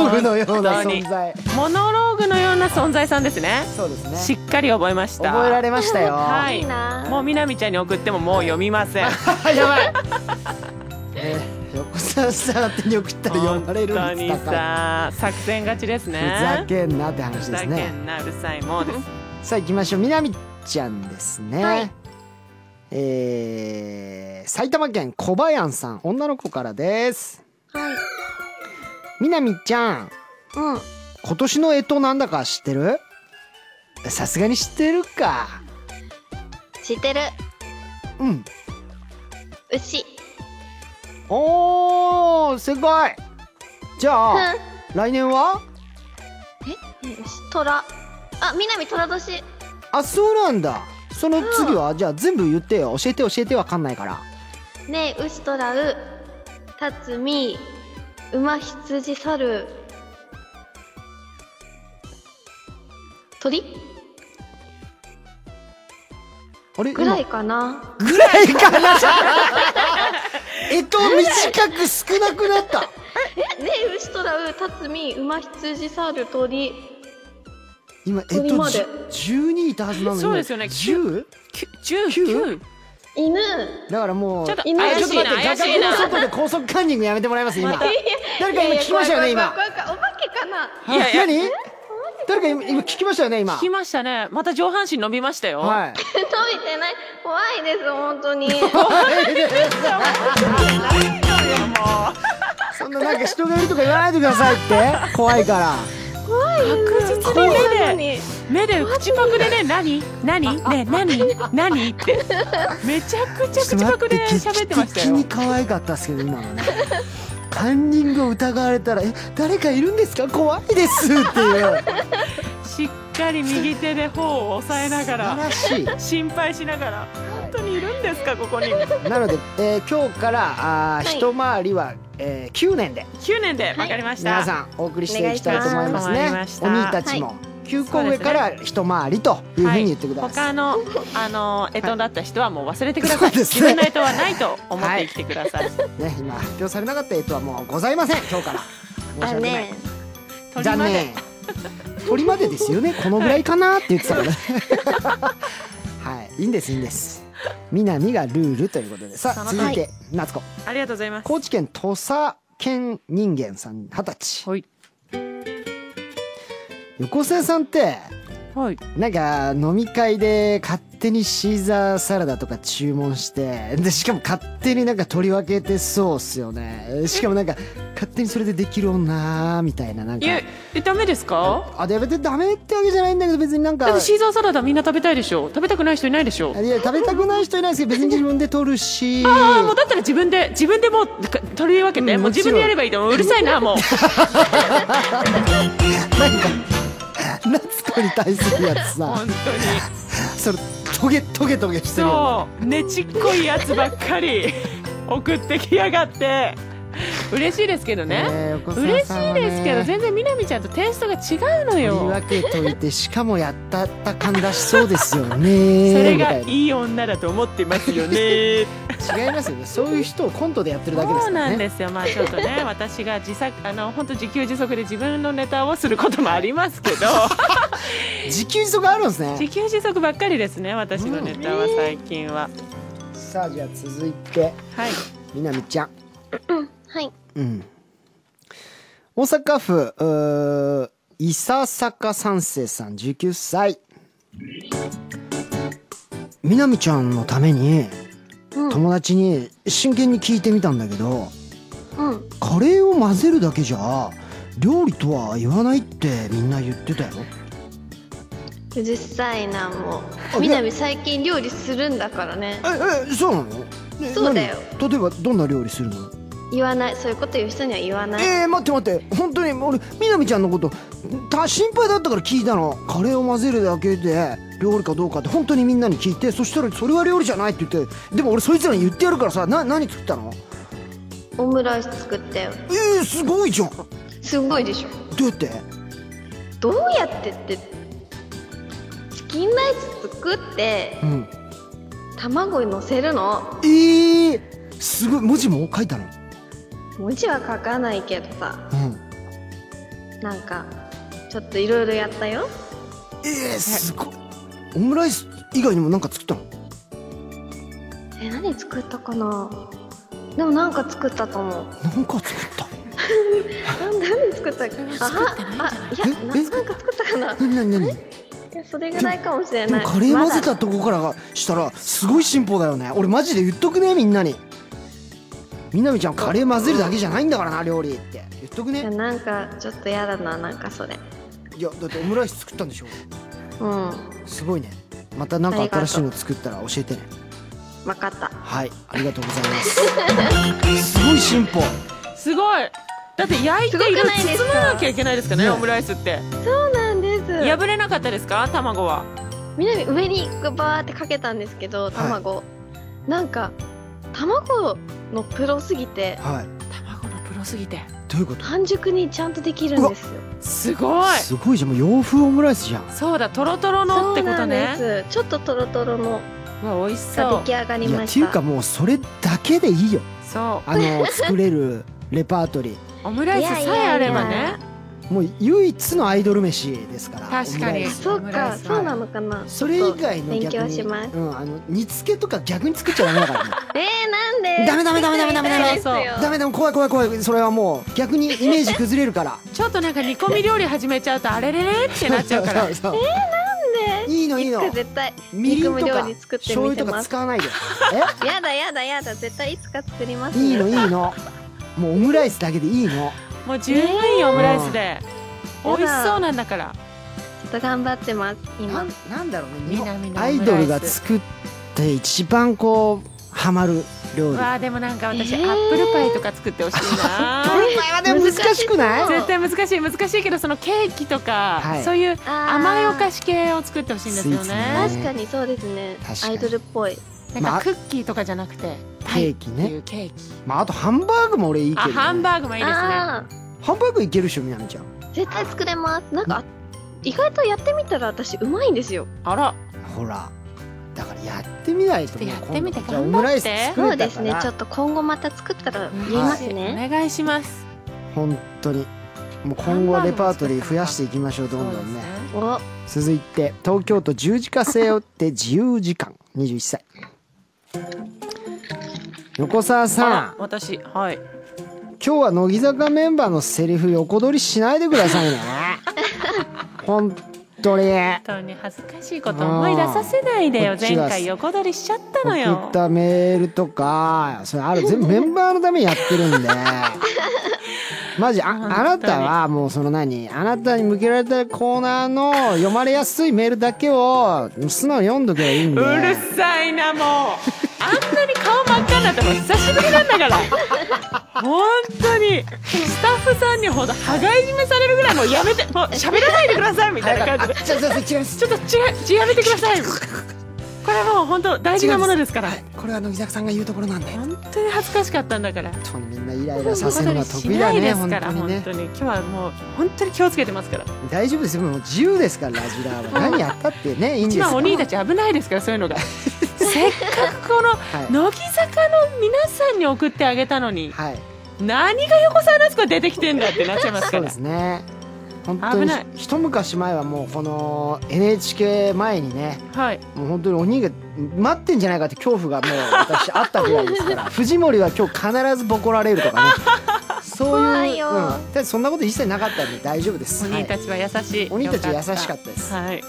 Speaker 1: モノローグのような
Speaker 3: 本当に
Speaker 1: 存在
Speaker 3: [laughs] モノローグのような存在さんですね
Speaker 1: そうですね
Speaker 3: しっかり覚えました
Speaker 1: 覚えられましたよ、
Speaker 3: はい
Speaker 2: いいな
Speaker 3: もうみなみちゃんに送ってももう読みません
Speaker 1: やば
Speaker 2: [laughs]
Speaker 1: い、えー横澤さん宛てに送ったら読
Speaker 3: 本
Speaker 1: ま
Speaker 3: 当
Speaker 1: れるんで
Speaker 3: に
Speaker 1: す高い
Speaker 3: さ作戦勝ちですね
Speaker 1: ふざけんなって
Speaker 3: ふ
Speaker 1: 話で
Speaker 3: ざ
Speaker 1: す
Speaker 3: け
Speaker 1: ね
Speaker 3: んなうるさいもうです
Speaker 1: さあ行きましょうみなみちゃんですね、
Speaker 2: はい
Speaker 1: えー埼玉県小林さん女の子からです
Speaker 2: はい
Speaker 1: みなみちゃん
Speaker 2: うん
Speaker 1: 今年の干支なんだか知ってるさすがに知ってるか
Speaker 2: 知ってる
Speaker 1: うん
Speaker 2: 牛
Speaker 1: おーすごいじ
Speaker 2: うん
Speaker 1: ゃあ来年は
Speaker 2: 虎あ南虎年
Speaker 1: あそうなんだその次はじゃあ全部言ってよ教えて教えてわかんないから
Speaker 2: ねえ牛虎うたつみ馬羊猿鳥
Speaker 1: あれ
Speaker 2: ぐら
Speaker 1: 今
Speaker 2: いかな
Speaker 1: ぐらいかな [laughs] えっと短く少なくなった
Speaker 2: ねえ牛虎うたつみ馬羊猿鳥
Speaker 1: 今えっ
Speaker 2: それ
Speaker 1: と
Speaker 2: まで
Speaker 1: じゅ12いたはずなのに
Speaker 3: そうですよね
Speaker 1: 10?
Speaker 3: 19
Speaker 2: 犬
Speaker 1: だからもう
Speaker 3: ちょっと
Speaker 1: あ
Speaker 2: 怪し
Speaker 1: ちょ
Speaker 2: いな
Speaker 1: っと待って画
Speaker 3: 怪し
Speaker 1: 角
Speaker 3: いな
Speaker 1: の外で高速カンニングやめてもらえます今誰か今聞きましたよね
Speaker 2: いやいや
Speaker 1: 今
Speaker 2: 怖い怖い怖い怖いお化けかない
Speaker 3: やいや
Speaker 1: 何誰か今今聞きましたよね今
Speaker 3: 聞きましたねまた上半身伸びましたよ、
Speaker 1: はい
Speaker 2: 伸びてない怖いです本当に
Speaker 1: [laughs] そんななんか人がいるとか言わないでくださいって怖いから
Speaker 3: 確実に目で
Speaker 2: に
Speaker 3: 目で口パクでね何何ね何何ってめちゃくちゃ口パクで喋ってま
Speaker 1: 劇
Speaker 3: した
Speaker 1: 的
Speaker 3: よ
Speaker 1: に可愛かったですけど今のね [laughs] カンニングを疑われたら「え誰かいるんですか怖いです」っていう
Speaker 3: しっかり右手で頬を押さえながら
Speaker 1: 素晴ら
Speaker 3: 心配しながら本当にいるんですかここに
Speaker 1: しいなので、えー今日からあー、
Speaker 2: はい
Speaker 1: 一回りは、えー9年で
Speaker 3: 9年でわかりました、
Speaker 1: 皆さんお送りしていきたいと思います
Speaker 3: お
Speaker 1: ね
Speaker 3: 願いします
Speaker 1: お兄たちも、9個上から一回りというふうに言ってください、
Speaker 3: 他のあのえとだった人はもう忘れてください、
Speaker 1: そうですね
Speaker 3: 自分のえとはないと思って生きてください、
Speaker 1: ね、今発表されなかった絵とはもうございません今日から申し
Speaker 2: あ
Speaker 1: 訳ない、
Speaker 2: ね
Speaker 1: [laughs]
Speaker 3: 鳥
Speaker 1: 残
Speaker 3: ま
Speaker 1: 念鳥ま
Speaker 3: で
Speaker 1: でです
Speaker 3: [laughs]
Speaker 1: よねこのぐらいかなって言ってたのねはいいいんですいいんです南がルールということでさ
Speaker 3: そ
Speaker 1: あ
Speaker 3: の通り
Speaker 1: 続いて夏子
Speaker 3: ありがとうございます
Speaker 1: 高知県土佐県人間さん二十歳
Speaker 3: はい
Speaker 1: 横瀬さんって
Speaker 3: はい
Speaker 1: なんか飲み会で勝手にシーザーサラダとか注文してでしかも勝手になんか取り分けてそうっすよねしかもなんか勝手にそれでできる女みたいななんか
Speaker 3: いやえダメですか
Speaker 1: あで別にダメってわけじゃないんだけど別になん
Speaker 3: だっ
Speaker 1: か
Speaker 3: てシーザーサラダみんな食べたいでしょ食べたくない人いないでしょ
Speaker 1: いや食べたくない人いないですけど別に自分で取るし
Speaker 3: [laughs] ああもうだったら自分で自分でもうか取り分けて、
Speaker 1: うん
Speaker 3: もう自
Speaker 1: もち
Speaker 3: 分で
Speaker 1: ろん
Speaker 3: やればいいと思ううるさ
Speaker 1: [laughs]
Speaker 3: いなもう
Speaker 1: 夏子に対するやつ
Speaker 3: [laughs]
Speaker 1: さ
Speaker 3: 本当に
Speaker 1: それトゲトゲトゲしてるよ
Speaker 3: そうねちっこいやつばっかり送ってきやがって嬉しいですけどね、
Speaker 1: ねえ横澤
Speaker 3: 嬉
Speaker 1: さん
Speaker 3: しい
Speaker 1: はね
Speaker 3: ですけど全然みなみちゃんとテイストが違うの
Speaker 1: 取り
Speaker 3: よ
Speaker 1: 分けといてしかもやったった感出しそうですよ
Speaker 3: [laughs] そ
Speaker 1: ね
Speaker 3: れ
Speaker 1: み
Speaker 3: が
Speaker 1: たい
Speaker 3: いい女だと思ってますよね
Speaker 1: な違いますよねそういう人をコントでやってるだけです
Speaker 3: そ
Speaker 1: か
Speaker 3: う
Speaker 1: ら
Speaker 3: なん
Speaker 1: ね
Speaker 3: ですよまあちょっとね私が自作あの本当自給自足で自分のネタをすることもありますけど
Speaker 1: 自給自足があるんですね
Speaker 3: 自給自足ばっかりですね私のネタは最近は、
Speaker 1: さあじゃあ続いて
Speaker 3: はい
Speaker 1: みなみちゃん
Speaker 2: はい
Speaker 1: うん大阪府うー伊佐坂三世さん19歳みなみちゃんのために
Speaker 2: うん
Speaker 1: 友達に真剣に聞いてみたんだけど
Speaker 2: うん
Speaker 1: カレーを混ぜるだけじゃ料理とは言わないってみんな言ってたよ
Speaker 2: うるさいなも
Speaker 1: あ
Speaker 2: うみなみ最近料理するんだからね
Speaker 1: ええそうなのえ
Speaker 2: そうだよ
Speaker 1: 何例えばどんな料理するの
Speaker 2: 言わないそういうこと言う人には言わない
Speaker 1: えー、待って待って本当に俺みなみちゃんのことた心配だったから聞いたのカレーを混ぜるだけで料理かどうかって本当にみんなに聞いてそしたらそれは料理じゃないって言ってでも俺そいつらに言ってやるからさな何作ったの
Speaker 2: オムライス作ったよ
Speaker 1: えー、すごいじゃんど
Speaker 2: すごいでしょ
Speaker 1: うやって
Speaker 2: どうやってってチキンライス作って
Speaker 1: うん
Speaker 2: 卵に乗せるの
Speaker 1: えー、すごい文字も書いたの
Speaker 2: 文字は書かないけどさ
Speaker 1: うん
Speaker 2: なんかちょっといろいろやったよ
Speaker 1: えー、すごいオムライス以外にも何か作ったの
Speaker 2: え何作ったかなでもなんか作ったと思う
Speaker 1: 何か作った
Speaker 2: なん [laughs] 何作ったっけあはあいや
Speaker 1: え
Speaker 2: な
Speaker 1: え
Speaker 2: なんか作ったかな
Speaker 1: 何何何
Speaker 2: いやそれぐらいかもしれ
Speaker 1: でも
Speaker 2: ない
Speaker 1: カレー混ぜ
Speaker 2: まだ
Speaker 1: たとこからしたらすごい進歩だよね俺マジで言っとくねみんなにみなみちゃんカレー混ぜるだけじゃないんだからな料理って言っとく
Speaker 2: いや
Speaker 1: ね
Speaker 2: なんかちょっとやだななんかそれ
Speaker 1: いやだってオムライス作ったんでしょ
Speaker 2: うん
Speaker 1: すごいねまた何か新しいの作ったら教えてね
Speaker 2: わかった
Speaker 1: はいありがとうござい
Speaker 3: [laughs]
Speaker 1: ますすごい進歩
Speaker 3: すごいだって焼いて
Speaker 2: すごく
Speaker 3: 色
Speaker 2: ないですか
Speaker 3: 包まなきゃいけないですからね
Speaker 1: ね
Speaker 3: オムライスって
Speaker 2: そうなんです
Speaker 3: 破れなかったですか卵は
Speaker 2: みなみ上にバーってかけたんですけど卵、なんか卵のプロすぎて
Speaker 1: はい
Speaker 3: 卵のプロすぎて
Speaker 1: どういうこと
Speaker 2: 半熟にちゃんとできるんですよ
Speaker 3: すごい
Speaker 1: すごいじゃんもう洋風オムライスじゃん
Speaker 3: そうだトロトロのって
Speaker 2: そう
Speaker 3: こ
Speaker 2: な
Speaker 3: と
Speaker 2: んで
Speaker 3: ね
Speaker 2: すちょっとトロトロの
Speaker 3: うわ美味しそ
Speaker 2: が
Speaker 3: う
Speaker 2: 出来上がり
Speaker 1: いや
Speaker 2: ま
Speaker 1: っ
Speaker 2: してた
Speaker 1: いうかもうそれだけでいいよ
Speaker 3: そ
Speaker 1: あ
Speaker 3: [laughs]
Speaker 1: の作れるレパートリー
Speaker 3: うオムライスさえあれば
Speaker 2: いやいやい
Speaker 3: ね
Speaker 2: や
Speaker 1: もう唯一のアイドル飯ですから
Speaker 3: 確
Speaker 1: オム
Speaker 3: かに
Speaker 1: ライス
Speaker 2: そ
Speaker 3: オ
Speaker 2: う
Speaker 3: ムラ
Speaker 2: か
Speaker 3: イス
Speaker 2: そうなのかな
Speaker 1: それ以外の
Speaker 2: 勉
Speaker 1: 逆
Speaker 2: 強
Speaker 1: に
Speaker 2: します
Speaker 1: うん、あの煮付けとか逆に作っちゃダメだからね
Speaker 2: えー、なんで
Speaker 1: ダメダメダメダメダメダメ
Speaker 2: 作ってみたいですよ
Speaker 1: ダメだも怖い怖い怖いそれはもう逆にイメージ崩れるから
Speaker 3: ちょっとなんか煮込み料理始めちゃうとあれれれってなっちゃ
Speaker 1: [laughs]
Speaker 3: うから
Speaker 1: えなんでいいのいいの
Speaker 2: いつか絶対
Speaker 1: みりん
Speaker 2: 肉
Speaker 1: と
Speaker 2: も
Speaker 1: か
Speaker 2: 料理作ってみて
Speaker 1: 醤油とか
Speaker 2: ます
Speaker 1: 使わないで
Speaker 2: やだやだやだ絶対いつか作ります
Speaker 1: えいいのいいのもうオムライスだけでいいの
Speaker 3: もう十分いいオムライスで美味しそうなんだから
Speaker 2: ちょっと頑張ってます
Speaker 1: な
Speaker 2: 今
Speaker 1: んなんだろうね日
Speaker 3: み
Speaker 1: 本
Speaker 3: なみの
Speaker 1: アイドルが作って一番こうハマる料理
Speaker 3: わあでもなんか私、
Speaker 2: えー
Speaker 3: アップルパイとか作ってほしいな
Speaker 1: [laughs] これ前はでも難しくない
Speaker 2: 難し
Speaker 3: 絶対難しい難しいけどそのケーキとか、
Speaker 1: はい
Speaker 3: そういう甘いお菓
Speaker 2: 子
Speaker 3: 子系を作ってほしいんですよ
Speaker 1: スイーツ
Speaker 3: ね
Speaker 1: ね
Speaker 2: 確かにそうですね
Speaker 1: 確か
Speaker 2: ア
Speaker 1: に
Speaker 2: イドルっぽい
Speaker 3: なん
Speaker 1: ま
Speaker 3: か
Speaker 1: あ
Speaker 3: クッキーとかじゃなくてパ
Speaker 1: ケ
Speaker 3: イ
Speaker 1: ー
Speaker 3: っ
Speaker 1: キ
Speaker 3: てい
Speaker 1: ね、
Speaker 3: うケーキ、
Speaker 1: まあ、あとハンバーグも俺いいけ
Speaker 3: あ
Speaker 1: ど、ね、
Speaker 3: ハンバーグもいいですね
Speaker 2: あー
Speaker 1: ハンバーグいけるっしょみなみちゃん
Speaker 2: 絶対作れますなんかあ意外とやってみたら私うまいんですよ
Speaker 3: あら
Speaker 1: ほらだからやってみないとね
Speaker 3: ちょっとやってみて
Speaker 1: 今度じゃあオ
Speaker 3: 頑張って
Speaker 1: ムライス作
Speaker 2: そう
Speaker 1: れたから
Speaker 2: ですねちょっと今後また作ったら言いますね、
Speaker 3: お願いします
Speaker 1: 本当にもう今後はレパートリー増やしていきましょうどんどんね
Speaker 2: お
Speaker 1: 続いて東京都十字架背負って自由時間21歳横澤さ
Speaker 3: さ
Speaker 1: ん
Speaker 3: あ私はい
Speaker 1: 今日は乃木坂メンバーのセリフ横取りしないでくださ
Speaker 2: [laughs]
Speaker 1: いね本当に
Speaker 3: 本当に恥ずかしいこと思い出させないで
Speaker 1: あ
Speaker 3: よ
Speaker 1: ー
Speaker 3: 前回横取りしちゃったの
Speaker 1: 送
Speaker 3: よ
Speaker 1: ったメールとかそれある全部メンバーのためにやって
Speaker 3: [laughs]
Speaker 1: るんでマジあ
Speaker 3: 本当に
Speaker 1: あなたはもうその何あなたに向けられたコーナーの読まれやすいメールだけを素直に読んどけばいいん
Speaker 3: う
Speaker 1: で
Speaker 3: るさいなもうあんなに顔真っ赤になったの久しぶりなんだから本当にスタッフさんにほど羽交い締めされるぐらいもうやめてもう喋らないでくださいみたいな感じで
Speaker 1: じゃあじゃあ違います
Speaker 3: ちょっとちやちやめてくださいこれもう本当大事なものですから
Speaker 1: はいこれは乃木坂さんが言うところなんだよ
Speaker 3: 本当に恥ずかしかったんだから
Speaker 1: 本当にみんなイライラさ
Speaker 3: 横
Speaker 1: せる
Speaker 3: 取
Speaker 1: の
Speaker 3: り
Speaker 1: が
Speaker 3: し
Speaker 1: 得意だ
Speaker 3: ない
Speaker 1: ね
Speaker 3: です
Speaker 1: 本当
Speaker 3: から
Speaker 1: に
Speaker 3: 本
Speaker 1: ね
Speaker 3: 当に今日はもう本当に気をつけてますから
Speaker 1: 大丈夫ですよもう自由ですからラジラーは何やったってねいいんです
Speaker 3: 一
Speaker 1: よ
Speaker 3: 番お兄たち危ないですからそ
Speaker 1: [laughs]
Speaker 3: ういうのがせっかくこの
Speaker 1: はい
Speaker 3: 乃木坂の皆さんに送ってあげたのに
Speaker 1: はい
Speaker 3: 何が横澤夏子出てきてんだってなっちゃいますか
Speaker 1: そうで
Speaker 3: ら
Speaker 1: すね本当
Speaker 3: 危
Speaker 1: に
Speaker 3: ない
Speaker 1: 一昔前はもうこの NHK 前にね
Speaker 3: はい
Speaker 1: もう本当に鬼が待ってんじゃないかって恐怖がもう私あったぐらいです
Speaker 3: [laughs]
Speaker 1: から藤森は今日必ずボコられるとかねそう
Speaker 2: 怖
Speaker 1: い、
Speaker 2: いうよ
Speaker 1: うん、でそんなこと一切なかったんで大丈夫です
Speaker 3: お兄たちは優しい
Speaker 1: はい、お兄たち
Speaker 3: よ
Speaker 1: 優しかったです、
Speaker 3: はい
Speaker 1: はい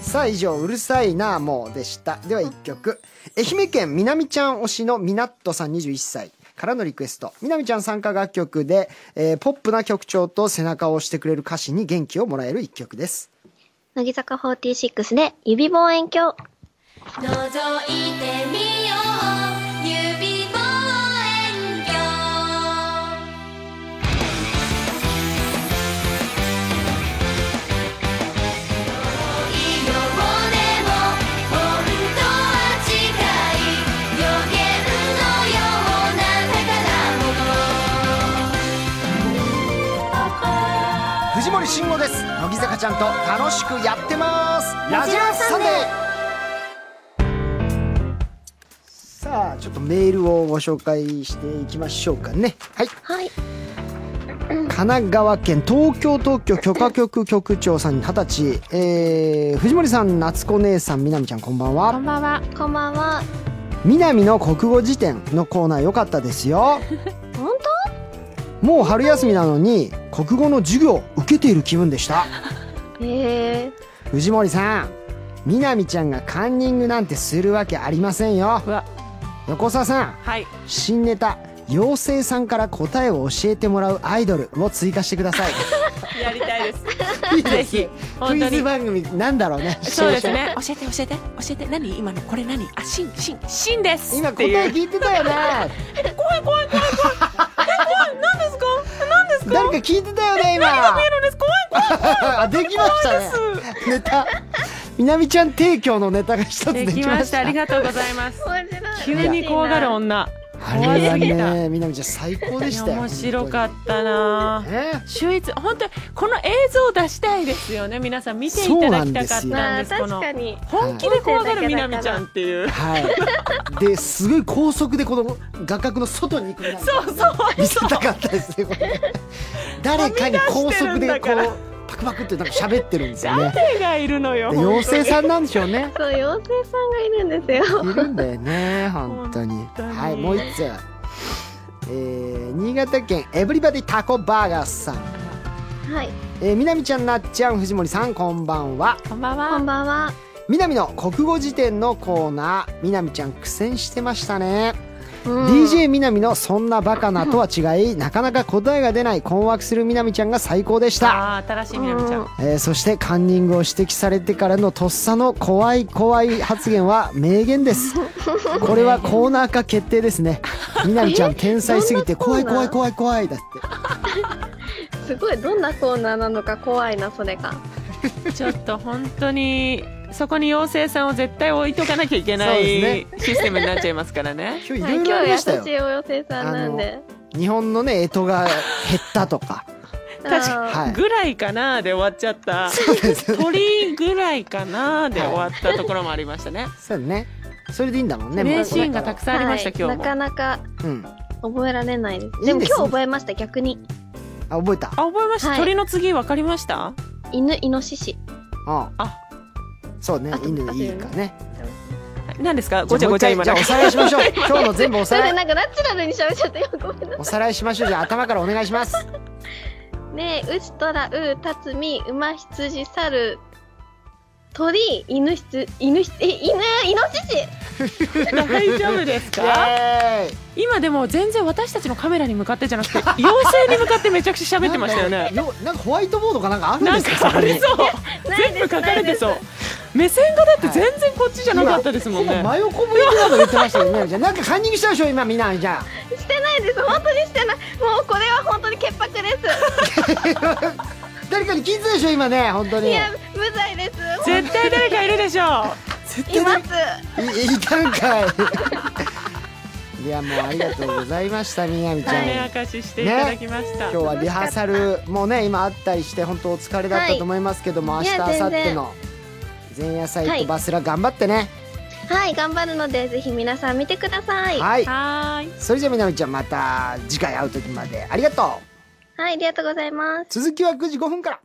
Speaker 1: さあ以上「うるさいなあもう」でしたでは1曲愛媛県みなみちゃん推しのみなっとさん21歳からのリクエストみなみちゃん参加楽曲で、えーポップな曲調と背中を押してくれる歌詞に元気をもらえる1曲です
Speaker 2: 乃木坂46で指望遠鏡
Speaker 4: 覗いてみよう指望遠鏡色でも本当は違い予言のような
Speaker 1: 藤森慎吾です乃木坂ちゃんと楽しくやってますラジラサンデーさあちょっとメールをご紹介していきましょうかねはい
Speaker 2: はい
Speaker 1: 神奈川県東京特許許可局局長さん二十歳、えー、藤森さん夏子姉さんみなみちゃんこんばん
Speaker 3: こ
Speaker 1: は
Speaker 3: んばんは
Speaker 2: こんばんは
Speaker 1: みなみの国語辞典のコーナー良かったですよ
Speaker 2: 本
Speaker 1: もう春休みなのに国語の授業受けている気分でした
Speaker 2: 当へえ
Speaker 1: 藤森さんみなみちゃんがカンニングなんてするわけありませんよ
Speaker 3: うわ
Speaker 1: 横澤さん
Speaker 3: はい
Speaker 1: 新ネタ妖精さんから答えを教えてもらうアイドルを追加してください
Speaker 3: やりたいです
Speaker 1: いいで
Speaker 3: ぜ
Speaker 1: す
Speaker 3: ひ
Speaker 1: ねク
Speaker 3: 本
Speaker 1: イ
Speaker 3: 当
Speaker 1: ズ
Speaker 3: に
Speaker 1: 番組なんだろう [laughs] ね
Speaker 3: そうですね教えて教えて教えて何今のこれ何あしんしんしんです
Speaker 1: 今
Speaker 3: っ
Speaker 1: 答
Speaker 3: て
Speaker 1: え
Speaker 3: いう
Speaker 1: 聞いてたよね
Speaker 3: 怖い怖い怖い怖いえ怖い何ですか何ですか
Speaker 1: 誰か聞いてたよね今
Speaker 3: 見えるんです怖い怖い
Speaker 1: あ [laughs] できましたねネタみなみちゃん提供のネタが一つで
Speaker 3: で
Speaker 1: き
Speaker 3: き
Speaker 1: ま
Speaker 3: ま
Speaker 1: し
Speaker 3: したた。ありがとうございます。
Speaker 2: 面白い
Speaker 3: 急に怖がる女。
Speaker 1: あれは
Speaker 3: 怖すぎた
Speaker 1: ねみなみちゃん最高でしたよ
Speaker 3: 面白かったな
Speaker 1: た。。ね
Speaker 3: 秀逸、本当にこの映像を出したいですよね。皆さん見ていただきたかったんです。
Speaker 2: まあ
Speaker 3: こ
Speaker 2: 確
Speaker 3: の
Speaker 2: かに
Speaker 3: 本気で怖がるみなみちゃんっていう。
Speaker 1: はい。ですごい高速でこの画角の外に行くみたいな
Speaker 3: そうそう
Speaker 1: 見
Speaker 3: そ
Speaker 1: せ
Speaker 3: う。
Speaker 1: たかったですね。これ誰かに高速でこ
Speaker 3: はみ出してるんだから
Speaker 1: うパクパクってなんか喋ってるんですよね。
Speaker 3: 誰がいるのよ。
Speaker 1: で妖精さんなんでしょうね。
Speaker 2: そう妖精さんがいるんですよ
Speaker 1: いるんだよ
Speaker 3: [laughs]
Speaker 1: ね、本当に。
Speaker 3: 本当に
Speaker 1: はい、もう一つ。えー、新潟県エブリバディタコバーガーさん。
Speaker 2: はい
Speaker 1: えー、みなみちゃん、なっちゃん、藤森さん、こんばんは。
Speaker 3: こんばん
Speaker 2: こん
Speaker 3: は。
Speaker 2: ばんは
Speaker 1: みなみの国語辞典のコーナー、みなみちゃん苦戦してましたね。
Speaker 2: うん
Speaker 1: DJ みなみの「そんなバカな」とは違いなかなか答えが出ない困惑するみなみちゃんが最高でした、
Speaker 3: あー新しいみなみちゃん、
Speaker 2: うん
Speaker 1: えーそしてカンニングを指摘されてからのとっさの怖い怖い発言は名言です
Speaker 2: [laughs]
Speaker 1: これはコーナー化決定ですねみなみちゃん天才すぎて
Speaker 2: どん
Speaker 1: 怖
Speaker 2: ないコーナ
Speaker 1: 怖
Speaker 2: ー
Speaker 1: い怖い怖いだって
Speaker 2: すごいどんなコーナーなのか怖いなそれが
Speaker 3: ちょっと本当にそこに妖精さんを絶対置いとかなきゃいけな
Speaker 1: そう
Speaker 3: い
Speaker 1: で
Speaker 3: システムになっちゃいますからね。
Speaker 1: 今日い
Speaker 2: は
Speaker 1: ろ
Speaker 2: い
Speaker 1: い
Speaker 2: 今
Speaker 1: ろあり
Speaker 2: 日
Speaker 1: ま
Speaker 2: 優
Speaker 1: し
Speaker 2: した
Speaker 1: よ、
Speaker 2: いお寄せさんなんで
Speaker 1: 日本のね干支が減ったとか
Speaker 3: 確
Speaker 2: [laughs]
Speaker 3: か
Speaker 2: あー
Speaker 1: はい
Speaker 3: ぐらいかなで終わっちゃった。鳥ぐらいかなで終わったところもありましたね。
Speaker 1: そうだねそれでいいんだもんね
Speaker 3: 名
Speaker 1: もうこ
Speaker 3: シ
Speaker 1: れ
Speaker 3: ーンがたくさんありました、
Speaker 2: は
Speaker 3: 今
Speaker 2: い、な
Speaker 3: 日
Speaker 2: か
Speaker 3: も。
Speaker 2: なか
Speaker 1: うんあ
Speaker 2: 覚えられないです
Speaker 1: いいんです
Speaker 2: でも今日覚えました逆に
Speaker 1: 覚えたあ
Speaker 3: あ覚えました、
Speaker 2: はい
Speaker 3: 鳥の次わかりました。
Speaker 2: 犬イノシシ
Speaker 1: あ
Speaker 3: あ
Speaker 1: そうね
Speaker 2: あと
Speaker 1: 犬いいかね
Speaker 3: 何ですかごちゃごちゃ今
Speaker 1: じ
Speaker 3: な
Speaker 1: ゃ
Speaker 3: ん
Speaker 1: あ
Speaker 3: か
Speaker 1: もう一回じゃあおさら
Speaker 2: [laughs]
Speaker 1: いしましょう今日の全部お
Speaker 2: そ
Speaker 1: さ
Speaker 2: れ
Speaker 1: ら
Speaker 2: で
Speaker 1: い
Speaker 2: なんかナチュラルに喋っちゃったよごめんな
Speaker 1: おさらいしましょうじゃあ頭からお願いします
Speaker 2: ねえ、うちとらう、たつみ、うま、ひつじ、さる、鳥、犬、ひつ、犬、ひつ、え、犬、イノシシ
Speaker 3: 大丈夫です [laughs]
Speaker 1: イ
Speaker 3: か
Speaker 1: エーイ
Speaker 3: 今でも全然私たちのカメラに向かってじゃなくて妖精に向かってめちゃくちゃ喋ってま [laughs] したよね。
Speaker 1: なんかなんかホワイトボードかなんかあるん
Speaker 3: な
Speaker 1: で
Speaker 3: ん
Speaker 1: すか
Speaker 3: かありそう
Speaker 2: ない
Speaker 3: 全
Speaker 2: で
Speaker 3: 部
Speaker 2: す
Speaker 3: 書かれてそ
Speaker 2: な
Speaker 3: う
Speaker 2: いで
Speaker 3: 目線がだって全然こっちじゃなかったですもんね、
Speaker 1: 今真横向いてなの言ってましたよねじゃあなんかカンニングしたでしょ今みんなじゃ
Speaker 2: すしてないです、本当にしてない。もうこれは本当に潔白です。
Speaker 1: あ誰かに聞いてたでしょ今ね本当に
Speaker 2: いや、無罪です。
Speaker 3: 絶対誰かいるでしょう
Speaker 1: 絶
Speaker 2: いま
Speaker 1: 対
Speaker 2: す。
Speaker 1: いいたんかいいやもうありがとうございましたみなみちゃん、
Speaker 2: はい
Speaker 3: 種明かししていただきました、
Speaker 1: 今日はリハーサルもね今あったりして本当お疲れだったと思いますけども、
Speaker 2: はい
Speaker 1: 明日
Speaker 2: いや
Speaker 1: 明後
Speaker 2: 全
Speaker 1: 日
Speaker 2: 然
Speaker 1: の前夜祭
Speaker 2: は
Speaker 1: と
Speaker 2: い
Speaker 1: バスラ頑張ってね
Speaker 2: はい、頑張るので、ぜひ皆さん見てください。はい、
Speaker 1: はい、
Speaker 3: はーい
Speaker 1: それじゃあみなみちゃんまた次回会う時までありがとう
Speaker 2: ありがとうございます。
Speaker 1: 続きは9時5分から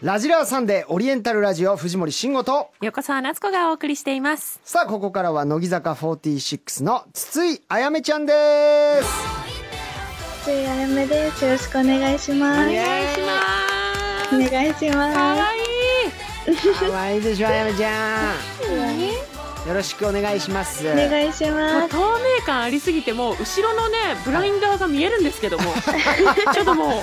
Speaker 1: ラジラーサンデーオリエンタルラジオ藤森慎吾と
Speaker 3: 横澤夏子がお送りしています
Speaker 1: さあここからは乃木坂46の筒井あやめちゃんです
Speaker 5: ついあやめです。よろしくお願いします。
Speaker 3: ま
Speaker 5: お願いし
Speaker 3: か
Speaker 5: ま
Speaker 3: わいい
Speaker 1: 可愛いでしょあやめちゃんよろしくお願いします
Speaker 5: す。お願いし
Speaker 3: も
Speaker 5: ま
Speaker 3: う
Speaker 5: す。
Speaker 3: 透明感ありすぎてもう後ろのねブラインダーが見えるんですけども [laughs] ちょっともう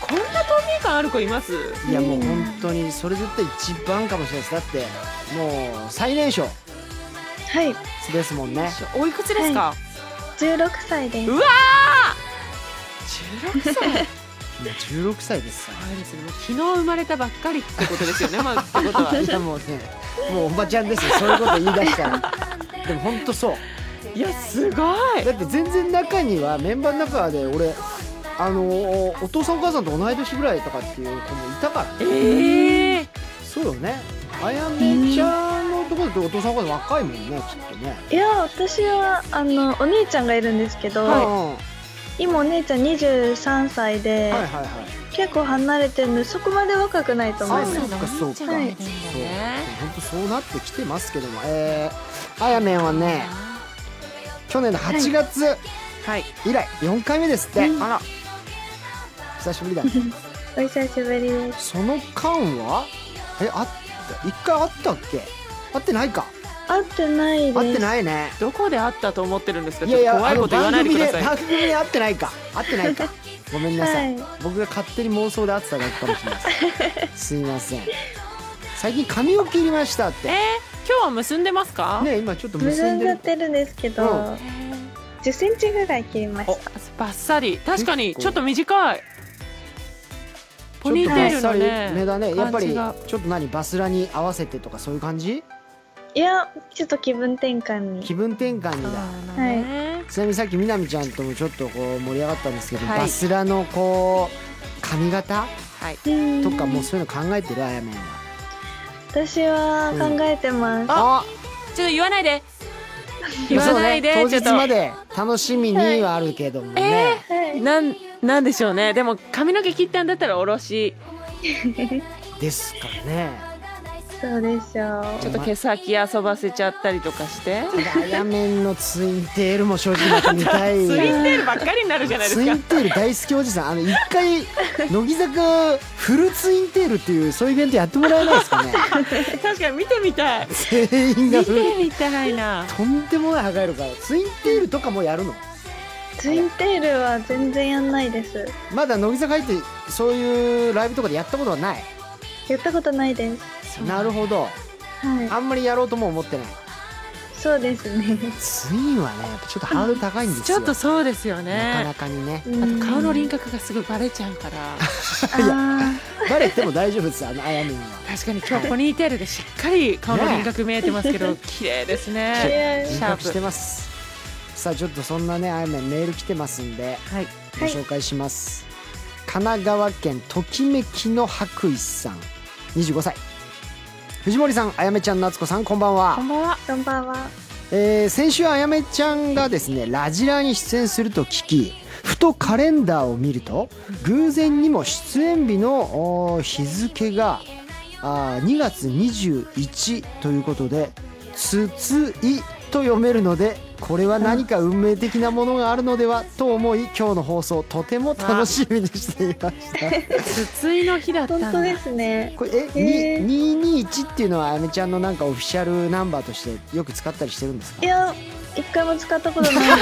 Speaker 3: こんな透明感ある子います
Speaker 1: いやもう本当にそれ絶対一番かもしれないですだってもう最年少
Speaker 5: はい、
Speaker 1: ですもんね
Speaker 3: おいくつですか、
Speaker 5: 16歳です。
Speaker 3: うわー16歳
Speaker 1: もう16歳ですか
Speaker 3: あれですね、もう昨日生まれたばっかりってことですよね、まあ、ってこと
Speaker 1: [laughs]
Speaker 3: は。
Speaker 1: らいやもうねもうおばちゃんですよそういうこと言い出したらでも本当そう
Speaker 3: いや、すごい。
Speaker 1: だって全然中にはメンバーの中で俺あのお父さんお母さんと同い年ぐらいとかっていう子もいたから
Speaker 3: ええ
Speaker 1: そうよね。あやめちゃんのところってお父さんお母さん若いもんね、きっとね。
Speaker 5: いや、私はあのお兄ちゃんがいるんですけど、
Speaker 1: はい。
Speaker 5: 今お姉ちゃん23歳で、
Speaker 1: はいはいはい。
Speaker 5: 結構離れてるんで、そこまで若くないと思います。
Speaker 1: そうかそうか。
Speaker 3: は
Speaker 1: はい
Speaker 3: い
Speaker 1: 本当そうなってきてますけども、えー、あやめんはね、去年の8月
Speaker 3: はい、
Speaker 1: 以来4回目ですって。
Speaker 5: うん
Speaker 1: あら、久しぶ
Speaker 5: [laughs]
Speaker 1: りだね。
Speaker 5: お久しぶりです。
Speaker 1: その間は、え、あった、一回あったっけ？会ってないか。
Speaker 5: 会ってない
Speaker 1: 会っ
Speaker 5: で
Speaker 1: て
Speaker 5: す。
Speaker 1: ないね。
Speaker 3: どこで会ったと思ってるんですか。
Speaker 1: い
Speaker 3: ちょ
Speaker 1: やいや、
Speaker 3: っと怖いこと言わ
Speaker 1: あの
Speaker 3: ないでください。
Speaker 1: 番組で番組で会ってないか。会って
Speaker 5: [laughs]
Speaker 1: ないか。ごめんなさい。
Speaker 5: は
Speaker 1: 僕が勝手に妄想で会ってただけかもしれないで
Speaker 5: [laughs]
Speaker 1: すすいません最近髪を切りましたっ
Speaker 3: え
Speaker 1: て
Speaker 3: ー、
Speaker 1: ね
Speaker 3: 今日は結んでますか。
Speaker 1: 今ちょっと
Speaker 5: い。結
Speaker 1: 結ん
Speaker 5: んじ
Speaker 1: で
Speaker 5: ゃっ
Speaker 1: る
Speaker 5: てるんですけど、
Speaker 1: うん
Speaker 5: 10センチぐらい切りまし
Speaker 3: おバッサリ、確かに、ちょっと短い。ポニ
Speaker 1: ちょ
Speaker 3: ー
Speaker 1: っとバッ
Speaker 3: テールの
Speaker 1: サリ
Speaker 3: ね。
Speaker 1: 目だねやっぱり
Speaker 3: 感じが
Speaker 1: ちょっと何バスラに合わせてとかそういう感じ
Speaker 5: た。いや、ちょっと気分転換に。
Speaker 1: 気分転換にだ
Speaker 3: そうだね
Speaker 1: ちなみにさっきみなみちゃんともちょっとこう盛り上がったんですけど、
Speaker 3: はい
Speaker 1: バスラのこう髪型
Speaker 3: はい。
Speaker 5: うん
Speaker 1: とかもうそういうの考えてるあやめんは
Speaker 5: 私は考えてます。
Speaker 1: あ
Speaker 3: ちょっと言わないで。言わないで、
Speaker 1: そうね
Speaker 3: ちょ
Speaker 1: 当
Speaker 3: っ
Speaker 1: 日ま
Speaker 3: と。
Speaker 1: で楽しみにはあるけどもね、
Speaker 5: はい。
Speaker 3: なん、なんでしょうね、でも髪の毛切ったんだったら、おろし。
Speaker 1: ですからね [laughs]
Speaker 5: そうでしょう。
Speaker 3: ちょっと毛先遊ばせちゃったりとかして
Speaker 1: ラヤメンのツインテールも正直また見たい
Speaker 3: [laughs] ツイン
Speaker 1: な
Speaker 3: テールばっかりになるじゃないで
Speaker 1: ツ
Speaker 3: す
Speaker 1: イ
Speaker 3: か
Speaker 1: ンテール大好きおじさんあの一回乃木坂フルツインテールっていうそういうイベントやってもらえないです
Speaker 3: [laughs]
Speaker 1: かね
Speaker 3: 確かに見てみたい
Speaker 1: 全員が
Speaker 3: 見
Speaker 1: フル
Speaker 3: てみたいな
Speaker 1: とんでもない歯がるからツインテールとかもやるの
Speaker 5: ツインテールは全然やんないです。
Speaker 1: まだ乃木坂入ってそういうライブとかでやったことはない
Speaker 5: やったことないです。
Speaker 1: なるほど
Speaker 5: は
Speaker 1: あんまりやろうとも思ってない
Speaker 5: い。そうですね。
Speaker 1: ツインはねやっぱちょっとハードル高いんです
Speaker 3: ち
Speaker 1: よ
Speaker 3: ょっとそうですよ
Speaker 1: なかな
Speaker 3: ね
Speaker 1: かにね
Speaker 5: うん
Speaker 3: 顔の輪郭がすぐバレちゃう [laughs] から
Speaker 5: あ
Speaker 1: バレても大丈夫ですあのあやみんは
Speaker 3: 確かに今日ポニーテールでしっかり顔の輪郭見えてますけど [laughs] 綺麗です
Speaker 5: あ、い
Speaker 3: ね
Speaker 5: や
Speaker 1: 輪郭してますさあちょっとそんなねあやめんメール来てますんで
Speaker 3: はい
Speaker 1: ご紹介します、神奈川県ときめきの白衣さん25歳藤森さんあやめちゃん夏子さんこんばんは
Speaker 3: こんばんは
Speaker 5: こんばんは。
Speaker 1: えー先週あやめちゃんがですねラジラに出演すると聞きふとカレンダーを見ると偶然にも出演日のおー日付があー2月21ということで「つつい」と読めるのでこれは何か運命的なものがあるのではと思い今日の放送とても楽しみにしていました。
Speaker 3: 筒井の日だったん
Speaker 5: 本
Speaker 3: だ
Speaker 5: 当ですね。
Speaker 1: これえ
Speaker 5: へー
Speaker 1: に221っていうのはあやめちゃんのなんかオフィシャルナンバーとしてよく使ったりしてるんですか
Speaker 5: いや、一回も使ったこと
Speaker 1: [laughs]
Speaker 5: ないです。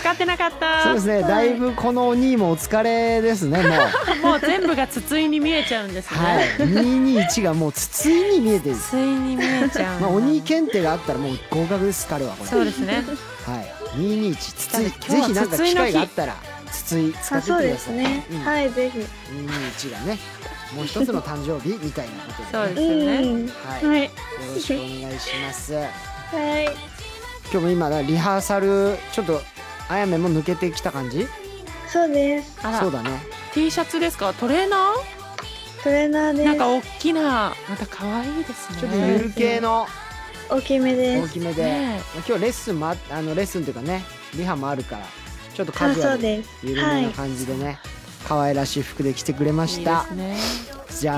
Speaker 3: 使ってなかっ
Speaker 1: そう
Speaker 3: た
Speaker 1: ですね、だいぶこのお兄もお疲れですね、もう。
Speaker 3: もう全部が筒井に見えちゃうんです
Speaker 1: はい
Speaker 3: ね、
Speaker 1: 221がもう筒井に見えてるんです。
Speaker 3: 筒井に見えちゃうんだ
Speaker 1: まあ、お兄検定があったらもう合格です、彼はこれ。
Speaker 3: そう
Speaker 1: は
Speaker 3: ですね
Speaker 1: い、221、筒井、ぜ
Speaker 3: 今日は
Speaker 1: ひなんか
Speaker 3: 筒井の
Speaker 1: 機会
Speaker 3: 日
Speaker 1: があったら、筒井使
Speaker 5: あ、
Speaker 1: ってっ
Speaker 5: そう
Speaker 1: てく
Speaker 5: で
Speaker 1: だ
Speaker 5: す
Speaker 1: さい。
Speaker 5: ね
Speaker 1: うん。
Speaker 5: はい、ぜひ。
Speaker 1: 221がね、もう一つの誕生日みたいなことで、ね。
Speaker 3: そうですよね
Speaker 5: うん。
Speaker 1: はい、よ
Speaker 3: はい
Speaker 1: ろしくお願いします。今
Speaker 5: はい。
Speaker 1: 日も今リハーサル、ちょっと、あやめも抜けてきた感じ。
Speaker 5: そうです。
Speaker 3: あら
Speaker 1: そうだね。
Speaker 3: T シャツですかトレーナ
Speaker 5: トレーナー
Speaker 3: ーなん
Speaker 5: で
Speaker 3: か大きなまた可愛いですね
Speaker 1: ちょっとゆる系の
Speaker 5: す。大きめで
Speaker 1: 大
Speaker 5: す。
Speaker 1: きめで。
Speaker 3: ね
Speaker 1: 今日レッスンもああのレッスンというかねリハもあるからちょっとカ
Speaker 5: あ、
Speaker 1: ジュ
Speaker 5: そ
Speaker 1: ア
Speaker 5: う
Speaker 1: ル
Speaker 5: です。
Speaker 1: 緩
Speaker 5: は。
Speaker 1: めない感じでね、可愛らしい服で来てくれま
Speaker 3: い
Speaker 1: し
Speaker 3: いで
Speaker 1: た
Speaker 3: すね
Speaker 1: じゃ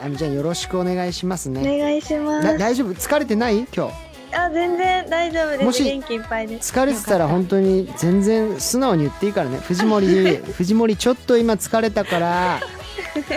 Speaker 1: ああみちゃんよろしくお願いします
Speaker 5: お
Speaker 1: ね
Speaker 5: 願いしま
Speaker 1: だ
Speaker 5: す。
Speaker 1: 大丈夫疲れてない今日
Speaker 5: あ、全然大丈夫
Speaker 1: も
Speaker 5: です。
Speaker 1: し
Speaker 5: 元気いっぱいです。
Speaker 1: 疲れてたら本当に全然素直に言っていいからね藤森藤森ちょっと今疲れたから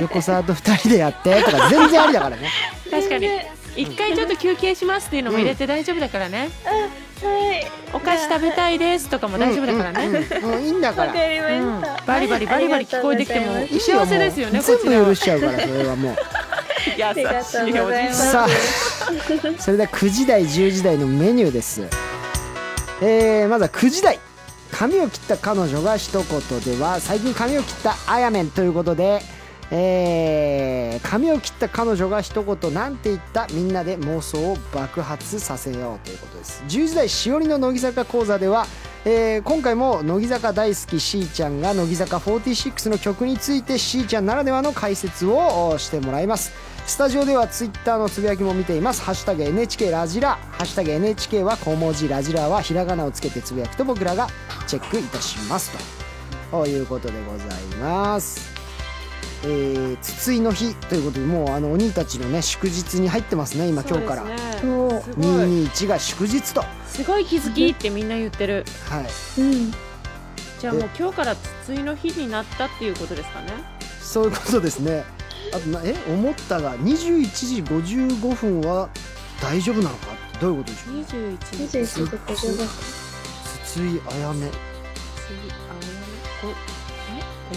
Speaker 1: 横澤と二人でやってとか全然ありだからね
Speaker 3: 確かに一回ちょっと休憩しますっていうのも入れて大丈夫だからね、
Speaker 5: はい。
Speaker 3: お菓子食べたいですとかも大丈夫だからね、
Speaker 1: うんうんうんもういいんだか
Speaker 2: [laughs]
Speaker 5: わ
Speaker 1: ら
Speaker 5: かりま
Speaker 3: うん
Speaker 5: した。
Speaker 3: バリバリバリバリ聞こえてきて
Speaker 5: ありがとうござい
Speaker 3: も
Speaker 5: ます
Speaker 3: 幸せですよね
Speaker 1: いい
Speaker 3: こ
Speaker 1: 全
Speaker 3: ち
Speaker 1: 部
Speaker 3: らは
Speaker 1: 許しちゃうからそれはもう
Speaker 5: ありがとうございます。
Speaker 1: さあそれでは9時台10時台のメニューです、えーまずは9時台髪を切った彼女が一言では最近髪を切ったあやめんということで、えー髪を切った彼女が一言なんて言ったみんなで妄想を爆発させようということです10時台しおりの乃木坂講座ではえー今回も乃木坂大好きしーちゃんが乃木坂46の曲についてしーちゃんならではの解説をおしてもらいますスタジオではツイッターのつぶやきも見ています「ハッシュタグ #NHK ラジラ」「ハッシュタグ #NHK は小文字ラジラ」はひらがなをつけてつぶやくと僕らがチェックいたしますということでございますえー、筒井の日ということでもうあのお兄たちのね祝日に入ってますね今今日から、
Speaker 3: そうですねすごい
Speaker 1: 221が祝日とは
Speaker 3: すごい気づきってみんな言ってる
Speaker 1: い
Speaker 5: うん。
Speaker 3: じゃあもう今日から筒井の日になったっていうことですかね
Speaker 1: そういうことですね。あとなえ思ったが21時55分は大丈夫なのかどういうことでしょうね。
Speaker 3: 21
Speaker 5: 二
Speaker 3: 日
Speaker 5: 十一時五十五分。
Speaker 1: 筒井あやめち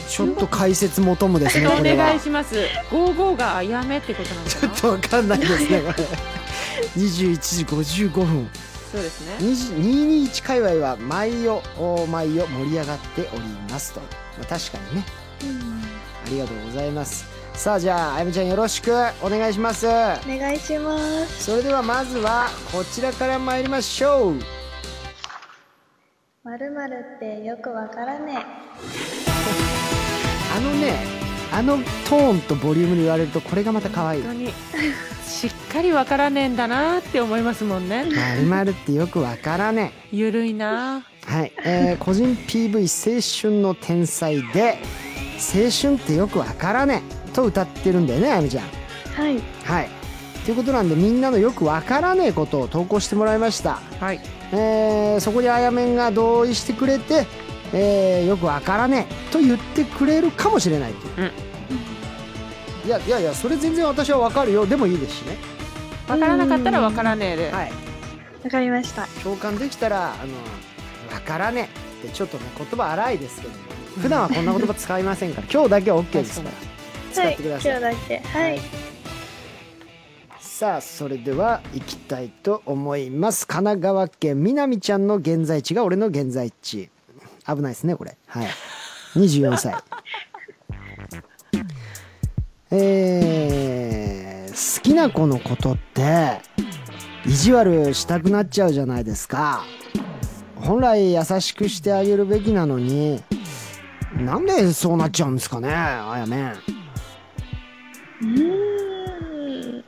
Speaker 3: ち
Speaker 1: ょっと解説求むですねこ
Speaker 3: お
Speaker 1: れ
Speaker 3: 願。
Speaker 1: はい
Speaker 3: します55があやめってことなの
Speaker 1: ち
Speaker 3: か
Speaker 1: ょ
Speaker 3: な
Speaker 1: っとわかんないですねこれ。21時55分
Speaker 3: そうですね
Speaker 1: 20 221界隈は毎夜お毎夜盛り上がっておりますと、まあ、確かにねありがとうございますさあじゃああやめちゃんよろしくお願いします
Speaker 5: お願いします。
Speaker 1: それではまずはこちらから参りましょう
Speaker 5: まるまるってよくわからねえ。
Speaker 1: あのね、あのトーンとボリュームで言われるとこれがまた可愛い。
Speaker 3: 本当にしっかりわからねえんだなって思いますもんね
Speaker 1: まるまるってよくわからね
Speaker 3: ゆるいな
Speaker 1: え。はい、えー、個人 PV 青春の天才で青春ってよくわからねえと歌ってるんだよね、あみちゃん。
Speaker 5: はい。
Speaker 1: はいということなんでみんなのよくわからねえことを投稿してもらいました、
Speaker 3: はい
Speaker 1: えーそこにあやめんが同意してくれて、えーよくわからねえと言ってくれるかもしれないという、いやいやいやそれ全然私はわかるよでもいいですしね
Speaker 3: わからなかったらわからねえで、
Speaker 1: はい
Speaker 5: わかりました。
Speaker 1: 共感できたらあのわからねえってちょっとね言葉荒いですけど普段はこんな言葉使いませんから今日だけは OK です [laughs] から使ってください、
Speaker 5: はい。今日だけ。はい。
Speaker 1: さあそれでは行きたいと思います神奈川県みなみちゃんの現在地が俺の現在地危ないですねこれはい24歳 [laughs] えー、好きな子のことって意地悪したくなっちゃうじゃないですか本来優しくしてあげるべきなのになんでそうなっちゃうんですかねあやめん
Speaker 5: うーん。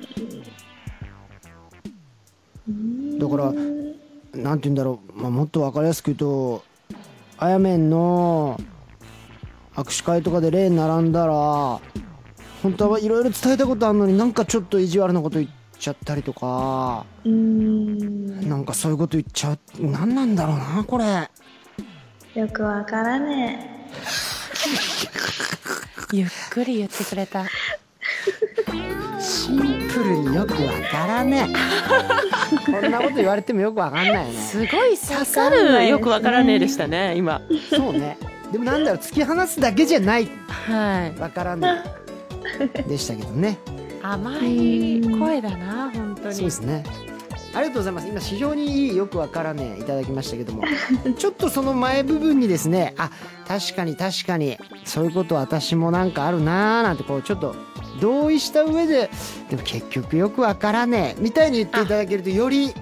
Speaker 1: だからなんて言うんだろう、まあ、もっと分かりやすく言うとあやめんの握手会とかで例並んだら本当はいろいろ伝えたことあるのになんかちょっと意地悪なこと言っちゃったりとか
Speaker 5: うーん。
Speaker 1: なんかそういうこと言っちゃうなんなんだろうなこれ
Speaker 5: よくわからね
Speaker 3: ゆっくり言ってくれた
Speaker 1: シンプルによく分からねえこんなこと言われてもよく分かんないね
Speaker 3: すごい刺さ
Speaker 5: わかんないです
Speaker 3: る
Speaker 5: ね
Speaker 3: よくわからねえでしたね今
Speaker 1: そうねでもなんだろう突き放すだけじゃない
Speaker 3: はい
Speaker 1: 分からないでしたけどね
Speaker 3: 甘い声だな本当
Speaker 1: そう
Speaker 3: に
Speaker 1: ですね。ありがとうございます。今非常にいいよくわからねえいただきましたけど
Speaker 3: [laughs]
Speaker 1: も、ちょっとその前部分にですね、あ確かに確かにそういうこと私もなんかあるなーなんてこうちょっと同意した上で、でも結局よくわからねえみたいに言っていただけるとより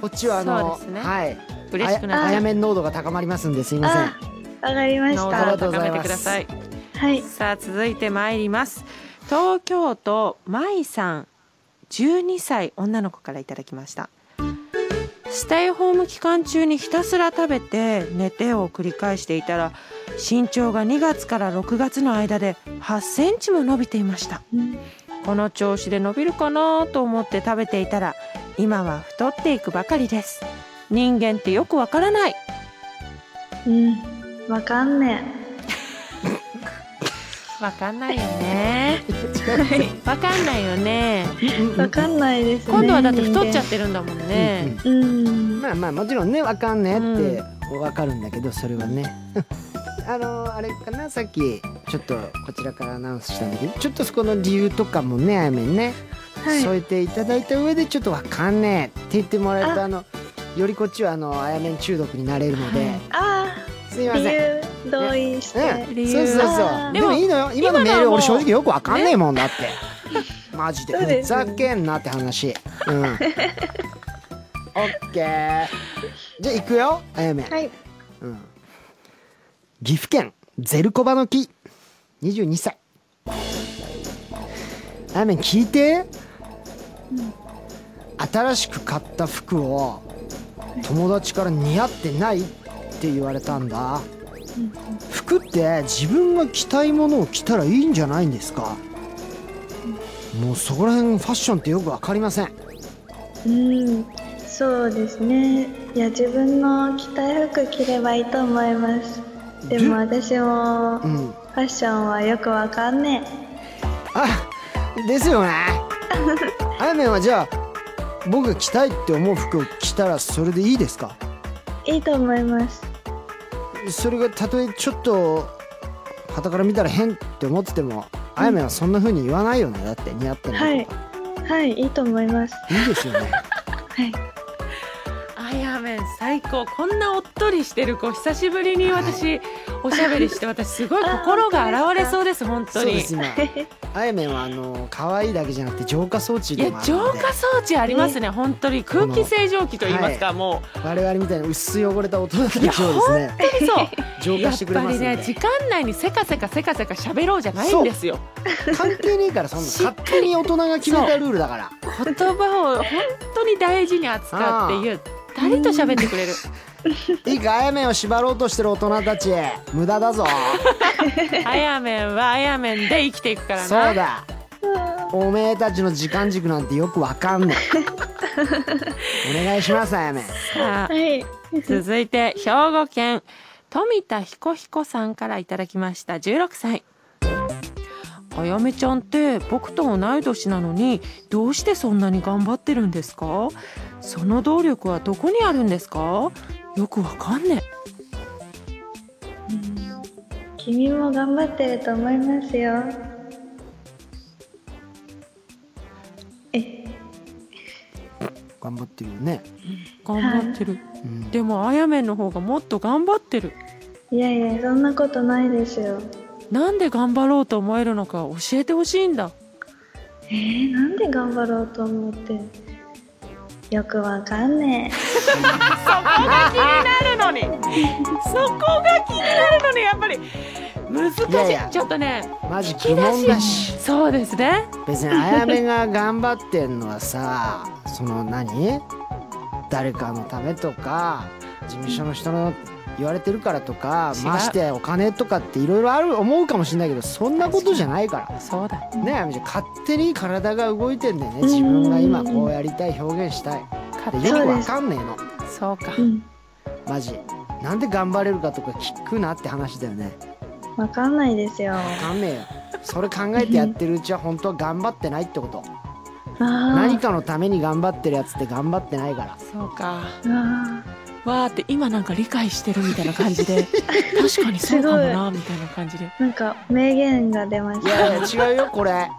Speaker 1: こっちはあの
Speaker 3: そうですね
Speaker 1: はい
Speaker 3: 嬉しくな
Speaker 1: あやあ
Speaker 3: っち
Speaker 1: や
Speaker 3: ゃう
Speaker 1: めん濃度が高まりますんですいません。 [laughs]
Speaker 5: あわかりまし
Speaker 3: 濃
Speaker 5: た。
Speaker 1: ありがとう
Speaker 3: 度を
Speaker 1: ご
Speaker 3: 高
Speaker 1: ざい
Speaker 3: め
Speaker 1: ます
Speaker 3: てください
Speaker 5: はい。
Speaker 3: さあ続いて参ります東京都まいさん12歳女の子からいただきましたステイホーム期間中にひたすら食べて寝てを繰り返していたら身長が2月から6月の間で8センチも伸びていました
Speaker 5: うん
Speaker 3: この調子で伸びるかなと思って食べていたら今は太っていくばかりです人間ってよくわからない
Speaker 5: うん。わかんね
Speaker 3: わかんないよね
Speaker 1: はい
Speaker 3: [laughs] わかんないよね
Speaker 5: え。わかんないですね。
Speaker 3: 今度はだって太っちゃってるんだもんね、
Speaker 1: うんうん
Speaker 5: うん。
Speaker 1: まあまあもちろんねわかんねえって
Speaker 3: う
Speaker 1: わかるんだけどそれはね [laughs] あのあれかなさっきちょっとこちらからアナウンスしたんだけどちょっとそこの理由とかもねあやめんね、
Speaker 5: はい。
Speaker 1: 添えていただいた上でちょっとわかんねえって言ってもらえるとあのよりこっちはあのあやめん中毒になれるので、
Speaker 3: はい
Speaker 5: あ
Speaker 1: すい
Speaker 5: あ。
Speaker 1: ま
Speaker 5: 理
Speaker 1: せん。
Speaker 5: 由同意して。
Speaker 1: うん、
Speaker 3: 理由
Speaker 1: そうそうそ
Speaker 5: あ
Speaker 1: う
Speaker 5: ー
Speaker 1: でもいいのよ今のメー
Speaker 3: 今のは
Speaker 1: ル
Speaker 3: もう
Speaker 1: 俺正直よくわかんねえもんだって [laughs] マジで
Speaker 5: そうで
Speaker 1: ふ
Speaker 5: すね
Speaker 1: ざけんなって話うん
Speaker 5: [laughs]
Speaker 1: オッケーじゃあ行くよあやめ
Speaker 5: はい。
Speaker 1: うん岐阜県ゼルコバの木22歳あやめん聞いて、新しく買った服を友達から似合ってないって言われたんだ、服って自分が着たいものを着たらいいんじゃないんですか、もうそこら辺ファッションってよく分かりません
Speaker 5: うん、そうですね。いや、自分の着たい服着ればいいと思います。で
Speaker 1: で
Speaker 5: も私も
Speaker 1: う
Speaker 5: フ
Speaker 1: ん
Speaker 5: ァッションはよくわかんね
Speaker 1: あですよねあやめんはじゃあ僕が着たいって思う服を着たらそれでいいですか
Speaker 5: え。いいと思います。
Speaker 1: それがたとえちょっと傍から見たら変って思ってても、あやめんはそんな風に言わないよねだって似合って
Speaker 5: は
Speaker 1: ない
Speaker 5: い
Speaker 1: とか、。
Speaker 5: はい、いいと思います。
Speaker 1: い、いですよね
Speaker 5: はい。
Speaker 3: あやめん最高こんなおっとりしてる子久しぶりに私おしゃべりして私すごい心が洗われ [laughs] そうです本当
Speaker 1: そうで
Speaker 3: に
Speaker 1: す今あやめんはあの可愛いだけじゃなくて浄化装置
Speaker 3: い
Speaker 1: で
Speaker 3: や
Speaker 1: もある
Speaker 3: 浄
Speaker 1: ので
Speaker 3: 化装置ありますね本当に空気清浄機と言いますか、
Speaker 1: は
Speaker 3: も
Speaker 1: 我々みたいな薄い汚れた大人たちをですね
Speaker 3: うそう
Speaker 1: 浄
Speaker 3: や
Speaker 1: 化し
Speaker 3: っ
Speaker 1: てくれ
Speaker 3: ぱ
Speaker 1: ます
Speaker 3: り
Speaker 1: んで、
Speaker 3: ね時間内にせかせかせかせか喋ろうじゃないんですよ
Speaker 1: 関係ねえからそんな勝手に大人が決めたルールだから
Speaker 3: 言葉を本当に大事に扱うってゆったりと喋ってくれる
Speaker 1: いいかあやめんを縛ろうとしてる大人たち無
Speaker 3: [laughs]
Speaker 1: 駄だぞ
Speaker 3: あやめんはあやめんで生きていくからな
Speaker 1: そうだ
Speaker 5: あ
Speaker 1: おめえたちの時間軸なんてよくわかんないお願いしますあやめ
Speaker 3: さ
Speaker 5: は
Speaker 3: あ
Speaker 5: い。
Speaker 3: 続いて兵庫県富田彦彦さんからいただきました16歳あやめちゃんって僕と同い年なのにどうしてそんなに頑張ってるんですかその動力はどこにあるんですかよくわかんね
Speaker 5: 君も頑張ってると思いますよ。え、
Speaker 1: 頑張ってるよね、
Speaker 3: 頑張ってる
Speaker 1: うん、
Speaker 3: でもあやめんの方がもっと頑張ってる
Speaker 5: いやいや、そんなことないですよ。
Speaker 3: なんで頑張ろうと思えるのか教えてほしいんだ
Speaker 5: えー、なんで頑張ろうと思って。よくわかんね
Speaker 3: 気になるのに [laughs] そこが気になるのにやっぱり難しい
Speaker 1: いやいや
Speaker 3: ちょっとね
Speaker 1: マジ鬼門だし
Speaker 3: そうですね
Speaker 1: 別にあやめが頑張ってんのはさその何誰かのためとか事務所の人の言われてるからとか
Speaker 3: 違う
Speaker 1: ましてお金とかっていろいろある思うかもしれないけどそんなことじゃないか
Speaker 3: そうだ
Speaker 1: らねあやめちゃん勝手に体が動いてんだよね自分が今こうやりたい表現したい
Speaker 3: 勝
Speaker 1: で
Speaker 3: 手
Speaker 1: よ
Speaker 5: そう
Speaker 1: く
Speaker 5: です
Speaker 1: わかんねえの
Speaker 3: そうか
Speaker 5: え。うん。
Speaker 1: マジなんで頑張れるかとか聞くなって話だよね
Speaker 5: わかんないですよ。
Speaker 1: わかんねえよそれ考えてやってるうちは本当は頑張ってないってこと何
Speaker 5: あ
Speaker 1: かのために頑張ってるやつって頑張ってないから
Speaker 3: そうか
Speaker 5: あ。わあ。
Speaker 3: わーって今なんか理解してるみたいな感じ [laughs] で確かにそうかもなみたいな感じで
Speaker 5: なんか名言が出まし
Speaker 1: い
Speaker 5: た。
Speaker 1: やいや違うよこれ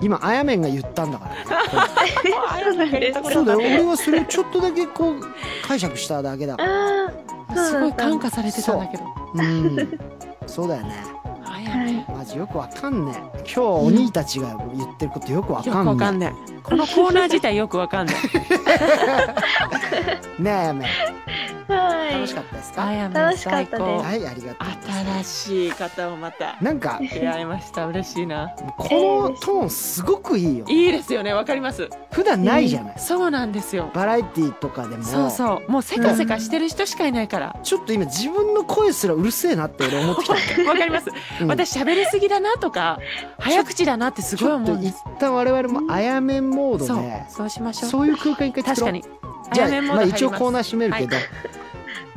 Speaker 1: 今あやめんが言ったんだからね
Speaker 3: そうなんです
Speaker 1: そうだよ俺はそれをちょっとだけこう解釈しただけだから
Speaker 5: ああ。
Speaker 3: すごい感
Speaker 5: 覚。
Speaker 3: 化されてたんだけど
Speaker 1: うんそうだよね
Speaker 3: あや
Speaker 5: は
Speaker 3: め
Speaker 5: い。
Speaker 1: マジよくわかんねえ今日お兄たちが言ってることよくわ
Speaker 3: よくわか
Speaker 1: かん
Speaker 3: ん
Speaker 1: ね
Speaker 3: ないこのコーナー自体よくわかんない
Speaker 1: えねえあやめん楽
Speaker 5: は
Speaker 1: しかったです
Speaker 3: あ
Speaker 1: か
Speaker 3: やめ
Speaker 5: 楽しか
Speaker 3: 最
Speaker 5: ったです
Speaker 3: 高
Speaker 1: はいありがとうございま
Speaker 3: 新しい方をまた
Speaker 1: すなんか
Speaker 3: 出会いました嬉しいな
Speaker 1: このトーンすごくいいよ
Speaker 3: いいですよねわかります
Speaker 1: 普段ないじゃない
Speaker 3: そうなんですよ
Speaker 1: バラエティとかでも
Speaker 3: そうそうもうせかせかしてる人しかいないから
Speaker 1: ちょっと今自分の声すらうるせえなって俺思ってきた、
Speaker 3: [laughs] わかります
Speaker 1: うん
Speaker 3: 私喋りすぎだなとか早口だなってす
Speaker 1: ち
Speaker 3: ごい
Speaker 1: ょっ
Speaker 3: 思
Speaker 1: と
Speaker 3: うんで
Speaker 1: 一
Speaker 3: す
Speaker 1: 旦我々もあやめんモード
Speaker 3: そう
Speaker 1: で
Speaker 3: そうしましょう
Speaker 1: そういう空間一回
Speaker 3: 確
Speaker 1: 作ろ
Speaker 3: か
Speaker 1: う
Speaker 3: に
Speaker 1: じゃ
Speaker 3: あやめ
Speaker 1: あ,、
Speaker 3: んモー
Speaker 1: ま
Speaker 3: ド
Speaker 1: あ、
Speaker 3: 入ります
Speaker 1: 一応コーナー閉めるけど、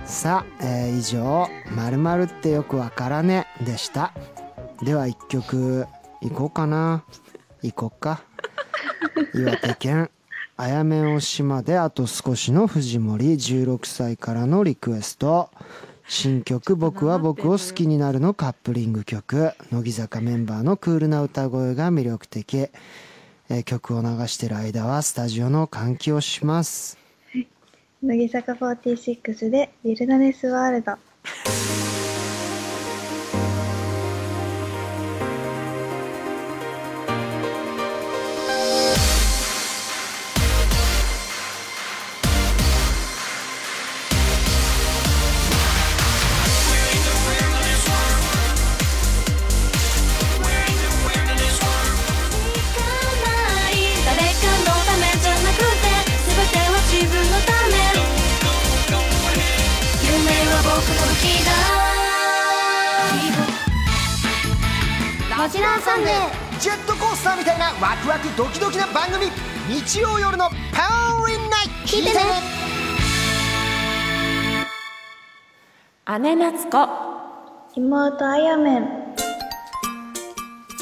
Speaker 1: さあ、えー以上「まるまるってよくわからね」でしたでは一曲いこうかな行こうか岩手県あやめんお島であと少しの藤森16歳からのリクエスト新曲「僕は僕を好きになる」のカップリング曲乃木坂メンバーのクールな歌声が魅力的、えー曲を流してる間はスタジオの換気をします
Speaker 5: い。乃木坂46でウィルダネスワールド。
Speaker 4: 行かない誰かのためじゃなくて全ては自分のため夢は僕の日だラジラーサンデー
Speaker 1: ジェットコースターみたいなワクワクドキドキな番組日曜夜のパーリンナイト
Speaker 4: 聞いてね
Speaker 3: 姉夏子
Speaker 5: 妹あやめん。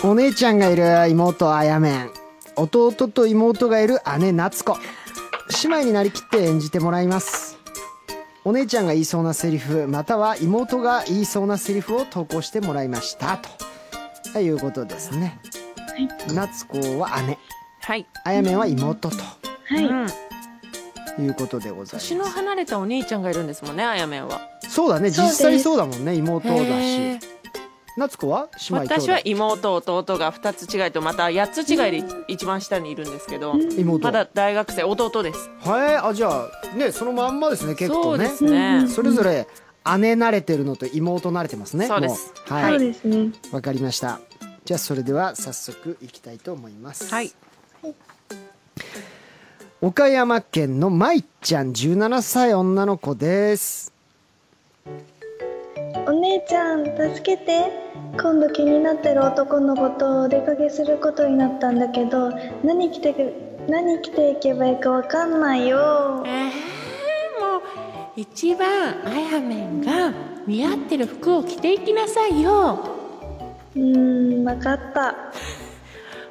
Speaker 1: お姉ちゃんがいる妹あやめん弟と妹がいる姉夏子姉妹になりきって演じてもらいますお姉ちゃんが言いそうなセリフまたは妹が言いそうなセリフを投稿してもらいましたとということですね、夏子は姉
Speaker 3: はい、
Speaker 1: あやめんは妹と
Speaker 5: は
Speaker 3: う
Speaker 5: い。
Speaker 3: ん、
Speaker 1: いうことでございます
Speaker 3: 年の離れたお兄ちゃんがいるんですもんねあやめんは
Speaker 1: そうだね
Speaker 5: そう
Speaker 1: 実
Speaker 5: です
Speaker 1: 際そうだもんね妹だ
Speaker 3: へ
Speaker 1: し
Speaker 3: ー
Speaker 1: 夏子は姉妹兄
Speaker 3: 私
Speaker 1: 弟
Speaker 3: は妹弟が2つ違いとまた8つ違いで一番下にいるんですけど
Speaker 1: 妹
Speaker 3: まだ大学生弟です
Speaker 1: はいあじゃあねそのまんまですね結
Speaker 3: そ
Speaker 1: 構
Speaker 3: うで
Speaker 1: ね
Speaker 3: すね
Speaker 1: それぞれ姉慣れてるのと妹慣れてますね
Speaker 3: そうです
Speaker 1: もは
Speaker 5: そ
Speaker 1: いう
Speaker 5: ですね。
Speaker 1: わかりましたじゃあそれでは早速いきたいと思います
Speaker 3: はい
Speaker 1: 岡山県のまいちゃん17歳女の子です
Speaker 5: お姉
Speaker 2: えちゃん助けて今度気になってる男の子とお出かけすることになったんだけど何着てく何着ていけばいいかわかんないよ
Speaker 3: えー、もう一番あやめんが似合ってる服を着ていきなさいよ
Speaker 2: うーんわかった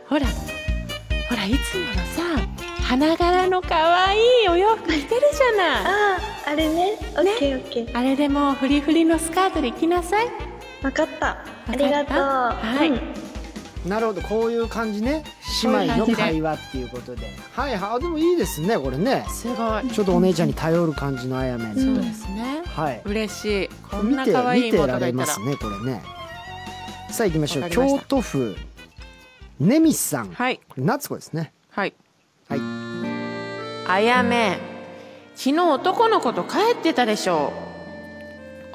Speaker 3: ほらほらいつものさ花柄の可愛いお洋服着てるじゃない
Speaker 2: あああれねオッケーオッケー
Speaker 3: あれでもうフリフリのスカートで着なさい
Speaker 2: わかった
Speaker 3: た
Speaker 2: ありがとう
Speaker 3: はい
Speaker 2: うん
Speaker 1: なるほどこういう感じね姉妹の会話っていうことではいはいあでもいいですねこれね
Speaker 3: すごい
Speaker 1: ちょっとお姉ちゃんに頼る感じのあやめん
Speaker 3: そう
Speaker 1: と
Speaker 3: ですね
Speaker 1: はい
Speaker 3: 嬉しいこん
Speaker 1: 見
Speaker 3: な
Speaker 1: て
Speaker 3: 可愛い
Speaker 1: 見て
Speaker 3: 妹
Speaker 1: ら
Speaker 3: が
Speaker 1: れ
Speaker 3: いた
Speaker 1: ま
Speaker 3: ら
Speaker 1: すねこれねさあ行きましょう
Speaker 3: わかりまし
Speaker 1: 京
Speaker 3: た
Speaker 1: 都府ねみさん、
Speaker 3: はい
Speaker 1: これ夏子ですね
Speaker 3: はい
Speaker 1: はい
Speaker 3: あやめ昨日男の子と帰ってたでしょ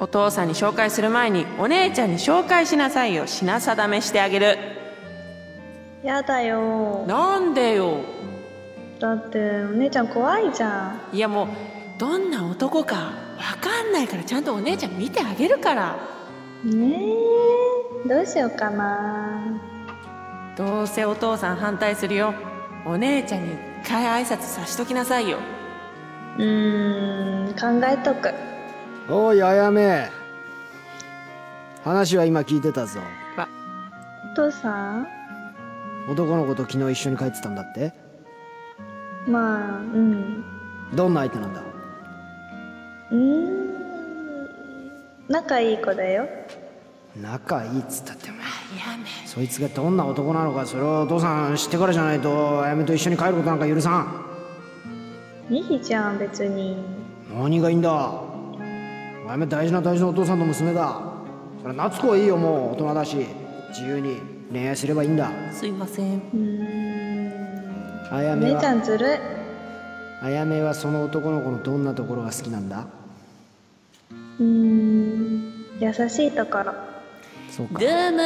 Speaker 3: うお父さんに紹介する前にお姉ちゃんに紹介しなさいよ品定めしてあげる
Speaker 2: やだよ
Speaker 3: なんでよ
Speaker 2: だってお姉ちゃん怖いじゃん
Speaker 3: いやもうどんな男かわかんないからちゃんとお姉ちゃん見てあげるから
Speaker 2: ねえどうしようかな
Speaker 3: どうせお父さん反対するよお姉ちゃんに一回挨拶さしときなさいよ
Speaker 2: うーん考えとく
Speaker 1: おいあやめ話は今聞いてたぞ
Speaker 3: わ
Speaker 2: お父さん
Speaker 1: 男の子と昨日一緒に帰ってたんだって
Speaker 2: まあうん
Speaker 1: どんな相手なんだ
Speaker 2: うーん仲いい子だよ
Speaker 1: 仲いいっつったってお前
Speaker 3: やめ
Speaker 1: そいつがどんな男なのかそれをお父さん知ってからじゃないとあやめと一緒に帰ることなんか許さん
Speaker 2: いいじゃん別に
Speaker 1: 何がいいんだあやめ大事な大事なお父さんの娘だそれ夏子はいいよもう大人だし自由に恋愛すればいいんだ
Speaker 3: すいません
Speaker 2: うーん
Speaker 1: あや
Speaker 2: お
Speaker 1: め
Speaker 2: 姉ちゃ
Speaker 1: は
Speaker 2: んずるい
Speaker 1: あやめはその男の子のどんなところが好きなんだ
Speaker 2: うーん優しいところ
Speaker 1: そうか
Speaker 3: どうも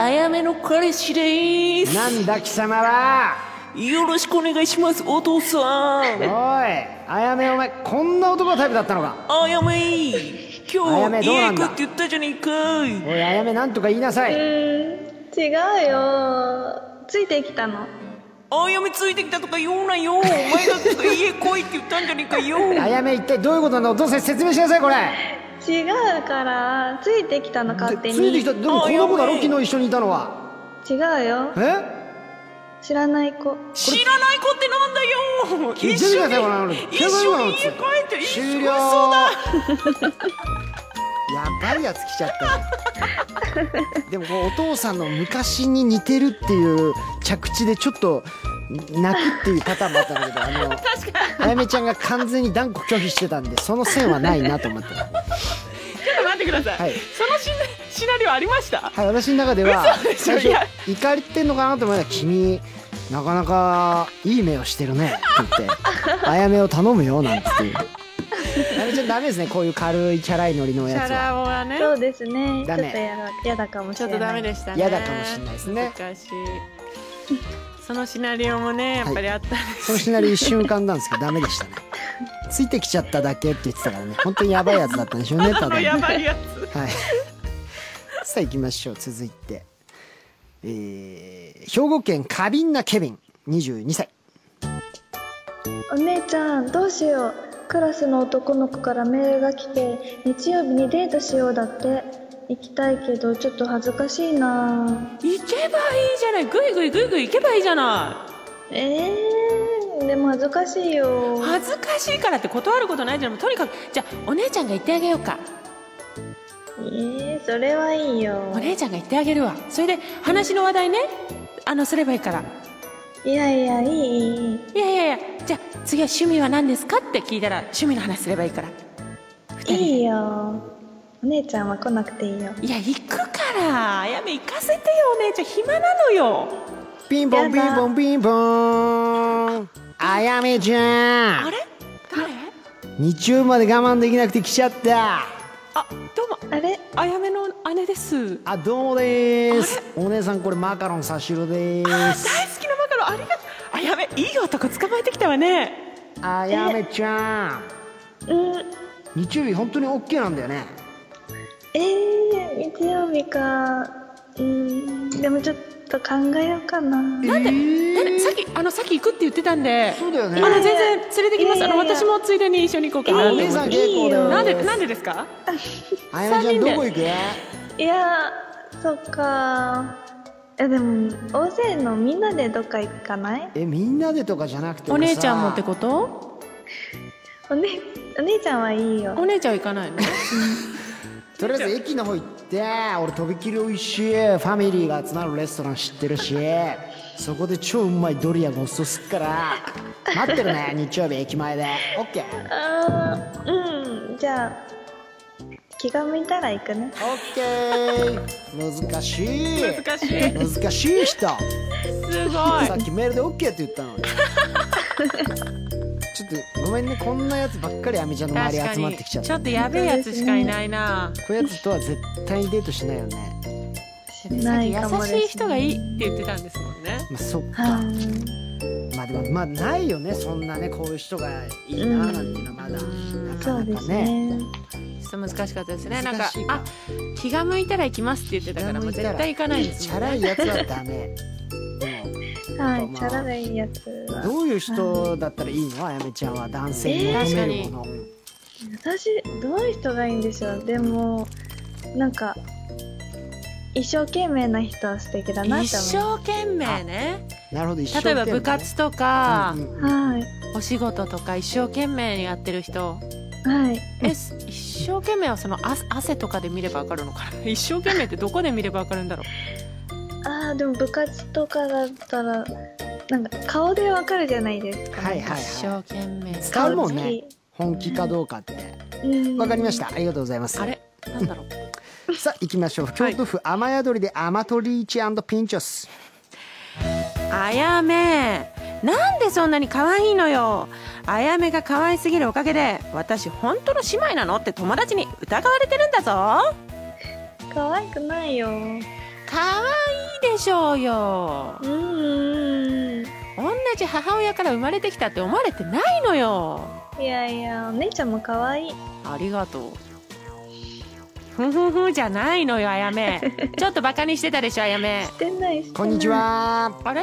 Speaker 3: あやめの彼氏で
Speaker 1: なんだ貴様は
Speaker 3: よろしくお願いしますお父さ
Speaker 1: おいあやめお前こんな男がタイプだったのか
Speaker 3: あやめ
Speaker 1: あやめどうなんだ
Speaker 3: 言ったじゃねえかい
Speaker 1: おいあやめなんとか言いなさ
Speaker 2: う
Speaker 1: い
Speaker 2: ーん違うよついてきたの
Speaker 3: あやめついてきたとか言うなよお前だって家来いって言ったんじゃねえかよ
Speaker 1: あやめ一体どういうことなんだお父さん説明しなさいこれ
Speaker 2: 違うからついてきたの勝手
Speaker 1: ついて
Speaker 2: に
Speaker 1: きたでもこの子だろ
Speaker 3: あやめ
Speaker 1: 昨日一緒にいたのは
Speaker 2: 違うよ
Speaker 1: え
Speaker 2: 知らない子
Speaker 3: 知らない子ってなんだよ
Speaker 1: え
Speaker 3: 一
Speaker 1: ちょっと
Speaker 3: 緒
Speaker 1: 待
Speaker 3: に
Speaker 1: ってこの
Speaker 3: 一緒に家帰って一緒に
Speaker 1: 終了
Speaker 3: そうだ
Speaker 1: やばいやつ来ちゃったねでもこうお父さんの昔に似てるっていう着地でちょっと泣くっていうパターンもあったんだけどあのあやめちゃんが完全に断固拒否してたんでその線はないなと思って
Speaker 3: ちょっと待ってください、
Speaker 1: はい
Speaker 3: そのシナシナリオありました
Speaker 1: はい、私の中では
Speaker 3: 嘘でしょ
Speaker 1: 最初
Speaker 3: いや
Speaker 1: 怒ってんのかなと思ったら君なかなかいい目をしてるねって言
Speaker 3: [laughs]
Speaker 1: って「あやめを頼むよ」なんつってあやめちゃんダメですねこういう軽いチャラいノリの
Speaker 3: シ
Speaker 1: や
Speaker 3: ャ
Speaker 1: つは
Speaker 3: ラオはね
Speaker 2: そうですねちょ
Speaker 1: ダ
Speaker 2: っと
Speaker 1: メ
Speaker 2: やだやだかもし
Speaker 3: ちょ
Speaker 2: れな
Speaker 3: っ
Speaker 2: い
Speaker 3: とダメでしたね
Speaker 1: 嫌だかもしれないですね
Speaker 3: 難しいそのシナリオもねやっぱりあったんです、
Speaker 1: そのシナリオ一瞬浮かんだんですけどダメでしたねついてきちゃっただけって言ってたからね本当にやばいやつだったんでしょうねただ
Speaker 3: あの
Speaker 1: ね
Speaker 3: [laughs] やばいや
Speaker 1: はい。さあ行きましょう。続いて、えー、兵庫県カビンナケビン、22歳。
Speaker 2: お姉ちゃんどうしようクラスの男の子からメールが来て日曜日にデートしようだって行きたいけどちょっと恥ずかしいな
Speaker 3: つ行けばいいじゃないぐいぐいぐいぐい行けばいいじゃない
Speaker 2: えー、でも恥ずかしいよ
Speaker 3: 恥ずかしいからって断ることないじゃんもうとにかくじゃあお姉ちゃんが言ってあげようか
Speaker 2: えー、それはいいよ
Speaker 3: お姉ちゃんが言ってあげるわそれで話の話題ねあのすればいいから
Speaker 2: いやいやいいいいいい
Speaker 3: いやいやいやじゃあ次は趣味は何ですかって聞いたら趣味の話すればいいから
Speaker 2: いいよお姉ちゃんは来なくていいよ
Speaker 3: いや行くからあやめ行かせてよお姉ちゃん暇なのよ
Speaker 1: ピンポンピ
Speaker 2: やだ
Speaker 1: ンポンピンポーン。あやめちゃ
Speaker 3: あ
Speaker 1: ん
Speaker 3: れ誰
Speaker 1: 日曜日まで我慢できなくて来ちゃった
Speaker 3: あどうも
Speaker 2: あれ
Speaker 3: あやめの姉です
Speaker 1: あ、どうもですお姉さんこれマカロンサシロで
Speaker 3: あ
Speaker 1: す
Speaker 3: 大好きなマカロンありがとうあやめいい男捕まえてきたわね
Speaker 1: あやめちゃん
Speaker 2: うん
Speaker 1: 日曜日本当に OK なんだよね
Speaker 2: えー、月曜日かうんでもちょっと考えようかな
Speaker 3: なんで、なんでさっきあのさっき行くって言ってたんで、
Speaker 1: そうだよ
Speaker 3: あの
Speaker 1: ね
Speaker 3: 全然連れてきます。あの
Speaker 2: いやいやいや
Speaker 3: 私もついでに一緒に行こうかな
Speaker 1: あ
Speaker 3: と
Speaker 1: お
Speaker 3: 思
Speaker 1: 姉
Speaker 3: っ
Speaker 1: さん
Speaker 3: て。
Speaker 1: 結構だよ
Speaker 3: なんでなんでですか？
Speaker 1: あやめちゃん
Speaker 3: 三人で
Speaker 1: どこ行く
Speaker 2: いやそっかいやでも大勢のみんなでどっか行かない
Speaker 1: えみんなでとかじゃなくてもさ
Speaker 3: お姉ちゃんもってこと？
Speaker 2: お,、ね、お姉ちゃんはいいよ
Speaker 3: お姉ちゃんは行かないの？
Speaker 1: とりあえず駅の方行って俺とびきり美味しいファミリーが集まるレストラン知ってるしそこで超うまいドリアごちそうすっから待ってる
Speaker 3: [laughs]
Speaker 1: ね日曜日駅前でオッケー
Speaker 2: あーうんじゃあ気が向いたら行くね
Speaker 1: オッケー難しい
Speaker 3: 難しい。す
Speaker 1: 難しい人さ
Speaker 3: ごい。
Speaker 1: っきメールでオッケーって言ったのに [laughs] ちょっとごめんねこんなやつばっかりあみちゃんの周
Speaker 3: 確
Speaker 1: り
Speaker 3: か
Speaker 1: 集まっ
Speaker 3: に
Speaker 1: てきち
Speaker 3: ち
Speaker 1: ゃっ
Speaker 3: ょ
Speaker 1: た
Speaker 3: っとやべえやつしかいないな。
Speaker 1: こういうやつとは絶対にデートしないよね
Speaker 2: ない
Speaker 3: 優
Speaker 2: かもです
Speaker 3: しい人がいいって言ってたんですもんね。
Speaker 1: まあそっか、
Speaker 2: はい
Speaker 1: まあでもまあないよねそんなねこういう人がいいななんていうのはまだな
Speaker 2: そ
Speaker 1: か
Speaker 2: う
Speaker 1: な
Speaker 2: で
Speaker 1: か
Speaker 2: す
Speaker 1: ね
Speaker 2: ね
Speaker 3: ちょっと難しかったですね。な
Speaker 1: 難
Speaker 3: んか
Speaker 1: しいわ
Speaker 3: あ気が向いたら行きますって言ってたからもう絶対行かないです
Speaker 1: チ
Speaker 3: も
Speaker 1: ャ
Speaker 3: ん
Speaker 1: ラい
Speaker 3: ね。
Speaker 1: やつはダメで
Speaker 2: は
Speaker 1: ま
Speaker 2: い
Speaker 1: あ
Speaker 2: チャラがいいやつ
Speaker 1: も
Speaker 2: は
Speaker 1: どういう人だったらいいのあやめちゃんは男性に求めるもの、
Speaker 2: 私どういう人がいいんでしょうでもなんか一生懸命な人は素敵だなっ
Speaker 3: 一
Speaker 2: て思
Speaker 3: 生懸命ね。
Speaker 1: なるほど一生
Speaker 3: 例
Speaker 1: 懸
Speaker 3: え
Speaker 1: 命
Speaker 3: ば部活とか
Speaker 1: うんうん
Speaker 2: うはい
Speaker 3: お仕事とか一生懸命にやってる人。
Speaker 2: はい
Speaker 3: えす一生懸命はその汗汗とかで見ればわかるのかな一生懸命ってどこで見ればわかるんだろう
Speaker 2: あーでも部活とかだったらなんか顔でわかるじゃないですか、
Speaker 1: はいはい
Speaker 3: 一
Speaker 1: は
Speaker 3: 生懸命
Speaker 1: 使うもんね
Speaker 2: 顔つ
Speaker 1: い本気かどうかって
Speaker 2: きうん
Speaker 1: わかりましたありがとうございます
Speaker 3: あれなんだろう
Speaker 1: さあ行きましょう京都府雨宿りでアマトリーチピンチョス
Speaker 3: あやめなんでそんなに可愛いのよあやめが可愛すぎるおかげで私本当の姉妹なのって友達に疑われてるんだぞ可
Speaker 2: 可愛くないよ
Speaker 3: 愛いでしょうよ
Speaker 2: うん
Speaker 3: 同じ母親から生まれてきたって思われてないのよ
Speaker 2: いやいやお姉ちゃんも可愛い
Speaker 3: ありがとう。ふふふじゃないのよ、あやめ。ちょっとバカにしてたでしょ、あやめ。
Speaker 2: してないしてない
Speaker 1: こんにちは
Speaker 3: あれ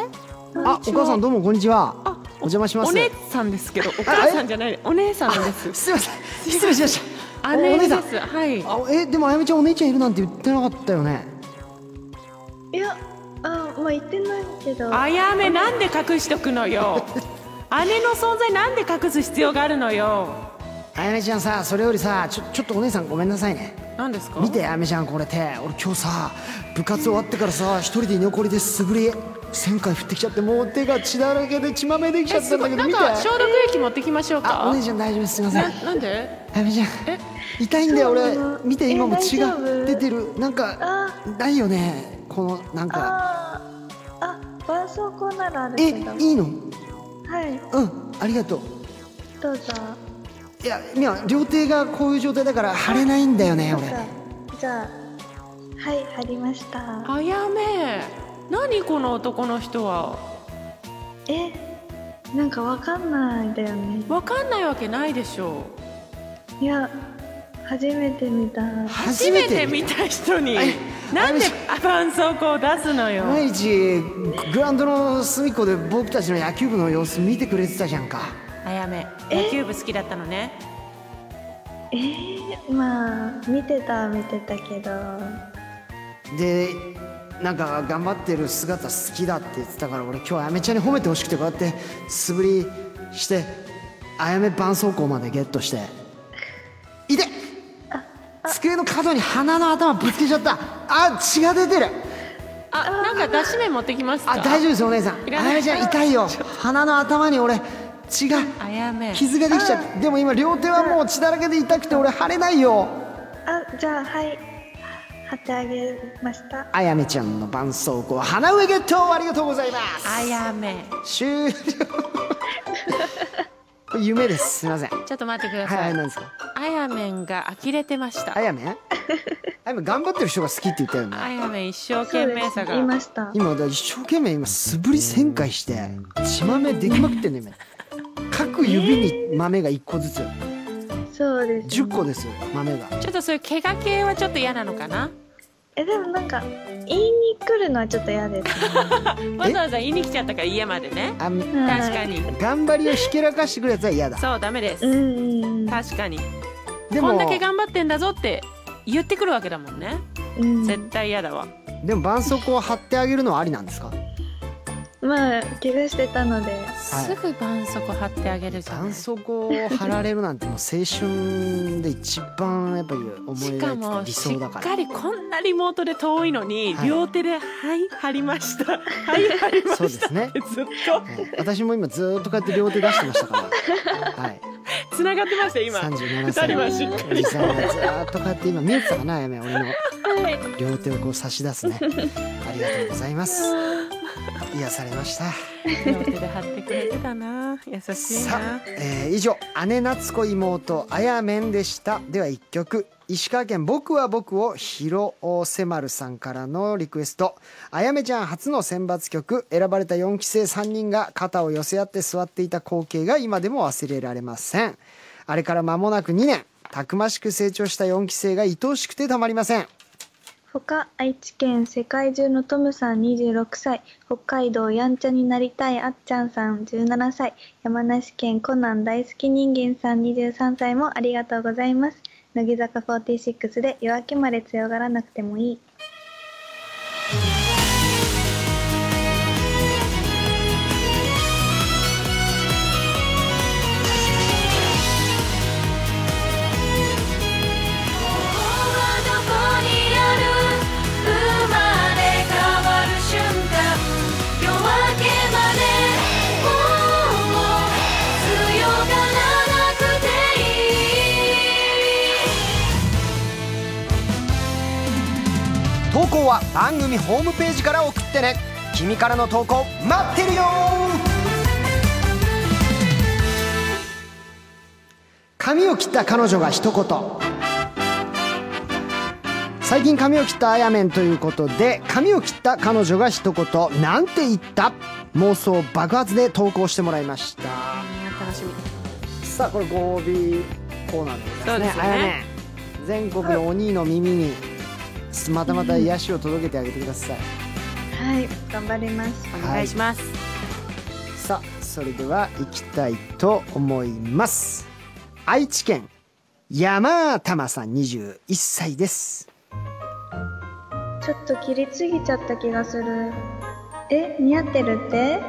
Speaker 1: あお母さんどうもこんにちは
Speaker 3: あ
Speaker 1: お邪魔します
Speaker 3: お姉さんですけど、お母さんじゃない、お姉さんです。
Speaker 1: すいません失礼しましたお
Speaker 3: 姉で
Speaker 1: お姉
Speaker 3: す。はい。
Speaker 1: あえでもあやめちゃんお姉ちゃんいるなんて言ってなかったよね
Speaker 2: いやあまあ言ってないけど
Speaker 3: あやめ、なんで隠しとくのよ。姉の存在なんで隠す必要があるのよ。
Speaker 1: あやめちゃんさそれよりさちょちょっとお姉さんごめんなさいね
Speaker 3: なんですか
Speaker 1: 見てあやめちゃんこれ手俺今日さ部活終わってからさ一人で居残りで素振り1000回振ってきちゃってもう手が血だらけで血まめできちゃ
Speaker 3: え、
Speaker 1: った
Speaker 3: す
Speaker 1: ん
Speaker 3: ご
Speaker 1: だけ
Speaker 3: い。
Speaker 1: ど
Speaker 3: なん
Speaker 1: 見て
Speaker 3: か消毒液持ってきましょう
Speaker 1: あお
Speaker 3: か
Speaker 1: 姉。ちゃん大丈夫ですすいませんあ
Speaker 3: ななんで
Speaker 1: やめちゃん
Speaker 3: え
Speaker 1: 痛いんだよ
Speaker 2: そうな
Speaker 1: 俺
Speaker 2: の
Speaker 1: 見て
Speaker 2: え
Speaker 1: 今も血が
Speaker 2: 大丈夫
Speaker 1: 出てるなんか
Speaker 2: あ
Speaker 1: ないよねこのなんか
Speaker 2: あーあ絆創膏ならある
Speaker 1: え
Speaker 2: けど
Speaker 1: いいの
Speaker 2: はい
Speaker 1: うんありがとう
Speaker 2: どうぞ
Speaker 1: いや今両手がこういう状態だから腫れないんだよね俺
Speaker 2: じゃあじゃあはい貼りました
Speaker 3: あやめ。何この男の人は。
Speaker 2: えなんかわかんないんだよね
Speaker 3: わかんないわけないでしょう。
Speaker 2: いや初めて見た
Speaker 1: 初
Speaker 3: 初
Speaker 1: め
Speaker 3: め
Speaker 1: て
Speaker 3: て
Speaker 1: 見
Speaker 3: 見
Speaker 1: た
Speaker 3: た人に
Speaker 1: はい
Speaker 3: なんで絆創膏を出すのよ
Speaker 1: 毎日グラウンドの隅っこで僕たちの野球部の様子見てくれてたじゃんか
Speaker 3: あやめ野球部好きだったのね
Speaker 2: えー、まあ見てたは見てたけど
Speaker 1: でなんか頑張ってる姿好きだって言ってたから俺今日あやめちゃんに褒めてほしくてこうやって素振りしてあやめ絆創膏までゲットしていてっ机の角に鼻の頭ぶつけちゃったあ血が出てる
Speaker 3: あなんか出し麺持ってきますか
Speaker 1: あ大丈夫ですよお姉さんあ
Speaker 3: いらない
Speaker 1: やめちゃん痛いよ鼻の頭に俺血が
Speaker 3: あやめ
Speaker 1: 傷ができちゃってでも今両手はもう血だらけで痛くて俺腫れないよ
Speaker 2: あじゃあはい貼ってあげました
Speaker 1: あやめちゃんの絆創膏花植えゲットありがとうございます
Speaker 3: あやめ
Speaker 1: 終了 [laughs] これ夢ですすいませんは
Speaker 3: ちょっと待ってくだ
Speaker 1: いは
Speaker 3: さ
Speaker 1: い
Speaker 3: い
Speaker 1: 何ですか
Speaker 3: あやめんが呆れてました
Speaker 1: あやめあやめ頑張ってる人が好きって言ったよ
Speaker 3: あ
Speaker 1: ね
Speaker 3: やめ一生懸命さ
Speaker 2: 言いま
Speaker 3: が
Speaker 2: した
Speaker 1: 今だから一生懸命今素振り1000回して血まめできまくってんの今各指に豆が1個ずつ
Speaker 2: そうです、
Speaker 1: 10個ですよ豆が
Speaker 3: ちょっとそういう毛が系はちょっと嫌なのかな
Speaker 2: えでもなんか言いに来るのはちょっと嫌です、
Speaker 3: わざわざ言いに来ちゃったから家までね
Speaker 1: あん
Speaker 2: はい
Speaker 3: 確かに
Speaker 1: 頑張りをひけらかしてくるやつは嫌だ
Speaker 3: そうダメです、
Speaker 2: うんうん
Speaker 3: 確かに
Speaker 1: で
Speaker 3: こん
Speaker 1: も
Speaker 3: だけ頑張ってんだぞって言ってくるわけだもんね、
Speaker 2: うん
Speaker 3: 絶対嫌だわ
Speaker 1: でも絆創膏を貼ってあげるのはありなんですか
Speaker 2: まあ怪我してたので、
Speaker 1: い
Speaker 3: すぐ絆創膏貼ってあげるじゃな
Speaker 1: 絆
Speaker 3: い
Speaker 1: 創膏を貼られるなんてもう青春で一番やっぱり思い
Speaker 3: しか
Speaker 1: 描いてた
Speaker 3: も
Speaker 1: 理
Speaker 3: し
Speaker 1: 想だ
Speaker 3: っ
Speaker 1: か
Speaker 3: からりこんなリモートで遠いのに、
Speaker 1: はい
Speaker 3: 両手で「はい貼りました」「はい貼りま
Speaker 1: [laughs] そうで
Speaker 3: した」
Speaker 1: すね
Speaker 3: ってずっ
Speaker 1: はい私も今ずーっとこうやって両手出してましたからはい
Speaker 3: と繋がってましたよ今
Speaker 1: 三十
Speaker 3: 二
Speaker 1: 七歳
Speaker 3: 人は
Speaker 1: の
Speaker 3: しっか
Speaker 1: おじ
Speaker 3: り
Speaker 1: さんがずーっとこうやって今見えてたかなやめ俺の
Speaker 2: はい
Speaker 1: 両手をこう差し出すねありがとうございます癒されました
Speaker 3: 両手で貼ってくれてたな優しい
Speaker 1: さ
Speaker 3: な
Speaker 1: あ、えー以上姉夏子妹あやめんでしたでは一曲石川県僕は僕をひろせまるさんからのリクエストあやめちゃん初の選抜曲選ばれた4期生3人が肩を寄せ合って座っていた光景が今でも忘れられませんあれから間もなく2年たくましく成長した4期生が愛おしくてたまりません
Speaker 2: 他愛知県世界中のトムさん26歳北海道やんちゃになりたいあっちゃんさん17歳山梨県コナン大好き人間さん23歳もありがとうございます乃木坂46で夜明けまで強がらなくてもいい
Speaker 4: ここはどこにある生まれ変わる瞬間夜明けまでもう強がらなくていい
Speaker 1: 投稿は番組ホームページから送ってね君からの投稿待ってるよ髪を切った彼女が一言最近髪を切ったあやめんということで髪を切った彼女が一言なんて言った妄想爆発で投稿してもらいました
Speaker 3: 楽しみ
Speaker 1: さあこれご褒美コーナーでございますね
Speaker 3: そうですよね
Speaker 1: あやめ全国のお兄の耳にまたまた癒しを届けてあげてください、
Speaker 2: はい頑張ります
Speaker 3: お願いします、
Speaker 1: さあそれでは行きたいと思います愛知県山玉さん21歳です
Speaker 2: ちょっと切りすぎちゃった気がするえ似合ってるって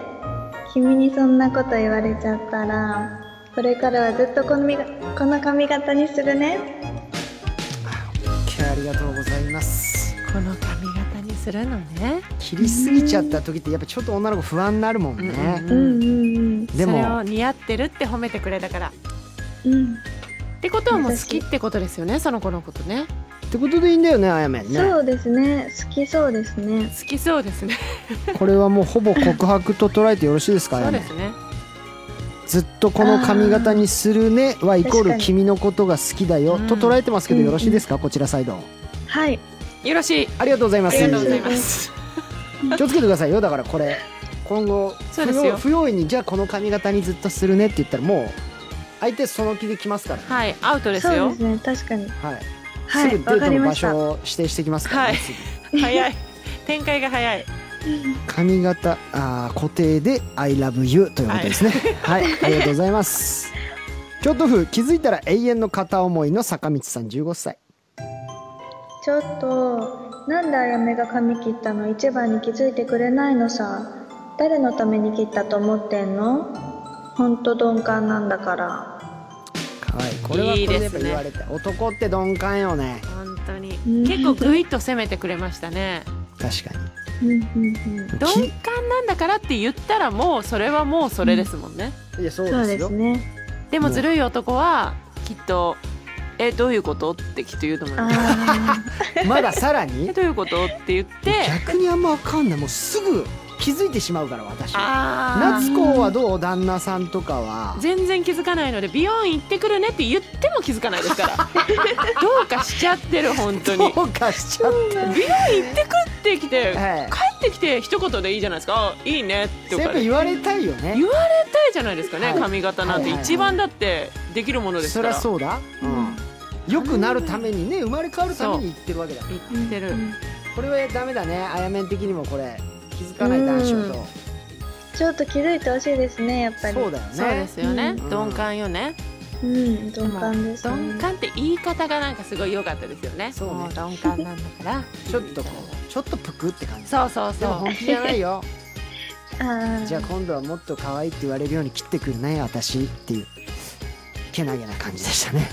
Speaker 2: 君にそんなこと言われちゃったらこれからはずっとこのみがこの髪型にするね
Speaker 1: ケアありがとうございます
Speaker 3: この髪型にするのね
Speaker 1: 切りすぎちゃった時ってやっぱちょっと女の子不安になるもんね、
Speaker 3: うん
Speaker 2: うんうんうん
Speaker 1: で
Speaker 3: それを
Speaker 1: も
Speaker 3: 似合ってるって褒めてくれたから
Speaker 2: うん
Speaker 3: ってことはもう好きってことですよねその子のことね
Speaker 1: ってことでいいんだよねあやめんね
Speaker 2: そうですね好きそうですね
Speaker 3: 好きそうですね
Speaker 1: これはもうほぼ告白と捉えてよろしいですかあ
Speaker 3: そ
Speaker 1: や
Speaker 3: う
Speaker 1: め
Speaker 3: で
Speaker 1: ん
Speaker 3: すね
Speaker 1: ずっとこの髪型にするねはイコー
Speaker 2: 確
Speaker 1: ル
Speaker 2: かに
Speaker 1: 君のことが好きだよ
Speaker 3: うん
Speaker 1: と捉えてますけどよろしいですかこちらサイド
Speaker 2: はい
Speaker 3: よろしい
Speaker 1: ありがとうございま
Speaker 3: あ
Speaker 1: す
Speaker 3: りがとうございます
Speaker 1: [laughs] 気をつけてくださいよだからこれ今後
Speaker 3: そ
Speaker 1: 不
Speaker 3: うですよ
Speaker 1: 用不用意にじゃあこの髪型にずっとするねって言ったらもう相手その気で来ますから、
Speaker 3: はいアウトです
Speaker 2: そう
Speaker 3: よ
Speaker 2: ですね確かに
Speaker 1: はいす
Speaker 2: は
Speaker 1: ぐ
Speaker 2: い
Speaker 1: デ
Speaker 2: わ
Speaker 1: ー
Speaker 2: か
Speaker 1: ト
Speaker 2: り
Speaker 1: の
Speaker 2: ま
Speaker 1: 場
Speaker 2: した
Speaker 1: 所を指定してきますから、ね
Speaker 3: はい
Speaker 1: すぐ
Speaker 3: 早い展開が早い
Speaker 1: 髪型あー固定で「ILOVEYOU」ということですねはい、ありがとうございます京都府気づいたら永遠の片思いの坂道さん15歳
Speaker 2: ちょっとなんであやめが髪切ったの一番に気づいてくれないのさ誰のために切ったと思ってんのほんと鈍感なんだから
Speaker 1: はいこれはこれ
Speaker 3: いい
Speaker 1: で
Speaker 3: ですね
Speaker 1: やっぱ言われて男って鈍感よね
Speaker 3: 本当に
Speaker 2: ん
Speaker 3: 結構グイッと攻めてくれましたね
Speaker 1: 確かに
Speaker 2: うんうんうん
Speaker 3: 鈍感なんだからって言ったらもうそれはもうそれですもんね、
Speaker 1: きいやそう
Speaker 2: そう
Speaker 1: です
Speaker 2: で
Speaker 1: よ
Speaker 2: すね
Speaker 3: でもずるい男はきっと「えどういうこと?」ってきっと言うと思います
Speaker 2: あ
Speaker 1: まださら
Speaker 3: 「 [laughs] え
Speaker 1: に
Speaker 3: どういうこと?」って言って
Speaker 1: 逆にあんまわかんないもうすぐ気づいてしまうから私
Speaker 3: あ
Speaker 1: 夏子はどう旦那さんとかは
Speaker 3: あ全然気づかないので美容院行ってくるねって言っても気づかないですから
Speaker 1: [laughs]
Speaker 3: どうかしちゃってる本当に
Speaker 1: どうかしちゃって
Speaker 3: 美容院行ってくってきて
Speaker 1: はい
Speaker 3: 帰ってきて一言でいいじゃないですかあ「いいね」と
Speaker 1: やっ
Speaker 3: か
Speaker 1: ぱ
Speaker 3: で
Speaker 1: 言われたいよね
Speaker 3: 言われたいじゃないですかね
Speaker 1: はい
Speaker 3: 髪型なんて
Speaker 1: はいはいはい
Speaker 3: 一番だってできるものです
Speaker 1: そ
Speaker 3: か
Speaker 1: りゃ
Speaker 3: ら
Speaker 1: そうだ、うん、よくなるためにね生まれ変わるために言ってるわけだ
Speaker 3: 言ってる
Speaker 2: ー
Speaker 1: これはダメだねあやめん的にもこれ気づかない男子と
Speaker 2: ちょっと気づいてほしいですねやっぱり
Speaker 1: そうだよね
Speaker 3: そうですよね、
Speaker 1: うん
Speaker 3: 鈍感よね
Speaker 2: うん鈍感です、ね、
Speaker 3: 鈍感って言い方がなんかすごい良かったですよね
Speaker 1: そうね
Speaker 3: も鈍感なんだから
Speaker 1: ちょっとこうちょっとぷくって感じ
Speaker 3: そうそう
Speaker 1: でも
Speaker 3: そ
Speaker 1: 本気じゃないよ
Speaker 2: あー
Speaker 1: じゃあ今度はもっと可愛いって言われるように切ってくるね私っていうけなげな感じでした [laughs] ね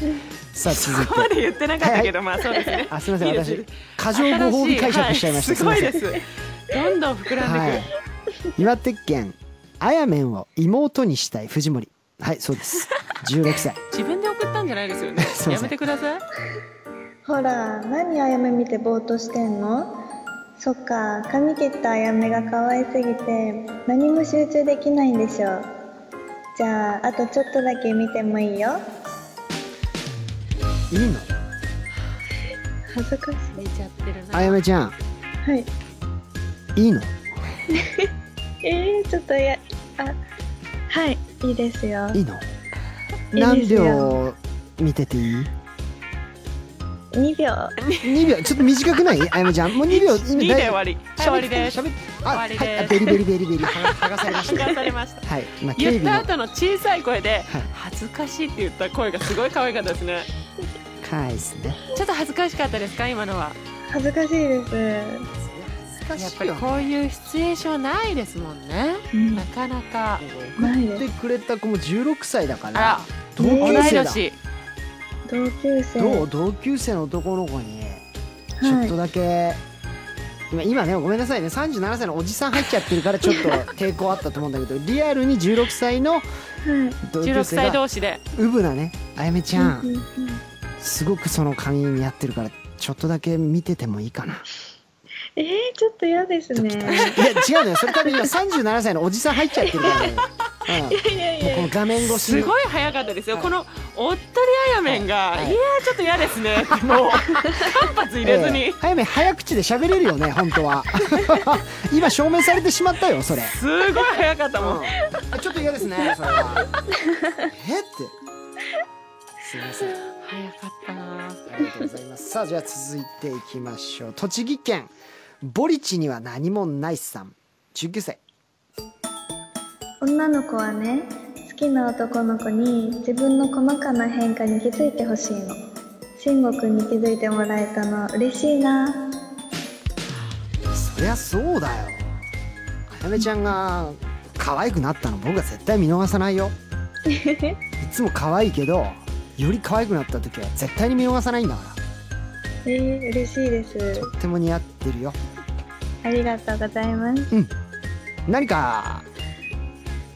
Speaker 1: さあ
Speaker 3: うそ
Speaker 1: 続い
Speaker 3: こま
Speaker 1: て
Speaker 3: で言ってなかったけど、まあそうですね
Speaker 1: あすみません
Speaker 3: いいです
Speaker 1: 私過剰ご褒美解釈しちゃいました、
Speaker 3: 新はい、すご
Speaker 1: ま
Speaker 3: い
Speaker 1: せん
Speaker 3: ですどんどん膨らんでくる、
Speaker 1: はい、岩手県あやめんを妹にしたい藤森はいそうです16歳
Speaker 3: 自分で送ったんじゃないですよね
Speaker 1: すいません
Speaker 3: やめてください
Speaker 2: ほら何あやめ見てぼーっとしてんのそっか髪切ったあやめが可愛すぎて何も集中できないんでしょうじゃああとちょっとだけ見てもいいよ
Speaker 1: いいの
Speaker 2: 恥ずかし
Speaker 3: 寝ちゃってるな
Speaker 1: あやめちゃん
Speaker 2: いはい
Speaker 1: いいの
Speaker 2: えー、ちょっとやあはいいいですよ
Speaker 1: いいの
Speaker 2: いいで
Speaker 1: 何
Speaker 2: すよ
Speaker 1: 秒見てていい
Speaker 2: 2秒
Speaker 1: 2秒ちょっと短くないあやめちゃんもう2秒
Speaker 3: 2で終わりはい終わりです
Speaker 1: しゃべってあ
Speaker 3: 終わ
Speaker 1: は
Speaker 3: り
Speaker 1: い
Speaker 3: です
Speaker 1: あベリベリベリベリ剥が剥がされま
Speaker 3: 聞
Speaker 1: した
Speaker 3: かされました
Speaker 1: はい今警
Speaker 3: 言った
Speaker 1: 備の
Speaker 3: 後の小さい声で
Speaker 1: はい
Speaker 3: 「恥ずかしい」って言った声がすごい可愛かったですね
Speaker 1: 返すね
Speaker 3: ちょっと恥ずかしかったですか今のは
Speaker 2: 恥ずかしいです
Speaker 3: やっぱりこういうシチュエーションないですもんね
Speaker 2: うん
Speaker 3: なかなか
Speaker 2: ない
Speaker 1: 送っ
Speaker 2: で
Speaker 1: て
Speaker 2: す
Speaker 1: くれた子も16歳だか
Speaker 3: あ
Speaker 1: ら
Speaker 3: ら
Speaker 1: 同
Speaker 3: 同い
Speaker 1: 級生だ
Speaker 3: 年
Speaker 2: 同級生
Speaker 1: どう同級生の男の子にちょ
Speaker 2: は
Speaker 1: っ
Speaker 2: い
Speaker 1: とだけ、今今ねごめんなさいね37歳のおじさん入っちゃってるからちょっと抵抗あったと思うんだけどリアルに16歳の
Speaker 2: はい
Speaker 1: 同級生
Speaker 3: 16歳
Speaker 1: が
Speaker 3: 同士で
Speaker 1: うぶなねあやめちゃ
Speaker 2: うんんうんうん
Speaker 1: すごくその髪似合ってるからちょっとだけ見ててもいいかな
Speaker 2: えー、ちょっと嫌ですね
Speaker 1: いや違うのよそれ多分今37歳のおじさん入っちゃってるからね、うん
Speaker 2: いやい
Speaker 1: もうこの
Speaker 2: や
Speaker 1: 画面越しに
Speaker 3: すごい早かったですよ
Speaker 1: はい
Speaker 3: このおっとりあやめんが
Speaker 1: はいい
Speaker 3: や
Speaker 1: は
Speaker 3: ー
Speaker 1: い
Speaker 3: ちょっと嫌ですねってもう間髪入れず
Speaker 1: ええ
Speaker 3: に
Speaker 1: あやめ早口で喋れるよね本当は [laughs] 今証明されてしまったよそれ
Speaker 3: すごい早かったもん
Speaker 1: うん、ちょっと嫌です [laughs] ねそれはえってすいませんあ
Speaker 3: 早かったな
Speaker 1: りがとうございますさあじゃあ続いていきましょう栃木県ボリチには何もないさん19歳
Speaker 2: 女の子はね好きな男の子に自分の細かな変化に気づいてほしいの慎吾くんに気づいてもらえたの嬉しいな
Speaker 1: そりゃそうだよあやめちゃんが可愛くなったの僕は絶対見逃さ [laughs] ないよいつも可愛いけどより可愛くなった時は絶対に見逃さないんだか
Speaker 2: えー、嬉しいで
Speaker 1: ら
Speaker 2: す
Speaker 1: とっても似合ってるよ
Speaker 2: ありがとうございます
Speaker 1: 何か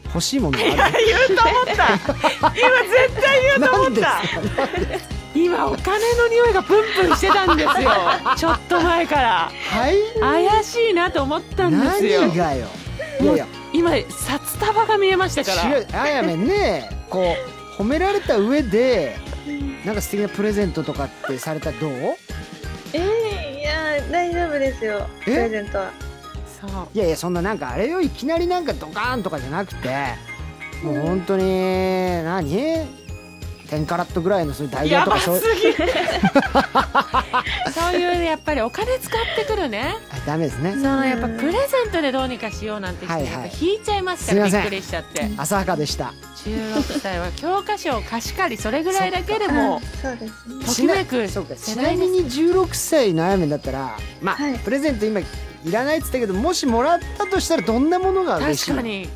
Speaker 1: 欲しいものはある
Speaker 3: 言うと
Speaker 1: [laughs]
Speaker 3: 思った今絶対言うと思
Speaker 1: な
Speaker 3: っ
Speaker 1: んです
Speaker 3: た
Speaker 1: か
Speaker 3: 今お金の匂いがプンプンしてたんで
Speaker 1: [laughs]
Speaker 3: すよちょっと前から
Speaker 1: はい
Speaker 3: 怪しいなと思ったんですよ
Speaker 1: 何がよいやいや
Speaker 3: 今札束が見えましたから
Speaker 1: 違うあやめねこう褒められた上でなんか素敵なプレゼントとかってされたらどう
Speaker 2: えー、いや大丈夫ですよ
Speaker 1: え
Speaker 2: プレゼントは
Speaker 3: そう
Speaker 1: いやいやそんななんかあれよいきなりなんかドカーンとかじゃなくてもう本当に何10カラットぐらいのそういうダイヤ
Speaker 3: や
Speaker 1: と
Speaker 3: ば
Speaker 1: か
Speaker 3: す
Speaker 1: そう
Speaker 3: ぎ
Speaker 1: いう
Speaker 3: る [laughs] そういうやっぱりお金使ってくるね
Speaker 1: あダメですね
Speaker 3: そのやっぱプレゼントでどうにかしようなんて人
Speaker 1: はい
Speaker 3: やっ
Speaker 1: は
Speaker 3: ぱ
Speaker 1: い
Speaker 3: 引いちゃいますか
Speaker 1: す
Speaker 3: ら
Speaker 1: い
Speaker 3: び
Speaker 1: ま
Speaker 3: っ
Speaker 1: せん
Speaker 3: くりしちゃって
Speaker 1: 浅はかでした
Speaker 3: 16歳は教科書を貸し借りそれぐらいだけでも
Speaker 2: あそうですね
Speaker 3: ときめく
Speaker 1: ちなそうかち
Speaker 3: 世
Speaker 1: な
Speaker 3: 代で
Speaker 1: み
Speaker 3: す
Speaker 1: に16歳のあやめだったらまあ、
Speaker 2: はい
Speaker 1: プレゼント今いらないっつったけどもしもらったとしたらどんなものが嬉しいの
Speaker 3: 確かに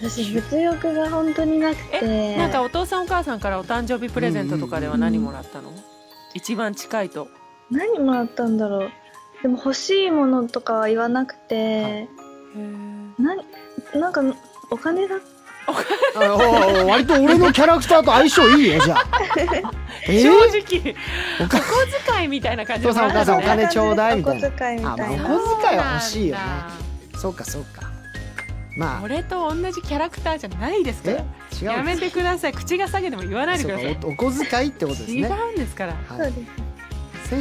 Speaker 2: 私物欲が本当になくて
Speaker 3: なんかお父さんお母さんからお誕生日プレゼントとかでは何もらったの一番近いと
Speaker 2: 何もらったんだろうでも欲しいものとかは言わなくてななんかお金だ
Speaker 1: あおお割と俺のキャラクターと相性いいよじ
Speaker 3: [laughs]
Speaker 1: ゃあえ
Speaker 3: 正
Speaker 1: ー、
Speaker 3: 直
Speaker 1: おか
Speaker 3: お小遣いみたいな感じ
Speaker 1: お父さんお母さんお
Speaker 3: もらう
Speaker 1: 金ちょうだいみたいな
Speaker 2: お小遣いみたい
Speaker 1: あ
Speaker 2: な
Speaker 1: まお小遣いは欲しいよねそ
Speaker 3: そうなん
Speaker 1: うかそうかまあ
Speaker 3: 俺と同じキャラクターじゃないですか
Speaker 1: え
Speaker 3: ら
Speaker 1: 違う
Speaker 3: やめてください口が下げても言わないで
Speaker 1: そう
Speaker 3: くだ
Speaker 1: か
Speaker 3: さい
Speaker 1: おお小遣いってことです
Speaker 3: 違
Speaker 1: ね、
Speaker 3: うんですから
Speaker 2: そう
Speaker 1: は
Speaker 2: です
Speaker 1: い、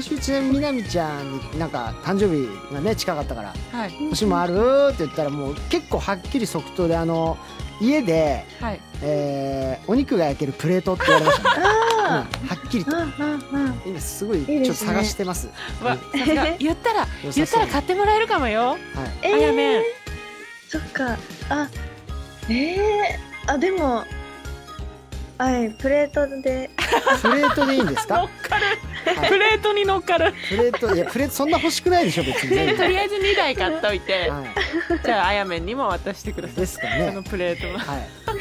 Speaker 1: 先週ちなみにみなみちゃんになんか誕生日がね近かったから
Speaker 3: はい
Speaker 1: 「星もある?」って言ったらもう結構はっきり即答であの家で、
Speaker 3: はい
Speaker 1: えーお肉が焼けるプレートって言われましたね
Speaker 2: あ
Speaker 1: はっきりと
Speaker 2: [laughs] うんうん
Speaker 1: 今すごい
Speaker 2: いいですね
Speaker 1: ちょっと探してます
Speaker 3: わさすが言ったら
Speaker 1: [laughs] 良
Speaker 3: 言
Speaker 1: さ
Speaker 3: っ
Speaker 1: そ
Speaker 3: た
Speaker 1: う
Speaker 3: ら買ってもらえるかもよ、
Speaker 1: はい
Speaker 2: え
Speaker 3: あやめん
Speaker 2: そっかあえー、あでもはいプレートで
Speaker 1: プレートでいいん
Speaker 2: [laughs]
Speaker 1: です
Speaker 3: 乗っ
Speaker 1: か
Speaker 3: かる、
Speaker 1: はい
Speaker 3: プレートに乗っかる、
Speaker 1: プレートいやプレートそんな欲しくないでしょ別に
Speaker 3: [laughs] と
Speaker 1: ね
Speaker 3: りあえず2台買っといて、
Speaker 1: は
Speaker 3: じゃああやめんにも渡してくだ
Speaker 1: い
Speaker 3: さい
Speaker 1: ですか
Speaker 3: その
Speaker 1: ね
Speaker 3: プレートは
Speaker 1: はいあ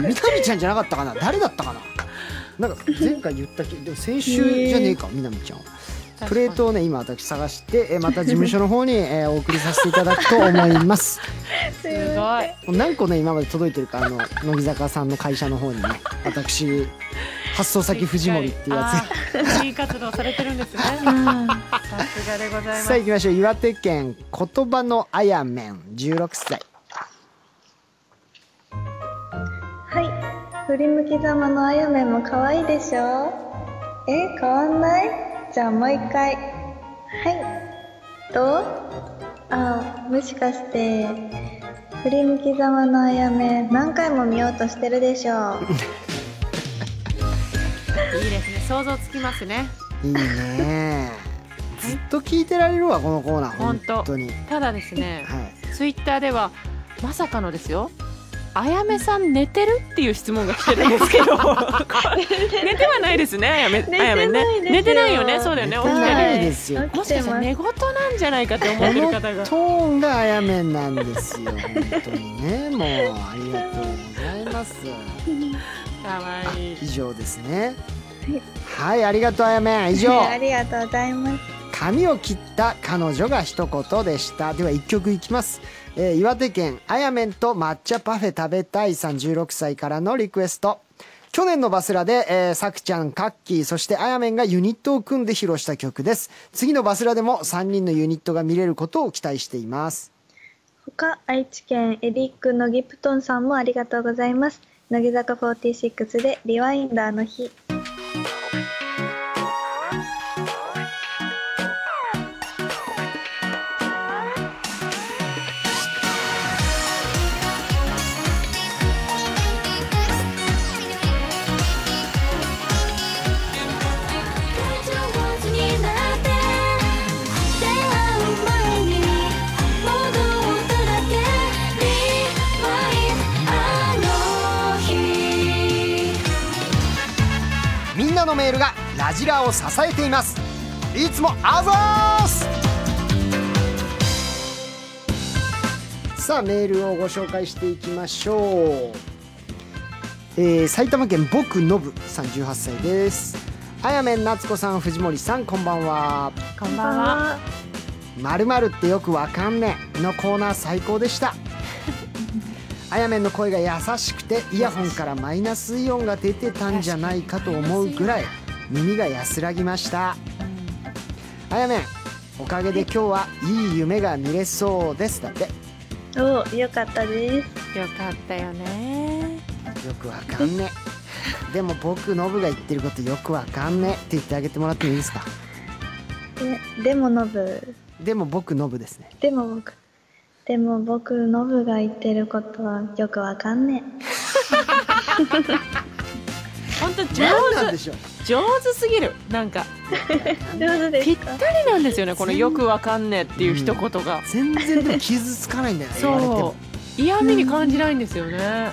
Speaker 1: 三上ちゃんじゃなかったかな誰だったかななんか前回言ったきでも先週じゃねえか南ちゃんはプレートをね今私探してえまた事務所の方に、えーお送りさせていただくと思います
Speaker 2: す
Speaker 3: す
Speaker 2: い
Speaker 3: ごい
Speaker 2: ま
Speaker 1: もう何個ね今まで届いてるかあの乃木坂さんの会社の方にね私発送先藤森っていうや
Speaker 3: ついい活動されてるんですね
Speaker 2: せんうん
Speaker 3: さすがでございま
Speaker 1: つ
Speaker 3: す
Speaker 1: さあ行きましょう岩手県言葉のあやめん16歳
Speaker 2: はい振り向きざまのあやめも可愛いでしょえ変わんないじゃあもう一回はいどうあもしかして振り向きざまのあやめ何回も見ようとしてるでしょう
Speaker 3: いいですね想像つきますね
Speaker 1: いいねずっと聞いてられるわこのコーナー
Speaker 3: ほん
Speaker 1: 本
Speaker 3: と
Speaker 1: 当に
Speaker 3: ただですね
Speaker 1: はい
Speaker 3: ツイッターではまさかのですよあやめさん寝てるっていう質問が来てるんですけど寝てはないですねあやめ
Speaker 2: て
Speaker 3: あやめね
Speaker 2: ないですよ
Speaker 3: 寝てないよねそうだよね
Speaker 1: 寝
Speaker 3: 起
Speaker 1: て
Speaker 3: きて
Speaker 1: な
Speaker 3: る
Speaker 1: いですよ
Speaker 2: はい
Speaker 3: もしかしたら寝言なんじゃないかって
Speaker 1: こ
Speaker 3: 思ってる
Speaker 1: のト
Speaker 3: 方が
Speaker 1: ーンがあやめんなんですよ本当にねもうありがとうございます
Speaker 3: かわ
Speaker 1: あ
Speaker 3: いい
Speaker 1: 以上ですねはいありがとうあやめん以上
Speaker 2: ねありがとうございます
Speaker 1: 髪を切った彼女が一言でしたでは一曲いきます、えー岩手県あやめんと抹茶パフェ食べたいさん16歳からのリクエスト去年のバスラで、えーさくちゃん、カッキー、そしてあやめんがユニットを組んで披露した曲です。次のバスラでも3人のユニットが見れることを期待しています。
Speaker 2: 他愛知県エリックのギプトンさんもありがとうございます乃木坂46でリワインダーの日
Speaker 4: 上手になって出会う前に戻っただけ Rewind あの日
Speaker 1: みんなのメールがラジラを支えています。いつもあざーすさあメールをご紹介していきましょう、えー埼玉県僕のぶさん18歳ですあやめん夏子さん藤森さんこんばんは
Speaker 3: こんばんは
Speaker 1: まるまるってよくわかんねえのコーナー最高で
Speaker 3: [laughs]
Speaker 1: した。あやめんの声が優しくてイヤホンからマイナスイオンが出てたんじゃないかと思うぐらい耳が安らぎました。あやめん、おかげで今日はいい夢が見れそうですだって。
Speaker 2: おーよかったです
Speaker 3: よかったよね
Speaker 1: よくわかんね
Speaker 3: [laughs]
Speaker 1: え。でも僕ノブが言ってることよくわかんねえって言ってあげてもらってもいいですか。
Speaker 2: えでもノブ
Speaker 1: でも僕ノブですね。
Speaker 2: でも僕でも僕ノブが言ってることはよくわかんね
Speaker 3: 本当上
Speaker 1: 何なんで
Speaker 3: 手
Speaker 1: しょう。
Speaker 3: 上手すぎるなんか
Speaker 2: え上手で
Speaker 3: ぴ
Speaker 2: す
Speaker 3: っ
Speaker 2: か
Speaker 3: たりなんですよねこのよくわかんねえっていう一言が
Speaker 1: 全然でも傷つかないんだよね。言われても
Speaker 3: そ。う嫌味に感じないんですよね
Speaker 2: え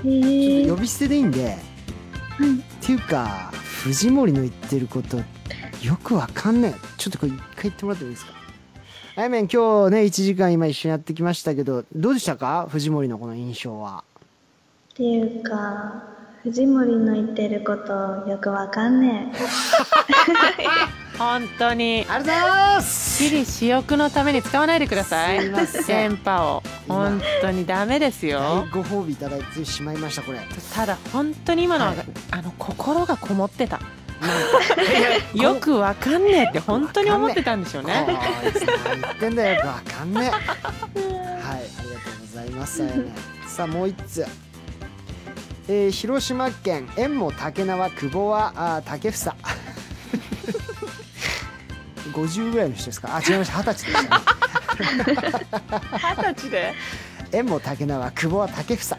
Speaker 1: ちょっ
Speaker 2: ー
Speaker 1: と呼び捨てでいいんで、
Speaker 2: うん
Speaker 1: っていうか藤森の言ってることよくわかんないちょっとこれ一回言ってもらってもいいですかあやめん今日ね1時間今一緒にやってきましたけどどうでしたか藤森のこの印象は
Speaker 2: っていうか藤森の言ってることよくわかんね
Speaker 3: 本当に
Speaker 1: ありがとうございます
Speaker 3: 私利私欲のために使わないでください
Speaker 1: すいません
Speaker 3: 電波を
Speaker 1: 今
Speaker 3: 本当にダメですよ
Speaker 1: 大ご褒美いただいてしまいましたこ [laughs] れ
Speaker 3: ただ本当に今のは、
Speaker 1: はい
Speaker 3: あの心がこもってたよくわかんねえって本当に思ってたんでしょう
Speaker 1: ね
Speaker 3: ね
Speaker 1: 言ってんだよよくわかんねえはいありがとうございますあやねさあもう一つえー広島県縁も竹縄久保はあー竹房50ぐらいの人ですかあ違いました二十歳でしたね
Speaker 3: 二十歳で [laughs]
Speaker 1: 縁も竹縄久保は竹房さ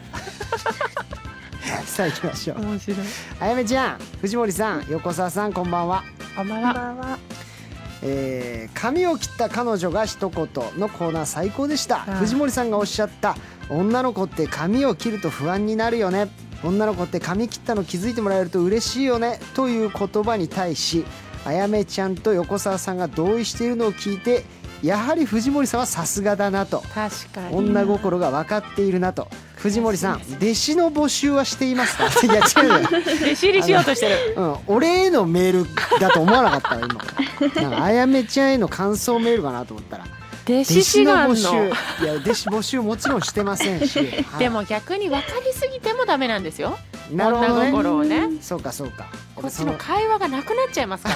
Speaker 1: あ行きましょう
Speaker 3: 面白い。
Speaker 1: あやめちゃん藤森さん横澤さんこんばんは、
Speaker 3: あま
Speaker 5: こん
Speaker 3: ら。
Speaker 5: ばんは。
Speaker 1: えー髪を切った彼女が一言のコーナー最高でした、
Speaker 3: うん
Speaker 1: 藤森さんがおっしゃった女の子って髪を切ると不安になるよね女の子って髪切ったの気づいてもらえると嬉しいよねという言葉に対しあやめちゃんと横澤さんが同意しているのを聞いてやはり藤森さんはさすがだなと
Speaker 3: 確かに。
Speaker 1: 女心が分かっているなと藤森さん弟子の募集はしていますか [laughs] いや違うよ
Speaker 3: 弟子入りしようとしてる。
Speaker 1: うん、俺へのメールだと思わなかったわ
Speaker 3: [laughs]
Speaker 1: 今からなんかあやめちゃんへの感想メールかなと思ったら
Speaker 3: 弟
Speaker 1: 弟
Speaker 3: 子
Speaker 1: 子
Speaker 3: 志
Speaker 1: の募
Speaker 3: 願の。
Speaker 1: 集いや弟子募集もちろんしてませんし、はい
Speaker 3: [laughs] でも逆に分かりすぎてもダメなんですよ。
Speaker 1: なるほど
Speaker 3: 女
Speaker 1: ね
Speaker 3: 心をね。
Speaker 1: そうかそうか
Speaker 3: こっちの会話がなくなっちゃいますか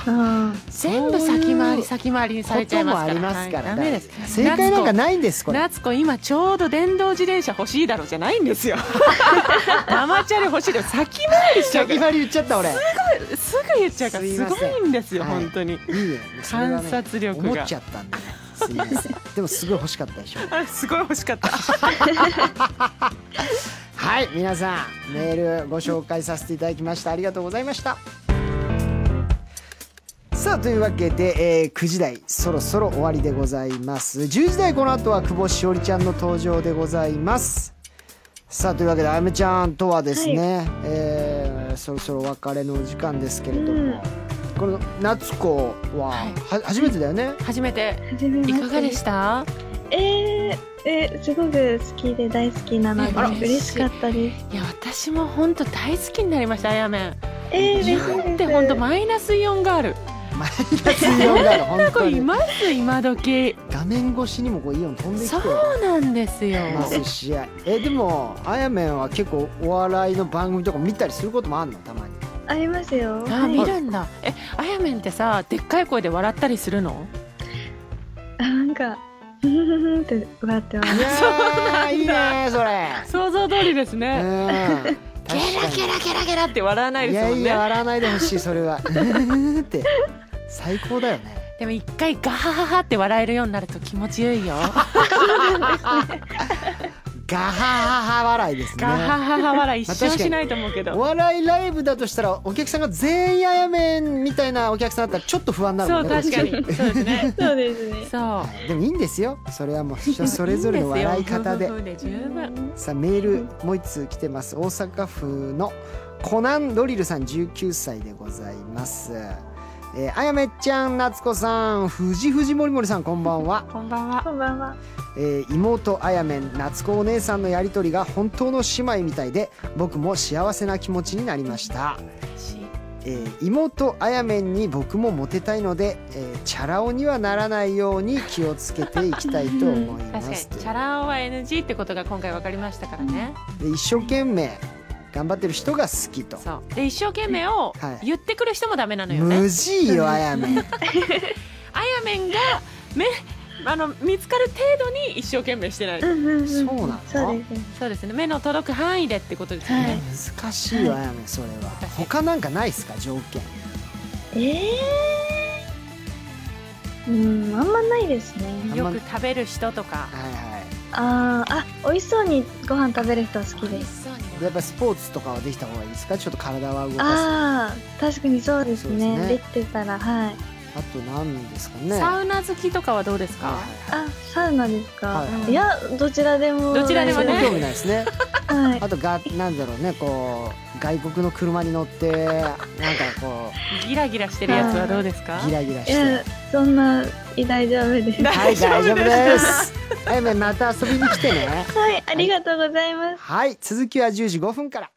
Speaker 3: ら。
Speaker 5: うん。
Speaker 3: 全部先回り先回りにされちゃいますから。
Speaker 1: こともありますから、
Speaker 3: はいダメです。
Speaker 1: 正解なんかないんですこれ
Speaker 3: 夏子今ちょうど電動自転車欲しいだろうじゃないんです [laughs] よママチャリ欲しいだろ先回りしちゃうか
Speaker 1: 先
Speaker 3: ら
Speaker 1: 張り言っちゃった俺い
Speaker 3: すぐ言っちゃうから
Speaker 1: すい
Speaker 3: す
Speaker 1: ません
Speaker 3: ごいんですよ、
Speaker 1: はい
Speaker 3: 本当に
Speaker 1: いねそれはね
Speaker 3: 観察力が
Speaker 1: 思っちゃったんでねすいませんでもすごい欲しかったでしょ
Speaker 3: あすごい欲しかった
Speaker 1: はい皆さんメールご紹介させていただきましたありがとうございましたさあというわけで、えー9時台そろそろ終わりでございます10時台この後は久保しおりちゃんの登場でございますさあというわけであやめちゃんとはですね、えーそろそろお別れのお時間ですけれども、
Speaker 5: うん
Speaker 1: この夏子は
Speaker 3: はい
Speaker 1: は初めてだよね、
Speaker 3: 初めて
Speaker 5: 初めまし
Speaker 3: い
Speaker 5: て
Speaker 3: かがでした
Speaker 5: えー、えーすごく好きで大好きなの
Speaker 3: あら
Speaker 5: で嬉しかったです。
Speaker 3: いや私も本当大好きになりましたあやめん
Speaker 5: えー、嬉しい
Speaker 3: 日
Speaker 5: です。
Speaker 3: 本って本当
Speaker 5: ま
Speaker 3: マイナスイオンガール
Speaker 1: マイナスイオンだよ
Speaker 3: [laughs]
Speaker 1: 本
Speaker 3: こ
Speaker 1: 当
Speaker 3: れい
Speaker 1: に
Speaker 3: ます今時
Speaker 1: 画面越しにもこうイオン飛んできて
Speaker 3: そうなんですよ
Speaker 1: ますしえでもあやめんは結構お笑いの番組とか見たりすることもあんのたまに
Speaker 5: ありますよ。
Speaker 3: あ
Speaker 5: はい
Speaker 3: 見るんだえあやめんってさでっかい声で笑ったりするの
Speaker 5: あなんかふふふふって笑って
Speaker 1: [laughs]
Speaker 5: ます。
Speaker 1: いやーいいねそれ
Speaker 3: 想像通りです
Speaker 1: うん
Speaker 3: ねゲラゲ
Speaker 1: 確
Speaker 3: ラゲラゲラって笑わな
Speaker 1: か
Speaker 3: い
Speaker 1: にい
Speaker 3: です
Speaker 1: や
Speaker 3: もん
Speaker 1: い
Speaker 3: ね
Speaker 1: や笑わないでほしいそれは [laughs] うーんって最高だよね
Speaker 3: でも一回ガハハハって笑えるようになると気持ちいいよ
Speaker 1: ガハハハ笑いですね
Speaker 3: ガハハハ笑い一
Speaker 1: まあ
Speaker 3: 生
Speaker 1: 確かに
Speaker 3: しないと思うけど、 [laughs]
Speaker 1: お笑いライブだとしたらお客さんが全員あやめんみたいなお客さんだったらちょっと不安になる
Speaker 3: そ
Speaker 1: も
Speaker 3: うん
Speaker 1: ね
Speaker 3: 確かにそうですね
Speaker 5: そうですね。
Speaker 3: そ
Speaker 1: はいでもいいんですよそれはもう人
Speaker 3: う
Speaker 1: それぞれの笑い方で
Speaker 3: いいんですよ夫婦で十分
Speaker 1: さあメールもう一通来てます大阪府のコナンドリルさん19歳でございます、えーあやめちゃん夏子さん藤藤森森さんこんばんは、
Speaker 3: こんばんは
Speaker 5: こんばんは。
Speaker 1: えー妹あやめん夏子お姉さんのやりとりが本当の姉妹みたいで僕も幸せな気持ちになりました、えー妹あやめんに僕もモテたいので、えーチャラ男にはならないように気をつけていきたいと思い
Speaker 3: 確か
Speaker 1: ま
Speaker 3: に
Speaker 1: す
Speaker 3: チャラ男は NG ってことが今回分かりましたからね、
Speaker 1: で一生懸命頑張ってる人が好きと
Speaker 3: そうで一生懸命を
Speaker 1: はい
Speaker 3: 言ってくる人もダメなのよね、
Speaker 1: 無事よあやめん
Speaker 3: あやめんがめあの見つかる程度に一生懸命してない
Speaker 5: うんうんうん。
Speaker 1: そうなの
Speaker 5: そうですね。
Speaker 3: そうですね目の届く範囲でってことですよね、
Speaker 5: はい
Speaker 1: 難しいよあやめんそれは
Speaker 3: 難しい
Speaker 1: 他なんかないですか条件
Speaker 5: ええー。うんあんまないですね。
Speaker 1: い
Speaker 3: よく食べる人とか
Speaker 1: はいは
Speaker 5: あーあ美味しそうにご飯食べる人好き
Speaker 3: 美
Speaker 5: で
Speaker 3: 味し
Speaker 5: す。
Speaker 3: そう
Speaker 1: いやっぱスポーツとかはできた方がいいですかちょっと体は動かすあ
Speaker 5: ああ確かにそうですね
Speaker 1: そう
Speaker 5: で
Speaker 1: で
Speaker 5: きてたらはい。
Speaker 1: と何ですか
Speaker 3: に
Speaker 1: ね
Speaker 3: サウナ好きとかはどうです
Speaker 1: はい
Speaker 3: か
Speaker 1: は、
Speaker 5: あサウナですか。、
Speaker 1: はい
Speaker 5: やどちらでも
Speaker 3: どちら
Speaker 1: い
Speaker 3: でも
Speaker 1: それも
Speaker 3: ね
Speaker 1: 興味ないです
Speaker 3: [laughs]
Speaker 1: ね
Speaker 5: はい。
Speaker 1: あとがなんだろうねこう外国の車に乗ってなんかこ
Speaker 3: ギラギラしてるやつはどうですか
Speaker 1: うギラギラし
Speaker 5: いや
Speaker 1: て
Speaker 5: そんな大丈夫です。は
Speaker 1: はい大丈夫で
Speaker 3: です [laughs]
Speaker 1: あやめんまた遊びに来てね
Speaker 5: いありがとうございます。
Speaker 1: はい続きは10時5分から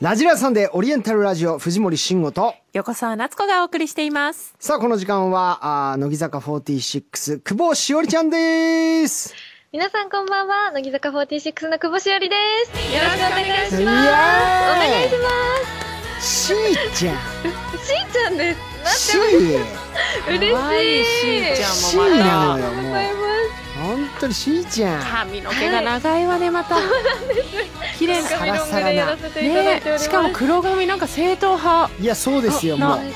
Speaker 1: ラジラさんでオリエンタルラジオ藤森慎吾と
Speaker 3: 横澤夏子がお送りしています
Speaker 1: さあこの時間はあー乃木坂46久保しおりちゃんです
Speaker 2: 皆さんこんばんは、乃木坂46の久保しおりです。よろしくお願いします。
Speaker 1: い
Speaker 2: お
Speaker 1: やー
Speaker 2: 願いしま
Speaker 1: しーちゃん
Speaker 2: す。しーちゃんです。
Speaker 1: しー
Speaker 2: 嬉しい
Speaker 3: 可愛いしーちゃん
Speaker 1: し
Speaker 3: も
Speaker 1: ー
Speaker 3: ま
Speaker 1: な
Speaker 3: た
Speaker 1: のよもう
Speaker 2: ありがとうございます。
Speaker 1: 本当にしーちゃん
Speaker 3: 髪の毛が長いわね、また綺麗
Speaker 1: サ
Speaker 3: な
Speaker 1: ラサラな
Speaker 2: せて
Speaker 3: ねしかも黒髪なんか正統派
Speaker 1: いやそうですよも
Speaker 3: あ
Speaker 1: う
Speaker 3: な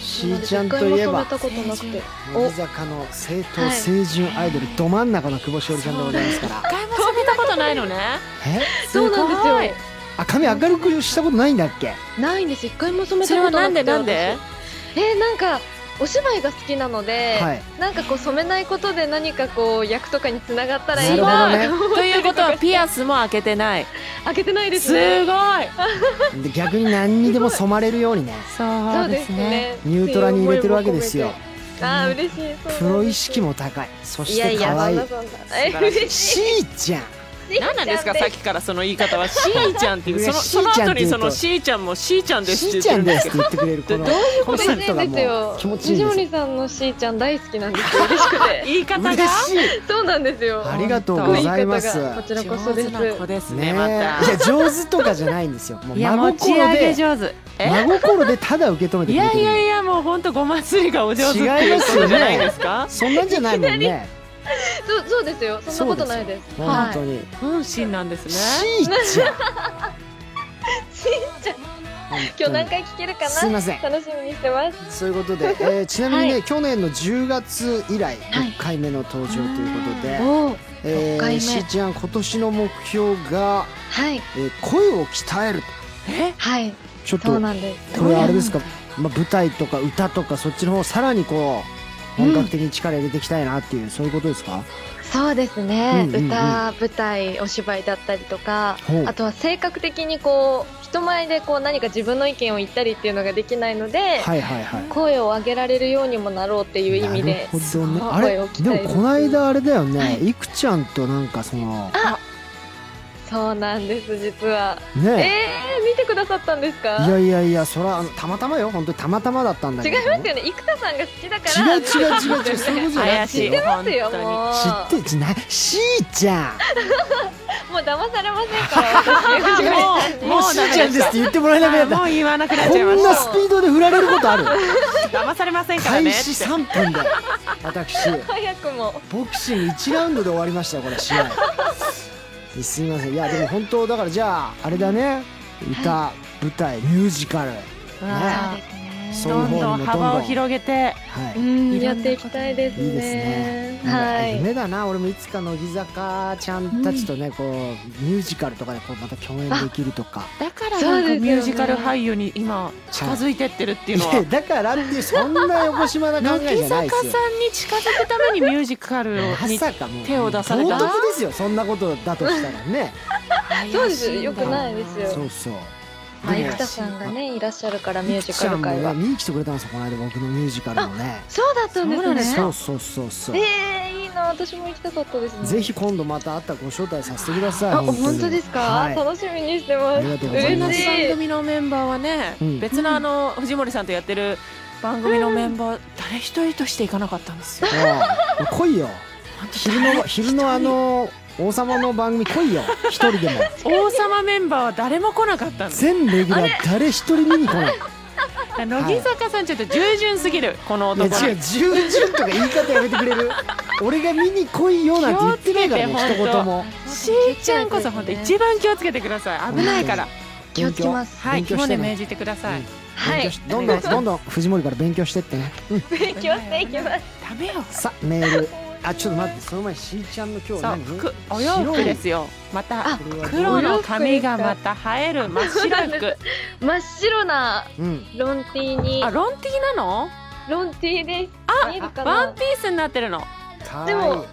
Speaker 1: しーちゃんといえば
Speaker 2: たことなくて
Speaker 1: 乃木坂の正統清純アイドルど真ん中の久保しおりちゃんでございますから
Speaker 3: 一回も染めたことないのね
Speaker 1: え
Speaker 2: そうなんですよ
Speaker 1: あ髪明るくしたことないんだっけ
Speaker 2: ないんです一回も染め
Speaker 3: そ
Speaker 2: た
Speaker 3: れ
Speaker 2: こ
Speaker 3: は
Speaker 2: と
Speaker 3: な
Speaker 2: なんくて
Speaker 3: でなんで
Speaker 2: 私えーなんかお芝居が好きなので、
Speaker 1: はい
Speaker 2: なんかこう染めないことで何かこう役とかにつながったらいい
Speaker 1: な
Speaker 2: な
Speaker 1: るほ
Speaker 3: ということはピアスも開けてない
Speaker 2: 開けてないです
Speaker 3: す
Speaker 2: ね
Speaker 3: ごい
Speaker 1: で逆に何にでも染まれるようにね
Speaker 3: そうですね
Speaker 1: ニュートラに入れてるわけですよ
Speaker 2: ああー嬉しいそうなんです
Speaker 1: プロ意識も高いそ
Speaker 2: い
Speaker 1: し
Speaker 2: や
Speaker 1: て
Speaker 2: いや
Speaker 1: 可
Speaker 2: そ
Speaker 1: 愛い
Speaker 2: んなそんなえ
Speaker 3: 素晴らしい
Speaker 1: しーちゃん
Speaker 3: 何なんですかさっきからその言い方は「しーちゃん」っていうそのそ
Speaker 1: い
Speaker 3: の
Speaker 1: やしーちゃん
Speaker 3: 後
Speaker 1: って言う
Speaker 3: に
Speaker 1: と
Speaker 3: その「しーちゃん」も「しーちゃんで
Speaker 1: し
Speaker 3: す」
Speaker 1: ー
Speaker 3: って言っ
Speaker 1: ち
Speaker 3: て
Speaker 1: ゃ
Speaker 3: る
Speaker 1: ん
Speaker 3: んで
Speaker 1: ですす
Speaker 3: け
Speaker 1: って言ってく
Speaker 3: ど
Speaker 1: れるこの
Speaker 3: どう
Speaker 1: コンセ
Speaker 2: 嬉し
Speaker 1: プ
Speaker 2: い
Speaker 1: トが
Speaker 2: んです
Speaker 1: も
Speaker 2: よ
Speaker 1: う気持ちいいんで
Speaker 2: 藤森
Speaker 1: す
Speaker 2: さんのしーちゃん大好きなんです嬉しくて
Speaker 3: 言い方が
Speaker 1: 嬉しい
Speaker 2: そうなんですよ
Speaker 1: ありがとうございます
Speaker 2: こちらこそ
Speaker 3: 上
Speaker 2: で
Speaker 3: 手
Speaker 2: す
Speaker 3: な子です
Speaker 1: ねえ
Speaker 3: ね
Speaker 1: い
Speaker 3: ま
Speaker 1: や
Speaker 3: た
Speaker 1: 上手とかじゃないんですよもう
Speaker 3: いや
Speaker 1: 真
Speaker 3: 持ち
Speaker 1: 心
Speaker 3: 上げ
Speaker 1: で
Speaker 3: 上手え
Speaker 1: 真心でただ受け止めて
Speaker 3: い
Speaker 1: くれ
Speaker 3: や
Speaker 1: て
Speaker 3: い
Speaker 1: る
Speaker 3: やいやもう本当ごますりがお上手っていうことじゃないですか
Speaker 1: そんなんじゃないもんね
Speaker 2: そうそうですよそんなことないです
Speaker 1: 本当に
Speaker 3: 本心なんです
Speaker 1: し
Speaker 3: ね
Speaker 1: ーちゃん
Speaker 2: 今日何回聞けるかな
Speaker 1: すいません
Speaker 2: 楽しみにしてます
Speaker 1: そういうことで、え
Speaker 2: [laughs]
Speaker 1: ーちなみにね、去年の10月以来6回目の登場ということで、
Speaker 2: おお
Speaker 1: え
Speaker 2: 6回
Speaker 1: ー、
Speaker 2: 目
Speaker 1: しーちゃん今年の目標が、
Speaker 2: はい
Speaker 1: えー声を鍛えると
Speaker 3: え
Speaker 2: はい
Speaker 1: ちょっと
Speaker 2: そうなんです
Speaker 1: これあれですか、まあ、舞台とか歌とかそっちの方をさらにこう本格的に力入れていきたいなっていう、そういうことですか
Speaker 2: そうですね、
Speaker 1: うんうんうん
Speaker 2: 歌舞台お芝居だったりとか
Speaker 1: ほう
Speaker 2: あとは性格的にこう人前でこう何か自分の意見を言ったりっていうのができないので、
Speaker 1: はいはいはい
Speaker 2: 声を上げられるようにもなろうっていう意味
Speaker 1: なる
Speaker 2: で
Speaker 1: ほどね
Speaker 2: そう
Speaker 1: あれ
Speaker 2: 声を
Speaker 1: で
Speaker 2: 鍛え
Speaker 1: も
Speaker 2: る
Speaker 1: この間あれだよね、、
Speaker 2: はい
Speaker 1: くちゃんとなんかその
Speaker 2: そうなんです実はえ
Speaker 1: ね
Speaker 2: ー、見てくださったんですか
Speaker 1: いやいやいやそれはたまたまよ本当にたまたまだったんだ
Speaker 2: 違
Speaker 1: け
Speaker 2: い
Speaker 1: ど、
Speaker 2: ますよね生田さんが好きだか
Speaker 1: 違
Speaker 2: ら
Speaker 1: う違う違う違うそういうことじゃな
Speaker 3: 怪
Speaker 1: くて
Speaker 3: しい
Speaker 1: よ
Speaker 2: 知ってますよ
Speaker 3: 本当に
Speaker 2: もう
Speaker 1: 知ってんじゃないしーちゃん
Speaker 2: もう騙されませんから私
Speaker 3: もうも
Speaker 1: もう
Speaker 3: う
Speaker 1: し
Speaker 3: ダ
Speaker 1: ー
Speaker 3: メ
Speaker 1: ちゃ
Speaker 3: で
Speaker 1: ん
Speaker 3: し
Speaker 1: です
Speaker 3: た
Speaker 1: って言ってもらえなくなった
Speaker 3: もう言わなくなっちゃい
Speaker 1: こ
Speaker 3: ま
Speaker 1: ん
Speaker 3: し
Speaker 1: なスピードで振られることある
Speaker 3: た騙されませんから
Speaker 1: 開
Speaker 3: ねって
Speaker 1: 始3分で私
Speaker 2: 早くも
Speaker 1: ボクシング1ラウンドで終わりましたよこれ試合すみませんいやでも本当だからじゃああれだね歌、舞台ミュージカルね
Speaker 3: あー
Speaker 1: そういう方
Speaker 3: ど
Speaker 1: に
Speaker 3: んど
Speaker 1: もど
Speaker 3: ん
Speaker 1: んどん
Speaker 3: 幅を広げて
Speaker 1: は
Speaker 2: う
Speaker 1: い
Speaker 2: んやっていきたいですね
Speaker 1: いいですね
Speaker 2: は
Speaker 1: なんか
Speaker 2: い
Speaker 1: 夢だな俺もいつか乃木坂ちゃんたちとね、こうミュージカルとかでこうまた共演できるとか
Speaker 3: だから
Speaker 2: そ
Speaker 3: な
Speaker 2: うんです
Speaker 3: か
Speaker 2: よね
Speaker 3: ミュージカル俳優に今近づいてってるっていうの
Speaker 1: [laughs] いや
Speaker 3: は
Speaker 1: だからっていうそんな横島な考
Speaker 3: 乃
Speaker 1: え
Speaker 3: 木
Speaker 1: じゃない
Speaker 3: 坂
Speaker 1: ですよ
Speaker 3: さんに近づくためにミュージカルを
Speaker 1: ま
Speaker 3: に
Speaker 1: さかもう
Speaker 3: 手を出された
Speaker 1: 唐突ですよそんなことだとしたらね
Speaker 2: そうですよよくないですよ
Speaker 1: そうそう
Speaker 2: まあ
Speaker 1: でも
Speaker 2: 生田さんがねいらっしゃるからミュージカル
Speaker 1: いく
Speaker 2: 会
Speaker 1: ちゃ
Speaker 2: は
Speaker 1: んもね見に来てくれたんですよこの間僕のミュージカルのね
Speaker 2: そうだったんですね
Speaker 1: そうそうそうそう、
Speaker 2: えー、いいな私も行きたかったですね
Speaker 1: ぜひ今度また会ったらご招待させてください
Speaker 2: あ
Speaker 1: に
Speaker 2: 本当ですか、
Speaker 1: はい、
Speaker 2: 楽しみにしてます
Speaker 1: ありがとうございま
Speaker 3: 同
Speaker 1: す
Speaker 2: 嬉
Speaker 3: じ
Speaker 2: し
Speaker 3: 番
Speaker 2: い
Speaker 3: 組のメンバーはね、
Speaker 1: うん
Speaker 3: 別のあの藤森さんとやってる番組のメンバー、誰一人としていかなかったんですよ。
Speaker 1: おう来いよ昼の昼のあの王様の番組来いよ一人
Speaker 3: [laughs]
Speaker 1: でも
Speaker 3: 王様メンバーは誰も来なかったんです。
Speaker 1: 全レギュラー誰一人見に来ない
Speaker 3: 乃木坂さんちょっと従順すぎる、この
Speaker 1: いや
Speaker 3: 男
Speaker 1: 違う従順とか言い方やめてく
Speaker 3: [laughs]
Speaker 1: れる俺が見に来いよなんて言ってないからね
Speaker 3: 気をつけて
Speaker 1: 一言も
Speaker 3: しーちゃんこそ本当一番気をつけてください。危ないから。
Speaker 2: 気をつけます
Speaker 3: はい、
Speaker 1: 勉強し
Speaker 3: 肝
Speaker 1: て
Speaker 3: で
Speaker 1: ね
Speaker 3: 命じてください。
Speaker 1: 勉強しどんどんどんどん藤森から勉強してってね
Speaker 2: 勉強していきます
Speaker 3: ダメよ。
Speaker 1: さメー
Speaker 3: [laughs]
Speaker 1: ルあちょっと待ってその前にしーちゃんの今日
Speaker 3: そう
Speaker 1: 何、
Speaker 3: 服、お洋服ですよ。また黒の髪がまた映える真っ白い服。
Speaker 2: 真っ白な
Speaker 1: うん
Speaker 2: ロンティーに
Speaker 3: あ、ロンティーなの？
Speaker 2: ロンティーです
Speaker 3: あ
Speaker 2: 見えるか、な
Speaker 3: ワンピースになってるの。
Speaker 1: かわい
Speaker 2: でも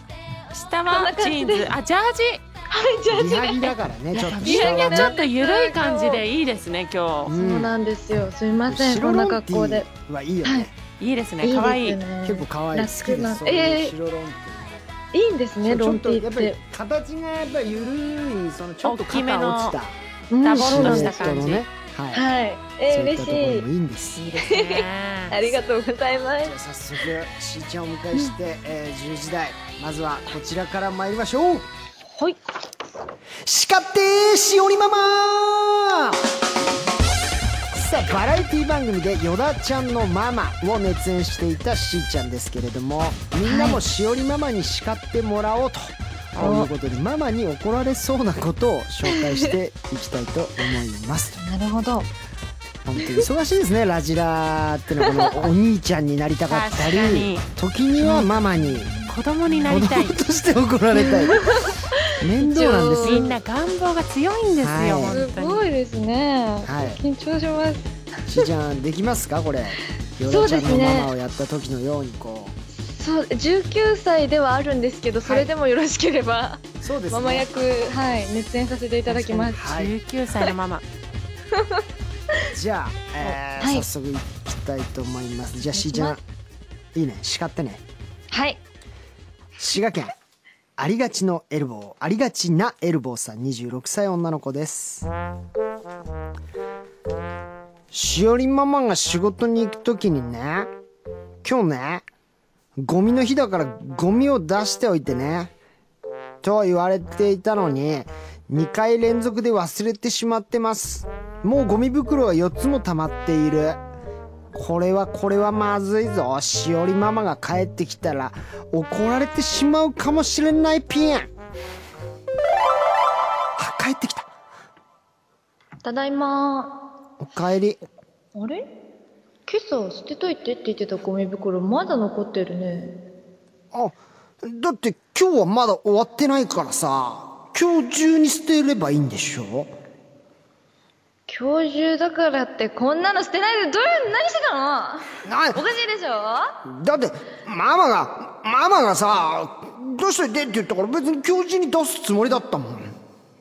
Speaker 2: こ
Speaker 3: 下
Speaker 2: ん
Speaker 3: は
Speaker 2: な
Speaker 3: ジ
Speaker 2: 感じ
Speaker 3: ーン
Speaker 2: で
Speaker 3: ズ、あ、ジャージ。
Speaker 2: はいじゃあ
Speaker 1: いリハギだからねちょっと
Speaker 2: リハ
Speaker 1: 下
Speaker 2: ギだ
Speaker 1: は
Speaker 3: ちょ
Speaker 1: ね
Speaker 3: っとゆるい感じでいいですね今
Speaker 1: う
Speaker 3: 日、
Speaker 2: そうんなんですよすいませんこ
Speaker 1: 白
Speaker 2: んな
Speaker 1: ロンテ
Speaker 2: 格
Speaker 1: ィ
Speaker 2: 好で
Speaker 1: ーはいいよね
Speaker 3: いいです
Speaker 2: い
Speaker 3: ね
Speaker 2: い
Speaker 3: 可愛い
Speaker 2: [laughs] ですね
Speaker 1: 結構可愛い好き
Speaker 2: 楽
Speaker 1: で
Speaker 2: な
Speaker 1: すそういう
Speaker 2: えー
Speaker 1: 白ロンテ
Speaker 2: いいんです
Speaker 1: ィー
Speaker 2: ね
Speaker 1: ち
Speaker 2: ロ
Speaker 1: ょ
Speaker 2: ン
Speaker 1: っ
Speaker 2: テ
Speaker 1: と
Speaker 2: ィ
Speaker 1: や
Speaker 2: ー
Speaker 1: っ
Speaker 2: っ
Speaker 1: ぱり
Speaker 2: て
Speaker 1: 形がやっぱりゆるいそのちょっと
Speaker 3: 大きめ
Speaker 1: 肩
Speaker 3: の
Speaker 1: 落ちた
Speaker 2: うん
Speaker 3: ダボっと
Speaker 1: シ
Speaker 3: し
Speaker 1: ルエ
Speaker 3: た
Speaker 1: ット
Speaker 3: 感
Speaker 1: の
Speaker 3: じ、
Speaker 1: ねはい
Speaker 2: はいえ
Speaker 1: そ
Speaker 2: ー、
Speaker 1: ういっ
Speaker 2: 嬉
Speaker 1: た
Speaker 2: し
Speaker 1: ところ
Speaker 2: い
Speaker 1: もいいんです
Speaker 3: いいですね
Speaker 2: ありがとうございま
Speaker 1: じゃあ早速しーちゃんをお迎えして、えー10時台まずはこちらから参りましょう
Speaker 2: すはい
Speaker 1: 叱ってしおりママさあバラエティ番組で「よだちゃんのママ」を熱演していたしーちゃんですけれどもみんなもしおりママに叱ってもらおうと。ということでママに怒られそうなことを紹介していきたいと思います。
Speaker 6: なるほど。
Speaker 1: 本当に忙しいですねラジラーってのはこのお兄ちゃんになりたかった
Speaker 3: 確か
Speaker 1: り
Speaker 3: に
Speaker 1: 時にはママに
Speaker 3: [laughs] 子供にな
Speaker 1: 子
Speaker 3: りたい
Speaker 1: 供として怒られたい面倒なんです
Speaker 3: [laughs] み
Speaker 1: よ
Speaker 3: んな願望が強いんですよ、
Speaker 1: はい
Speaker 6: す
Speaker 3: 本当に
Speaker 6: ごいですね。
Speaker 1: はい
Speaker 6: 緊張します。
Speaker 1: しーちゃんできますかこれヨ
Speaker 6: そ
Speaker 1: ダ
Speaker 6: う
Speaker 1: ちゃ
Speaker 6: で
Speaker 1: ん
Speaker 6: す
Speaker 1: の
Speaker 6: ね
Speaker 1: ママをやった時のようにこ
Speaker 6: そう、19歳ではあるんですけど、それでもよろしければ、
Speaker 1: うそうです
Speaker 6: ママ
Speaker 1: ね
Speaker 6: 役、はい、熱演させていただきます。
Speaker 1: はい
Speaker 3: 19歳のママ
Speaker 1: じゃあ、えー
Speaker 6: はい
Speaker 1: 早速いきたいと思いますじゃあしーちゃんいいね叱ってね
Speaker 6: はい、
Speaker 1: 滋賀県ありがちのエルボーありがちなエルボーさん26歳女の子ですしおりママが仕事に行く時にね今日ねゴミの日だからゴミを出しておいてねと言われていたのに2回連続で忘れてしまってますもうゴミ袋は4つも溜まっているこれはこれはまずいぞしおりママが帰ってきたら怒られてしまうかもしれないピンあ帰ってきた
Speaker 5: ただいま
Speaker 1: おかえり
Speaker 6: あれ。今朝捨てといてって言ってたゴミ袋、まだ残ってるね。
Speaker 1: あだって今日はまだ終わってないからさ今日中に捨てればいいんでしょ
Speaker 6: 今日中だからって、こんなの捨てないで、どういう、何してたの。
Speaker 1: な
Speaker 6: おかしいでしょ
Speaker 1: だってママがママがさどうしといてって言ったから別に今日中に出すつもりだったもん
Speaker 6: い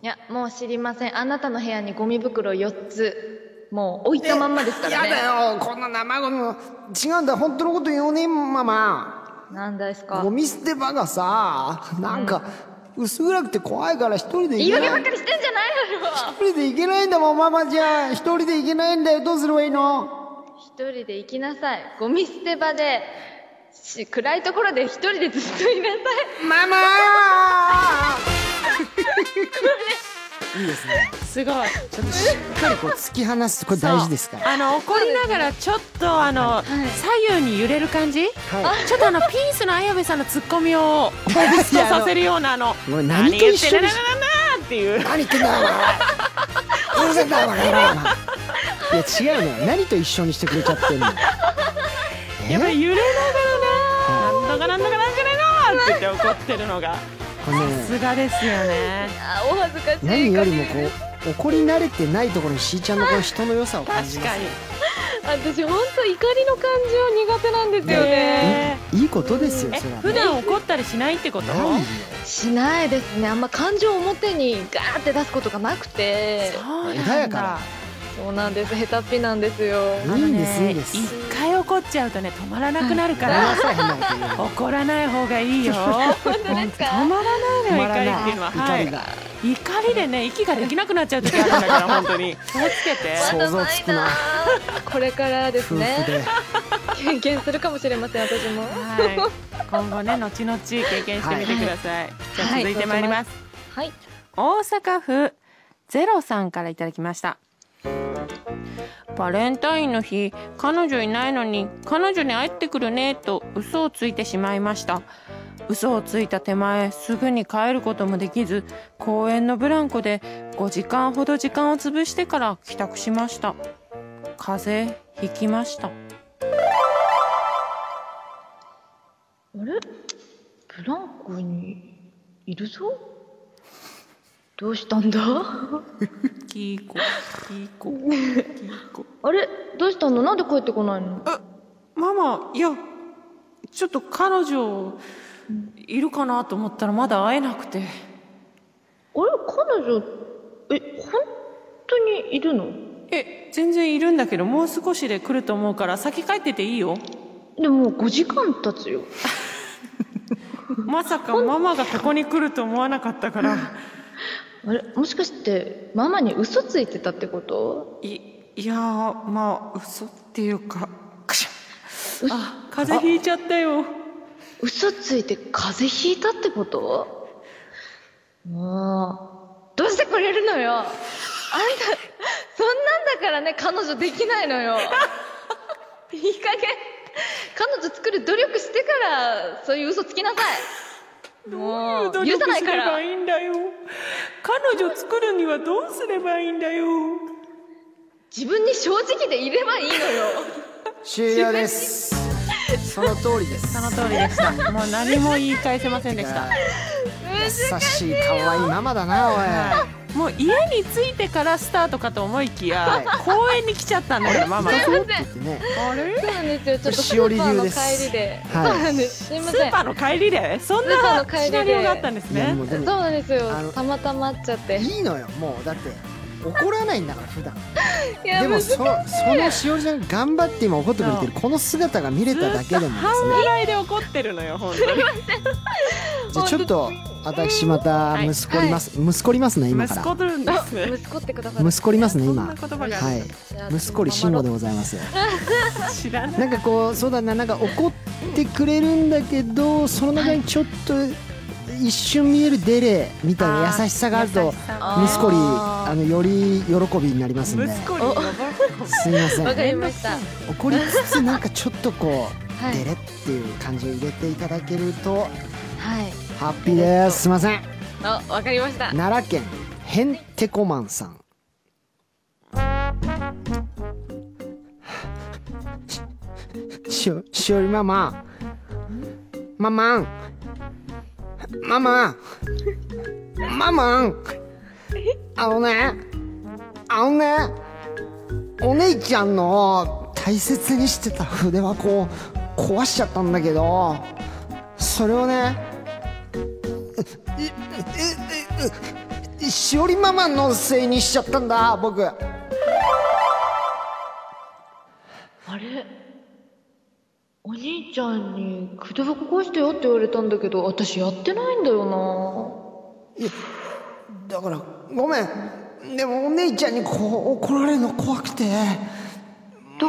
Speaker 6: や、もう知りません。あなたの部屋にゴミ袋四つ。もう置いたまんまですからね。
Speaker 1: やだよこんな生ゴミも違うんだ本当のこと言うねママ
Speaker 6: なんですか
Speaker 1: ゴ。ミ捨て場がさなんか薄暗くて怖いから一人で行
Speaker 6: 言い
Speaker 1: け
Speaker 6: 訳
Speaker 1: な
Speaker 6: ばっ
Speaker 1: い
Speaker 6: かりしてんじゃないのよ。
Speaker 1: 一人で行けないんだもんママじゃん一人で行けないんだよどうすればいいの
Speaker 6: 一人で行きなさい。ゴミ捨て場で。し暗いところで一人でずっといなさい。
Speaker 1: ママいいですね
Speaker 3: すごい
Speaker 1: ちょっとしっかりこう突き放すこれ大事ですから
Speaker 3: あの怒りながらちょっとあの、左右に揺れる感じ、
Speaker 1: はい
Speaker 3: ちょっとあのピースの綾部さんのツッコミを
Speaker 1: や
Speaker 3: 発動させるようなあの
Speaker 1: もう何と一緒に
Speaker 3: 何言ってるななななっていう
Speaker 1: 何言ってんだよお前うるせえんだよお前いや違うのよ何と一緒にしてくれちゃってんのよえ
Speaker 3: やっぱり揺れながらななんだかなんだかなんじゃないのって言って怒ってるのが
Speaker 1: これ
Speaker 3: さ
Speaker 1: ね
Speaker 3: すがですよね
Speaker 6: あ、お恥ずかしい。
Speaker 1: 何よりもこう怒り慣れてないところにしーちゃんのこの人の良さを感じ
Speaker 3: 確
Speaker 1: ます
Speaker 3: かに
Speaker 6: 私本当怒りの感情苦手なんですよね。
Speaker 3: え
Speaker 1: いいことですよ
Speaker 3: ーえ
Speaker 1: それはね
Speaker 3: 普段怒ったりしないってこと
Speaker 1: ないよ
Speaker 6: しないですね。あんま感情を表にガーって出すことがなくて。
Speaker 3: そうなんだ
Speaker 1: 穏やか
Speaker 6: そうなんです。下手っぴなんですよ。
Speaker 1: いいんですいいんです
Speaker 3: 一回怒っちゃうとね止まらなくなる
Speaker 1: ご
Speaker 3: か
Speaker 1: めんな
Speaker 3: ら
Speaker 1: さい変なこと言うの
Speaker 3: 怒らない方がいいよ止
Speaker 6: 本当ですか。
Speaker 3: まらないのよ
Speaker 1: 止ま
Speaker 3: 怒
Speaker 1: ら
Speaker 3: り
Speaker 1: ない
Speaker 3: っていうのは
Speaker 1: 怒
Speaker 3: はい
Speaker 1: りが
Speaker 3: 怒りでね息ができなくなっちゃう時あるんだから本当に気をつけて
Speaker 1: 想像つくな
Speaker 6: これからです
Speaker 1: 夫婦
Speaker 6: ね。
Speaker 1: で
Speaker 6: 経験するかもしれません。私も。
Speaker 3: はい今後ね後々経験してみてください、じゃあ
Speaker 6: はい
Speaker 3: 続いてまいります、
Speaker 6: はい。
Speaker 3: 大阪府ゼロさんからいただきましたバレンタインの日彼女いないのに彼女に会ってくるねと嘘をついてしまいました嘘をついた手前すぐに帰ることもできず公園のブランコで5時間ほど時間を潰してから帰宅しました風邪ひきました
Speaker 6: あれブランコにいるぞどうしたんだ
Speaker 3: キーコキーコキーコ
Speaker 6: あれどうしたのなんで帰ってこないの
Speaker 3: ママいやちょっと彼女いるかなと思ったらまだ会えなくて
Speaker 6: あれ彼女え本当にいるの
Speaker 3: え全然いるんだけどもう少しで来ると思うから先帰ってていいよ
Speaker 6: でももう5時間経つよ
Speaker 3: まさかママがここに来ると思わなかったから [laughs]
Speaker 6: あれもしかしてママに嘘ついてたってこと
Speaker 3: いいやーまあ嘘っていうかくしゃあ風邪ひいちゃったよ
Speaker 6: 嘘ついて風邪ひいたってこともうどうしてくれるのよあんたそんなんだ
Speaker 4: だからね、彼女できないのよ。いい加減。彼女作る努力してから、そういう嘘つきなさい。もう、
Speaker 3: どう
Speaker 4: 許
Speaker 3: いう努力
Speaker 4: さない
Speaker 3: す
Speaker 4: か
Speaker 3: れ
Speaker 4: ら
Speaker 3: ば。いいんだよ彼女作るにはどうすればいいんだよ
Speaker 4: 自分に正直でいればいいのよ。
Speaker 1: 終了ですその通りです
Speaker 3: その通りでしたもう何も言い返せませんでした
Speaker 1: 優しい可愛いママだなおい、
Speaker 3: もう家に着いてからスタートかと思いきや
Speaker 1: は
Speaker 3: 公園に来ちゃったんだからママ
Speaker 1: 痛
Speaker 3: あ
Speaker 1: そうって言ってね
Speaker 3: れ
Speaker 4: そうなんですよ。ちょっとス
Speaker 1: しおり
Speaker 4: ーパー
Speaker 1: 流
Speaker 4: の
Speaker 1: で
Speaker 4: 帰
Speaker 1: す
Speaker 4: りで。
Speaker 1: はい
Speaker 4: そうなんです。すいま
Speaker 3: ス
Speaker 4: せ
Speaker 3: ー
Speaker 4: ん
Speaker 3: パ。ーの帰りでそん
Speaker 4: スーパーの
Speaker 3: な
Speaker 4: 帰りで
Speaker 3: シナリオがあったんです
Speaker 1: いや
Speaker 3: ね
Speaker 1: もうで
Speaker 4: そう
Speaker 1: も
Speaker 4: なんですよ
Speaker 1: あの。
Speaker 4: たまたまあっちゃって。
Speaker 1: いいのよもうだって怒らないんだから普段
Speaker 4: いや
Speaker 1: でも
Speaker 4: 難
Speaker 1: そそのしおりちゃんが頑張って今怒ってくれてるこの姿が見れ
Speaker 3: ず
Speaker 1: ただ
Speaker 3: っ
Speaker 1: け
Speaker 3: と
Speaker 1: でも
Speaker 3: 半笑いで怒ってるのよ本当に
Speaker 1: じゃあちょっと私また
Speaker 3: はい
Speaker 1: 息子ります、息子りますね今か
Speaker 3: 息子
Speaker 1: ら
Speaker 3: とるんですね
Speaker 4: 息子ってください。
Speaker 1: 息子りますね
Speaker 3: そん
Speaker 1: 今
Speaker 3: な言葉がある
Speaker 1: はい息子り慎吾でございます
Speaker 3: 知らない
Speaker 1: なんかこうそうだななんか怒ってくれるんだけどその中にちょっと一瞬見えるデレみたいな優しさがあると
Speaker 3: 優しさ
Speaker 4: あー
Speaker 1: 息子にあのより喜びになりますんで
Speaker 3: 息子に呼ばれ
Speaker 1: すいませ
Speaker 4: わか
Speaker 1: ん
Speaker 4: りました。
Speaker 1: 怒りつつなんかちょっとこう、
Speaker 4: はい
Speaker 1: デレっていう感じを入れていただけると
Speaker 4: はい。
Speaker 1: ハッピーですすいません
Speaker 4: あ、わかりました。
Speaker 1: 奈良県ヘンテコマンさんしおしおりママママンママママンあのねあのねお姉ちゃんの大切にしてた筆箱を壊しちゃったんだけどそれをねしおりママのせいにしちゃったんだ僕
Speaker 6: あれお兄ちゃんに筆箱壊してよって言われたんだけど私やってないんだよ
Speaker 1: だからごめんでもお姉ちゃんにこう怒られるの怖くて
Speaker 6: なだか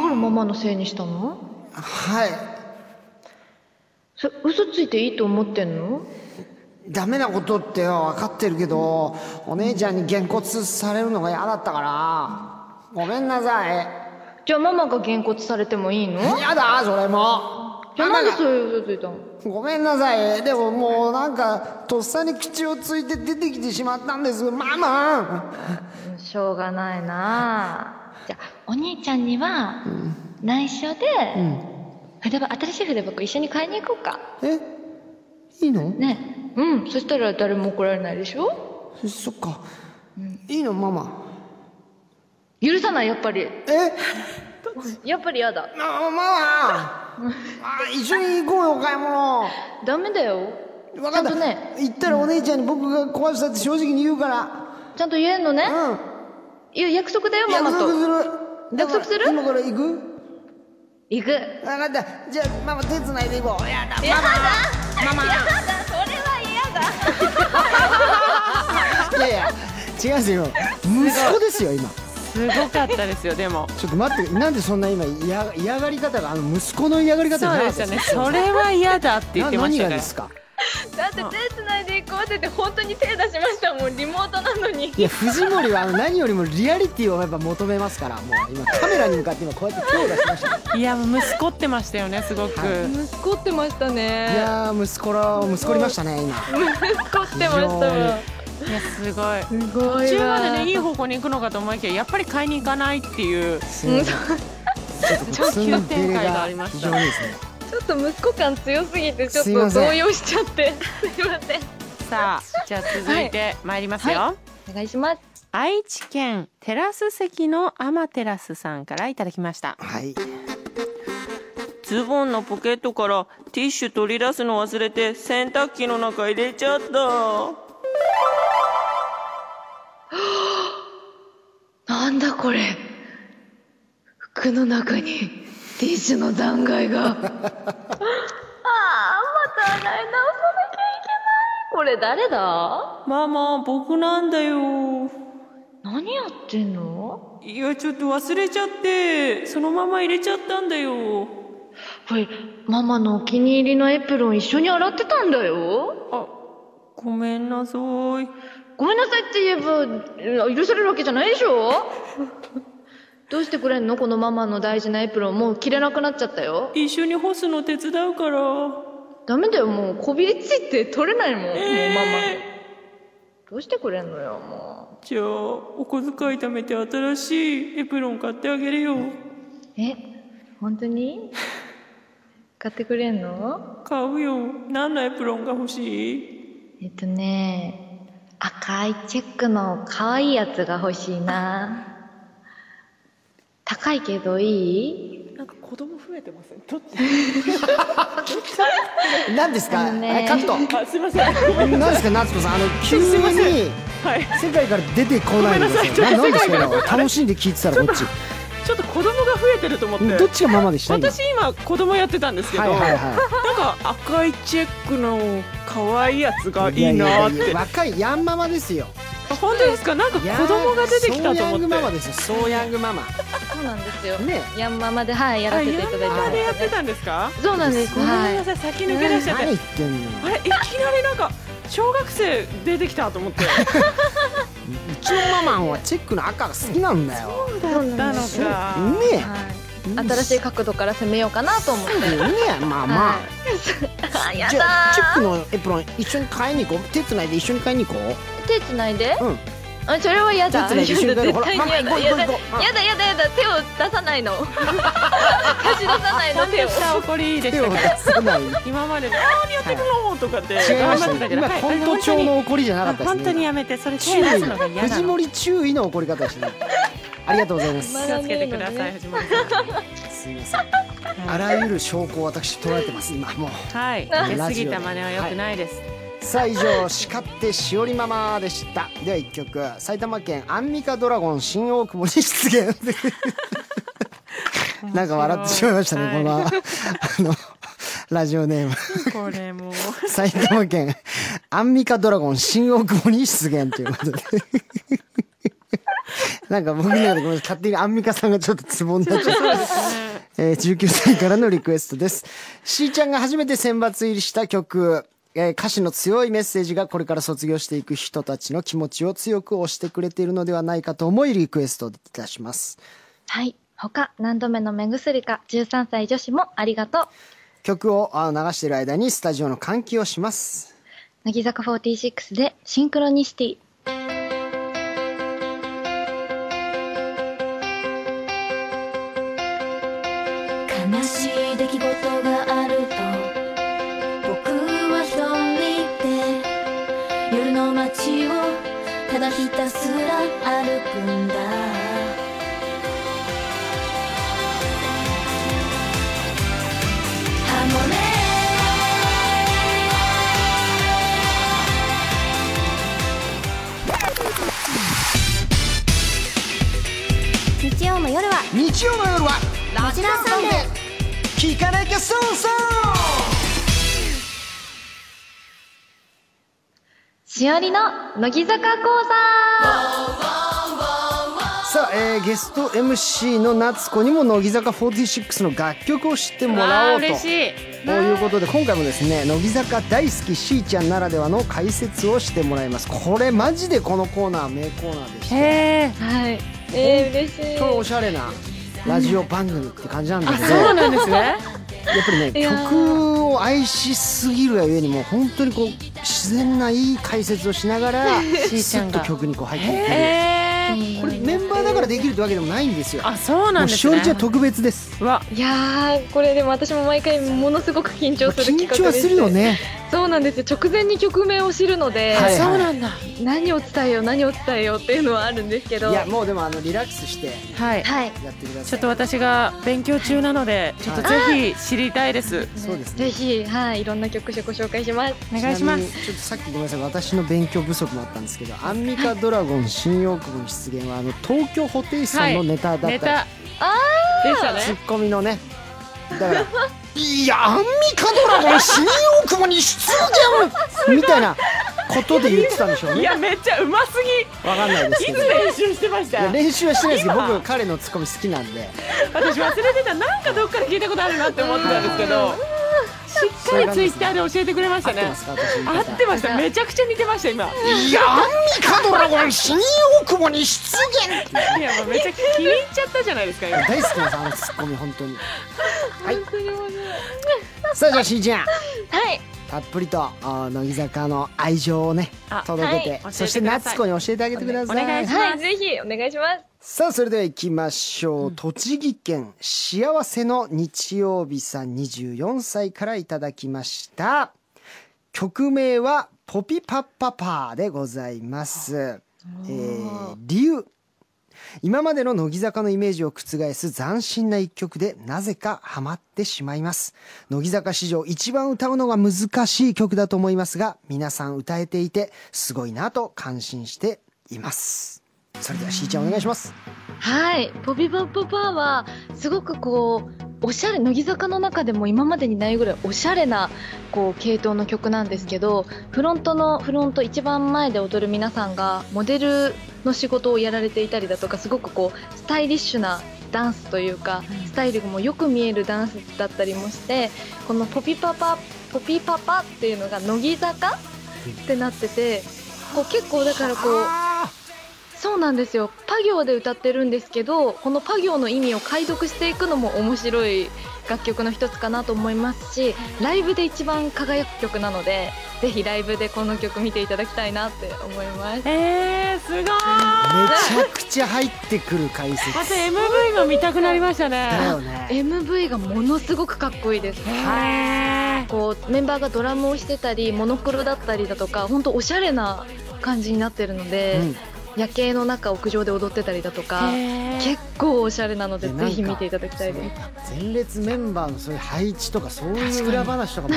Speaker 6: らママのせいにしたの
Speaker 1: はい
Speaker 6: それ嘘ついていいと思ってんの
Speaker 1: ダメなことって分かってるけどお姉ちゃんにげんこつされるのが嫌だったからごめんなさ
Speaker 6: じゃあママがげんこつされてもいいの
Speaker 1: い嫌だそれも
Speaker 6: じゃあなんでそういう嘘ついたの
Speaker 1: ごめんなさいでももうなんかとっさに口をついて出てきてしまったんですママ
Speaker 6: しょうがないなあじゃあお兄ちゃんには内緒で、筆箱新しい筆箱一緒に買いに行こうか
Speaker 1: えいいの
Speaker 6: ねうんそしたら誰も怒られないでしょ
Speaker 1: そっかいいのママ
Speaker 6: 許さないやっぱり
Speaker 1: え
Speaker 6: やっぱりやだ
Speaker 1: まあマ
Speaker 6: [laughs]
Speaker 1: マあ一緒に行こうよお買い物
Speaker 6: ダメだよ
Speaker 1: 分かった
Speaker 6: ちゃんとね
Speaker 1: 行ったらお姉ちゃんに僕が壊したって正直に言うから
Speaker 6: ちゃんと言えんのね、
Speaker 1: うん
Speaker 6: いや約束だよマ
Speaker 1: 約
Speaker 6: マ
Speaker 1: 束
Speaker 6: と
Speaker 1: するだから
Speaker 6: 約束する
Speaker 1: 今から行く
Speaker 6: 行く
Speaker 1: 分かったじゃあママ手つないで行こうやだママママそれは嫌だ [laughs] いやいや違うんですよ息子ですよ今
Speaker 3: すごかったですよでも
Speaker 1: ちょっと待ってなんでそんな今嫌嫌がり方があの息子の嫌がり方じゃ
Speaker 3: そ
Speaker 1: な
Speaker 3: う
Speaker 1: か
Speaker 3: で
Speaker 1: っ
Speaker 3: す
Speaker 1: た
Speaker 3: よねそれは嫌だって言っ
Speaker 1: な
Speaker 3: てま
Speaker 1: 何
Speaker 3: した
Speaker 1: が
Speaker 3: か
Speaker 1: で
Speaker 3: ら
Speaker 1: すか
Speaker 4: だって手繋いでいこうって言って本当に手出しましたもんリモートなのに
Speaker 1: いや藤森はあの何よりもリアリティをやっぱ求めますからもう今カメラに向かって今こうやって手を出しましたね
Speaker 3: いやもう息子ってましたよねすごく、
Speaker 1: は
Speaker 4: 息子ってました
Speaker 1: い
Speaker 4: ね
Speaker 1: やー息子ら息子りましたね今
Speaker 4: 息子ってましたわ
Speaker 3: い、やすごい
Speaker 4: すご
Speaker 3: 途
Speaker 4: い
Speaker 3: 中まで
Speaker 4: わ
Speaker 3: ねいい方向に行くのかと思いきややっぱり買いに行かないっていう
Speaker 1: すいませんちょっとツンデレが非常にですね
Speaker 4: ちょっと息子感強すぎてちょっ
Speaker 1: すいま
Speaker 4: と
Speaker 1: せん
Speaker 4: 動揺しちゃって [laughs] すいません
Speaker 3: さあじゃあ続いて参りますよ、
Speaker 4: お願いします
Speaker 3: 愛知県テラス席のアマテラスさんからいただきました
Speaker 1: はい
Speaker 3: ズボンのポケットからティッシュ取り出すの忘れて洗濯機の中入れちゃった
Speaker 6: なんだこれ服の中にティッシュの残骸 [laughs] が
Speaker 4: これ誰だ
Speaker 3: ママ僕なんだよ
Speaker 6: 何やってんの
Speaker 3: いやちょっと忘れちゃってそのまま入れちゃったんだよ
Speaker 6: これママのお気に入りのエプロン一緒に洗ってたんだよ
Speaker 3: あごめんなさい
Speaker 6: ごめんなさいって言えばえ許されるわけじゃないでしょどうしてくれんのこのママの大事なエプロンもう着れなくなっちゃったよ
Speaker 3: 一緒に干すの手伝うから
Speaker 6: ダメだよもうこびりついて取れないもん、もうママ
Speaker 3: え
Speaker 6: どうしてくれんのよも
Speaker 3: ーじゃあお小遣い貯めて新しいエプロン買ってあげるよ
Speaker 6: うえ本当に買ってくれんの
Speaker 3: 買うよ何のエプロンが欲しい
Speaker 6: えっとね赤いチェックの可愛いやつが欲しいな高いけどいい
Speaker 3: なんか子供増えてませんどっち
Speaker 1: 何ですか、
Speaker 6: あのね
Speaker 1: あカット
Speaker 3: あすいま [laughs] せんごめん
Speaker 1: 何ですか夏子さんあの急に
Speaker 3: すいませはい
Speaker 1: 世界から出てこないでくだ
Speaker 3: ごめんなさ
Speaker 1: さ
Speaker 3: い
Speaker 1: いな何です
Speaker 3: 世界
Speaker 1: か今楽しんで聞いてたらこっち
Speaker 3: ちょっと子供が増えてると思って
Speaker 1: どっちがママでした今
Speaker 3: 私今子供やってたんですけど、
Speaker 1: はいはいはい
Speaker 3: なんか赤いチェックの可愛いやつがいいなーって
Speaker 1: ややや若いヤンママですよ
Speaker 3: 本当ですかなんか子
Speaker 1: いやー
Speaker 3: 供が出てきたと
Speaker 1: ソーヤン
Speaker 3: 思って
Speaker 1: グママですよソーヤングママ
Speaker 6: そうなんですよ
Speaker 1: ね
Speaker 6: ヤンママではいやら
Speaker 3: あ
Speaker 6: せてい
Speaker 3: ヤ
Speaker 6: ただいて
Speaker 3: ン
Speaker 6: ま
Speaker 3: ママでやっ
Speaker 6: す、
Speaker 3: てたんですか
Speaker 6: そうなんです
Speaker 3: ごめん
Speaker 6: はい
Speaker 3: なさい先抜け出しちゃって、
Speaker 1: 何言ってんの
Speaker 3: あれいきなりなんか小学生出てきたと思って
Speaker 1: うちのママはチェックの赤が好きなんだよ
Speaker 3: そうだったのか
Speaker 1: ね
Speaker 6: はい、新しい角度から攻めようかなと思って。
Speaker 1: えねえまあまあ、
Speaker 6: はい、や
Speaker 1: じゃあチェック
Speaker 6: だ
Speaker 1: のエプロン一緒に買いに行こう手つないで一緒に買いに行こう
Speaker 6: ー。手つないで。
Speaker 1: うん
Speaker 6: あ、それはやだ。
Speaker 1: 手つないで一緒に買いに行こうほらママ
Speaker 6: や
Speaker 1: 行こ
Speaker 6: だ、
Speaker 1: う
Speaker 6: や
Speaker 1: 行
Speaker 6: だ、
Speaker 1: こう行こう
Speaker 6: やだやだ、やだ、やだ、手を出さな
Speaker 5: [laughs]
Speaker 6: いの。差し出さない
Speaker 3: ほ
Speaker 6: の、
Speaker 3: んと
Speaker 6: 手を。
Speaker 3: した怒りでし
Speaker 1: 手
Speaker 3: た
Speaker 1: を
Speaker 3: か
Speaker 1: 出
Speaker 3: ら
Speaker 1: さない違い
Speaker 3: 今まで何やってくのとかって
Speaker 1: ま
Speaker 3: 頑張って
Speaker 1: したたね
Speaker 3: けど
Speaker 1: 今
Speaker 3: はい
Speaker 1: 本当調の怒りじゃなかったですね
Speaker 3: 本当にやめてそれ
Speaker 1: 注
Speaker 3: 手出すのが
Speaker 1: 意
Speaker 3: 嫌な
Speaker 1: 藤
Speaker 3: の
Speaker 1: 森注意の怒り方でしたねありがとうございます
Speaker 6: ま
Speaker 3: 気をつけてください藤森さ
Speaker 1: すみませんあらゆる証拠を私捉えてます今もうん
Speaker 3: はい
Speaker 1: ラジオ
Speaker 3: 出過ぎた真似は良くないです、
Speaker 1: さあ以上叱ってしおりママでしたでは一曲埼玉県アンミカドラゴン新大久保に出現なんか笑ってしまいましたね、
Speaker 3: はい
Speaker 1: このあのラジオネーム
Speaker 3: これもう
Speaker 1: 埼玉県アンミカドラゴン新大久保に出現ということでなんか僕の中でごめんなさい勝手にアンミカさんがちょっとツボになっちゃったえー19歳からのリクエストです。しーちゃんが初めて選抜入りした曲、えー歌詞の強いメッセージがこれから卒業していく人たちの気持ちを強く押してくれているのではないかと思いリクエストいたします。
Speaker 5: はい。他、何度目の目薬か、13歳女子もありがとう。
Speaker 1: 曲をあー流している間にスタジオの換気をします。
Speaker 5: 乃木坂46でシンクロニシティ。
Speaker 4: 悲しい出来事があると僕は一人で夜の街をただひたすら歩くんだハモネ
Speaker 2: 日曜の夜は
Speaker 1: 日曜の夜は、
Speaker 2: ラジラサンデー
Speaker 1: 聞かなきゃ損損
Speaker 5: しおりの乃木坂講座
Speaker 1: さあ、えーゲスト MC の夏子にも乃木坂46の楽曲を知ってもらおうと。
Speaker 3: わあ嬉しい
Speaker 1: ということで今回もですね乃木坂大好きしーちゃんならではの解説をしてもらいますこれマジでこのコーナー名コーナーでして
Speaker 3: へえ
Speaker 5: はい。えー、嬉しい。
Speaker 1: これおしゃれなラジオ番組って感じなんだけど、
Speaker 3: そう
Speaker 1: やっ
Speaker 3: なんですね
Speaker 1: ぱりね
Speaker 5: いやー
Speaker 1: 曲を愛しすぎるがゆえにもう本当にこう自然ないい解説をしながらスッと曲にこう入ってい
Speaker 3: へ
Speaker 1: け
Speaker 3: え
Speaker 1: るこれメンバーだからできるってわけでもないんですよ
Speaker 3: あそう
Speaker 1: も
Speaker 3: なん
Speaker 1: う
Speaker 3: で
Speaker 1: し
Speaker 3: す
Speaker 1: お
Speaker 3: ね
Speaker 1: りちゃん特別です
Speaker 3: うわ
Speaker 5: いやー、これでも私も毎回ものすごく緊張する企
Speaker 1: 緊
Speaker 5: 画です。
Speaker 1: 張はするよ。ね
Speaker 5: そうなんですよ。直前に曲名を知るので、
Speaker 1: はい
Speaker 3: そうなんだ
Speaker 5: 何を伝えよう、何を伝えようっていうのはあるんですけど。
Speaker 1: いやもうでもあのリラックスして
Speaker 3: はい
Speaker 5: はい。
Speaker 1: やってくだ
Speaker 3: ち
Speaker 1: さい
Speaker 3: ょっと私が勉強中なのでちょっとぜひ知りたいです
Speaker 1: そうですね
Speaker 5: ぜひ、はい、いろんな曲種ご紹介します。
Speaker 3: お願いし
Speaker 1: ちな
Speaker 3: ま
Speaker 1: みに
Speaker 3: す
Speaker 1: ちょっとさっきごめんなさい私の勉強不足もあったんですけどアンミカドラゴン新大久保の出現はあの東京ホテイさんのネタだ
Speaker 3: ネ
Speaker 1: った、
Speaker 3: タでした
Speaker 1: ツ
Speaker 3: ね
Speaker 1: ッコミのねだからいやアンミカドラゴン新大久保に出現みたいなことで言ってたんでしょう
Speaker 3: [laughs] い
Speaker 1: ね
Speaker 3: やめっちゃうます
Speaker 1: わかんないです
Speaker 3: ぎい
Speaker 1: けど
Speaker 3: つ
Speaker 1: い
Speaker 3: 練習してまし
Speaker 1: や
Speaker 3: た
Speaker 1: 練習はしてないですけど
Speaker 3: 今
Speaker 1: 僕彼のツッコミ好きなんで
Speaker 3: 私忘れてたなんかどっかで聞いたことあるなって思ってたんですけどっかりツイッターで教えてくれまし
Speaker 1: 合
Speaker 3: た
Speaker 1: って
Speaker 3: ね
Speaker 1: ますか私言い
Speaker 3: 合
Speaker 1: 方
Speaker 3: ってましためちゃくちゃ似てました今
Speaker 7: いやアンミカドラゴン新大久保に出現
Speaker 3: いやもうめちゃ気に入っちゃったじゃないですか今
Speaker 1: 大好きですあのツッコミ本当にはい
Speaker 3: 本当に面白い
Speaker 1: さあじゃあしーちゃん
Speaker 2: はい
Speaker 1: たっぷりとあ乃木坂の愛情をね
Speaker 3: あ
Speaker 1: 届けて、
Speaker 3: はい
Speaker 1: そして
Speaker 3: 教えてくだ
Speaker 1: 夏
Speaker 3: さい
Speaker 1: 子に教えてあげてください
Speaker 3: お願いし
Speaker 2: は
Speaker 3: ま
Speaker 2: い
Speaker 3: す
Speaker 2: ぜひお願いします
Speaker 1: さあそれでは行きましょう、栃木県幸せの日曜日さん24歳からいただきました曲名はポピパッパパーでございます、えー理由今までの乃木坂のイメージを覆す斬新な一曲でなぜかハマってしまいます乃木坂史上一番歌うのが難しい曲だと思いますが皆さん歌えていてすごいなと感心していますそれではしーちゃんお願いします
Speaker 6: はい、ポピパップパーはすごくこうおしゃれ乃木坂の中でも今までにないぐらいおしゃれなこう系統の曲なんですけどフロントのフロント一番前で踊る皆さんがモデルの仕事をやられていたりだとかすごくこうスタイリッシュなダンスというかスタイルもよく見えるダンスだったりもしてこのポピパパポピパパっていうのが乃木坂ってなっててこう結構だからこう。そうなんですよパ行で歌ってるんですけどこのパ行の意味を解読していくのも面白い楽曲の一つかなと思いますしライブで一番輝く曲なのでぜひライブでこの曲見ていただきたいなって思います
Speaker 3: えー、すごい
Speaker 1: めちゃくちゃ入ってくる解説
Speaker 3: また MV が見たくなりました
Speaker 1: だ
Speaker 3: ね
Speaker 1: よね
Speaker 6: MV がものすごくかっこいいです
Speaker 3: はい
Speaker 6: こうメンバーがドラムをしてたりモノクロだったりだとか本当おしゃれな感じになってるので、
Speaker 1: うん
Speaker 6: 夜景の中屋上で踊ってたりだとか結構おしゃれなので
Speaker 1: いやなん
Speaker 6: ぜ
Speaker 1: か
Speaker 6: ひ見ていただきたいです
Speaker 1: 前列メンバーのそういう配置とかそういう裏話とかも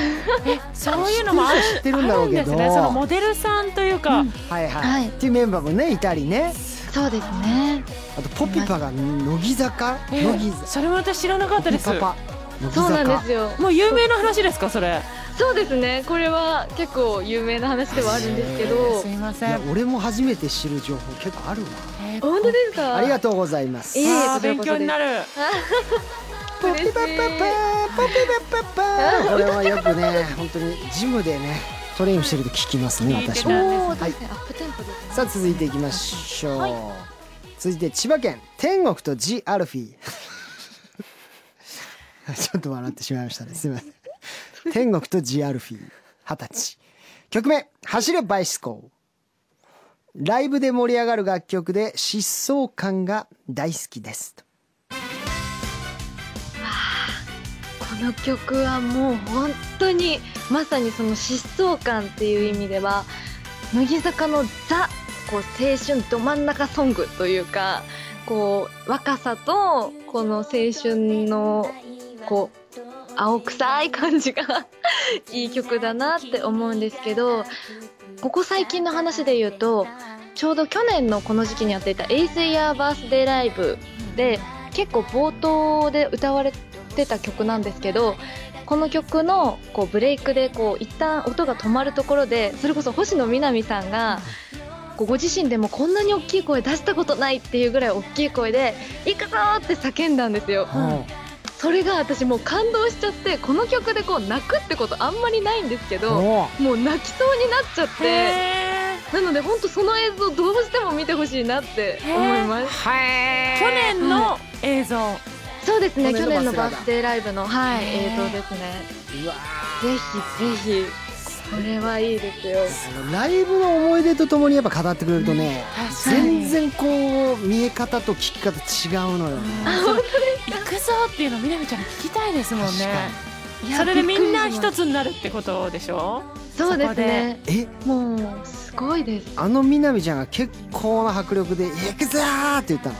Speaker 3: そういうのもある
Speaker 1: 知ってるんだろうけ
Speaker 3: あるん
Speaker 1: ど、
Speaker 3: ですねそのモデルさんというか、
Speaker 1: はいはい、
Speaker 6: はい
Speaker 1: っていうメンバーもねいたりね
Speaker 6: そうですね
Speaker 1: あとポピパが乃木坂
Speaker 3: え
Speaker 1: 乃木
Speaker 3: それも私知らなかった
Speaker 1: ポ
Speaker 3: で
Speaker 1: ピ
Speaker 3: す
Speaker 1: パパ乃木坂
Speaker 6: そうなんですよ
Speaker 3: もう有名な話ですかそれ
Speaker 6: そうですねこれは結構有名な話ではあるんですけど
Speaker 3: すいませ
Speaker 1: い
Speaker 3: ん
Speaker 1: や俺も初めて知る情報結構あるわ
Speaker 6: 本当ですか
Speaker 1: ありがとうございます
Speaker 6: いえいえ
Speaker 3: あー
Speaker 6: こちら
Speaker 3: 勉
Speaker 6: こそ
Speaker 3: 強になる
Speaker 1: ポピパパパポピパパパこれはよくね本当にジムでねトレインしてると聞きますね
Speaker 3: 聞いて
Speaker 1: 私
Speaker 3: た
Speaker 1: も
Speaker 6: おおー、
Speaker 1: はい
Speaker 6: 確かにアップテンポですね
Speaker 1: さあ続いていきましょう、続いて千葉県天国とジアルフィちょっと笑ってしまいましたねすみません天国とジアルフィ二十歳曲名「走るバイスコー」ライブで盛り上がる楽曲で疾走感が大好きですと
Speaker 6: この曲はもう本当にまさにその疾走感っていう意味では乃木坂のザこう青春ど真ん中ソングというかこう若さとこの青春のこう青臭い感じがいい曲だなって思うんですけどここ最近の話で言うとちょうど去年のこの時期にやっていた「エイスイヤーバースデーライブで結構冒頭で歌われてた曲なんですけどこの曲のこうブレイクでこう一旦音が止まるところでそれこそ星野みなみさんがこうご自身でもこんなに大きい声出したことないっていうぐらい大きい声で「行くぞ!」って叫んだんですよ。それが私もう感動しちゃってこの曲でこう泣くってことあんまりないんですけど
Speaker 1: おう
Speaker 6: もう泣きそうになっちゃって
Speaker 3: へー
Speaker 6: なので本当その映像どうしても見てほしいなって思います
Speaker 3: 去年の映像
Speaker 6: そうですね
Speaker 1: 去
Speaker 6: 去
Speaker 1: 年
Speaker 6: 年
Speaker 1: の
Speaker 6: の
Speaker 1: バ
Speaker 6: バ
Speaker 1: ー
Speaker 6: ー
Speaker 1: ス
Speaker 6: スデーライブの、は
Speaker 3: へ
Speaker 6: い、
Speaker 3: ー
Speaker 6: 映像ですね
Speaker 1: うわ
Speaker 6: ぜひぜひこれはいいですよ
Speaker 1: ーライブの思い出とともにやっぱ語ってくれるとね、
Speaker 3: 確
Speaker 1: 全然こう見え方と聞き方違うのよね、
Speaker 3: 行くぞっていうのみなみちゃん聞きたいですもん
Speaker 1: 確
Speaker 3: ね
Speaker 1: かに
Speaker 3: それでみんな
Speaker 6: びっくりしま
Speaker 3: 一つになるってことでしょ
Speaker 6: すそうですね
Speaker 1: え
Speaker 6: もうすごいです
Speaker 1: あのみなみちゃんが結構な迫力で「行くぞ!」って言ったの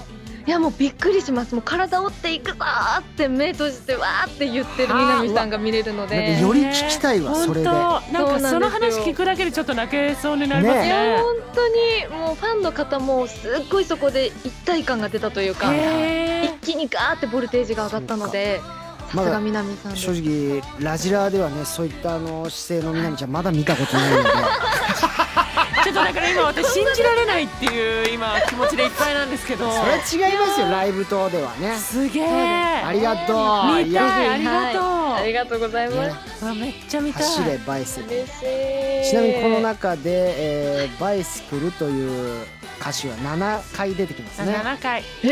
Speaker 6: いやもうびっくりしますもう体折っていくぞーって目閉じてわーって言ってる南さんが見れるの
Speaker 1: はあうわ
Speaker 6: で
Speaker 1: より聞きたいわ
Speaker 3: ね
Speaker 1: それで
Speaker 3: 本当なんかその
Speaker 6: そうなんです
Speaker 3: 話
Speaker 6: よ
Speaker 3: 聞くだけでちょっと泣けそうになります
Speaker 6: い
Speaker 3: ね
Speaker 6: や本当にもうファンの方もすっごいそこで一体感が出たというか
Speaker 3: へ
Speaker 6: 一
Speaker 3: ー
Speaker 6: 気にガーってボルテージが上がったので
Speaker 1: そうか
Speaker 6: さすが南さんです
Speaker 1: 正直ラジラーではねそういったあの姿勢のみなみちゃんまだ見たことないの
Speaker 6: [laughs]
Speaker 1: で
Speaker 3: ちょっとだから今私信じられないっていう今気持ちでいっぱいなんですけど
Speaker 1: それは違いますよライブ等ではね
Speaker 3: すげえ
Speaker 1: ありがとう
Speaker 3: 見たいあ
Speaker 6: い
Speaker 3: り
Speaker 6: や
Speaker 3: がとう、
Speaker 6: ありりがとうございます。
Speaker 3: わめっちゃ見た
Speaker 1: 走れ
Speaker 3: い
Speaker 1: バイス
Speaker 6: 嬉しい。
Speaker 1: ちなみにこの中で、えーバイスクルという歌詞は7回出てきますね
Speaker 3: 7回
Speaker 6: へ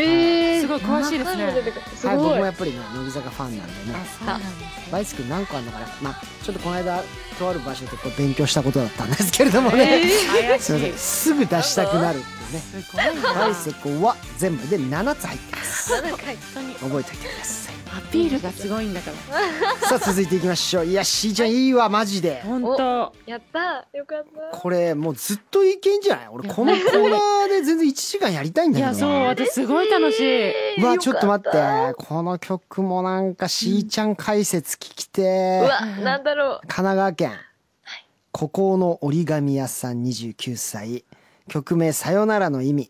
Speaker 6: ー
Speaker 3: すごい詳しいですね
Speaker 6: 七回も出てくるす
Speaker 1: はい、僕
Speaker 6: ごい。
Speaker 1: もやっぱりね乃木坂ファンなんでね
Speaker 6: なん
Speaker 1: バイスクル何個あるのかな、まあ、ちょっとこの間とある場所でこう勉強したことだったんですけれどもね、
Speaker 3: 怪し
Speaker 1: すいませ
Speaker 3: い
Speaker 1: んすぐ出したくなるっていうね
Speaker 3: すごいな
Speaker 1: バイスクルは全部で7つ入ってます
Speaker 6: 七回。
Speaker 1: 覚えておいてください
Speaker 3: アピールがすごいんだから
Speaker 1: さあ続いていきましょういやしーちゃんいいわマジで
Speaker 3: 本当
Speaker 6: やったー。よかった。
Speaker 1: これもうずっといけんじゃない俺このコーナーで全然1時間やりたいん
Speaker 3: い
Speaker 1: だけど
Speaker 3: やそう私すごい楽しい
Speaker 1: まあちょっと待ってこの曲もなんかしーちゃん解説聞きて
Speaker 6: うわ、なんだろ
Speaker 1: 神奈川県孤高の折り紙屋さん29歳曲名「さよなら」の意味、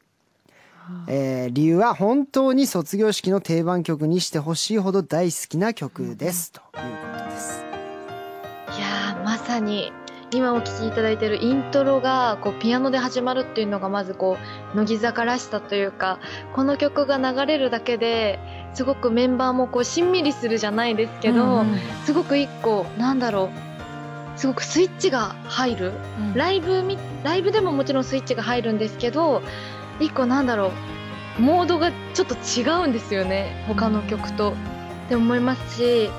Speaker 1: えー理由は本当に卒業式の定番曲にしてほしいほど大好きな曲です、ということです
Speaker 6: う。いやー、まさに。今お聞きいただいているイントロがこうピアノで始まるっていうのがまずこう乃木坂らしさというかこの曲が流れるだけですごくメンバーもこうしんみりするじゃないですけど、
Speaker 3: うんうん
Speaker 6: すごく一個なんだろうすごくスイッチが入るライブみライブでももちろんスイッチが入るんですけど一個なんだろうモードがちょっと違うんですよね他の曲とって思いますし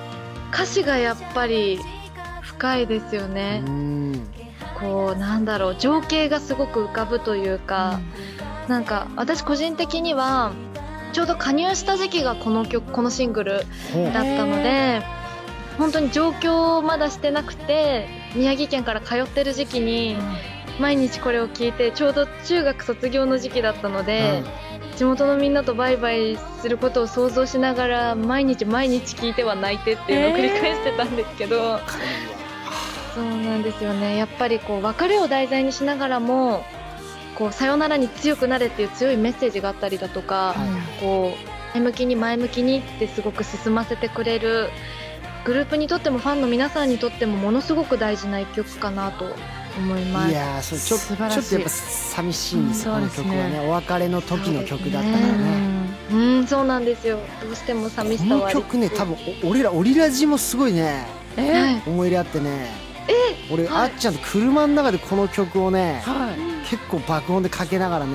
Speaker 6: 歌詞がやっぱり深いですよ
Speaker 1: う
Speaker 6: ね、
Speaker 1: ん
Speaker 6: こうなんだろう情景がすごく浮かぶというか、なんか私個人的にはちょうど加入した時期がこの曲このシングル
Speaker 1: ほう
Speaker 6: だったので本当に上京をまだしてなくて宮城県から通ってる時期に毎日これを聞いてちょうど中学卒業の時期だったので、地元のみんなとバイバイすることを想像しながら毎日毎日聞いては泣いてっていうのを繰り返してたんですけど、そうなんですよねやっぱりこう別れを題材にしながらもこうさよならに強くなれっていう強いメッセージがあったりだとか、こう前向きに前向きにってすごく進ませてくれるグループにとってもファンの皆さんにとってもものすごく大事な一曲かなと思いま
Speaker 1: い
Speaker 6: す。
Speaker 1: やーそうちょ
Speaker 3: 素晴らし
Speaker 1: ち
Speaker 3: い
Speaker 1: ょっとやっぱ寂しいんですよ、
Speaker 3: うん
Speaker 1: この曲は
Speaker 3: そうです
Speaker 1: ねお別れの時の曲だったからね
Speaker 6: うん、うんそうなんですよどうしても寂
Speaker 1: こ
Speaker 6: しさは
Speaker 1: の
Speaker 6: あり
Speaker 1: 曲ね多分お俺らオリラジもすごいね
Speaker 3: え
Speaker 6: は
Speaker 3: ー
Speaker 6: い
Speaker 1: 思い入れあってね俺、あっちゃんと車の中でこの曲をね
Speaker 3: はい
Speaker 1: 結構爆音でかけながらね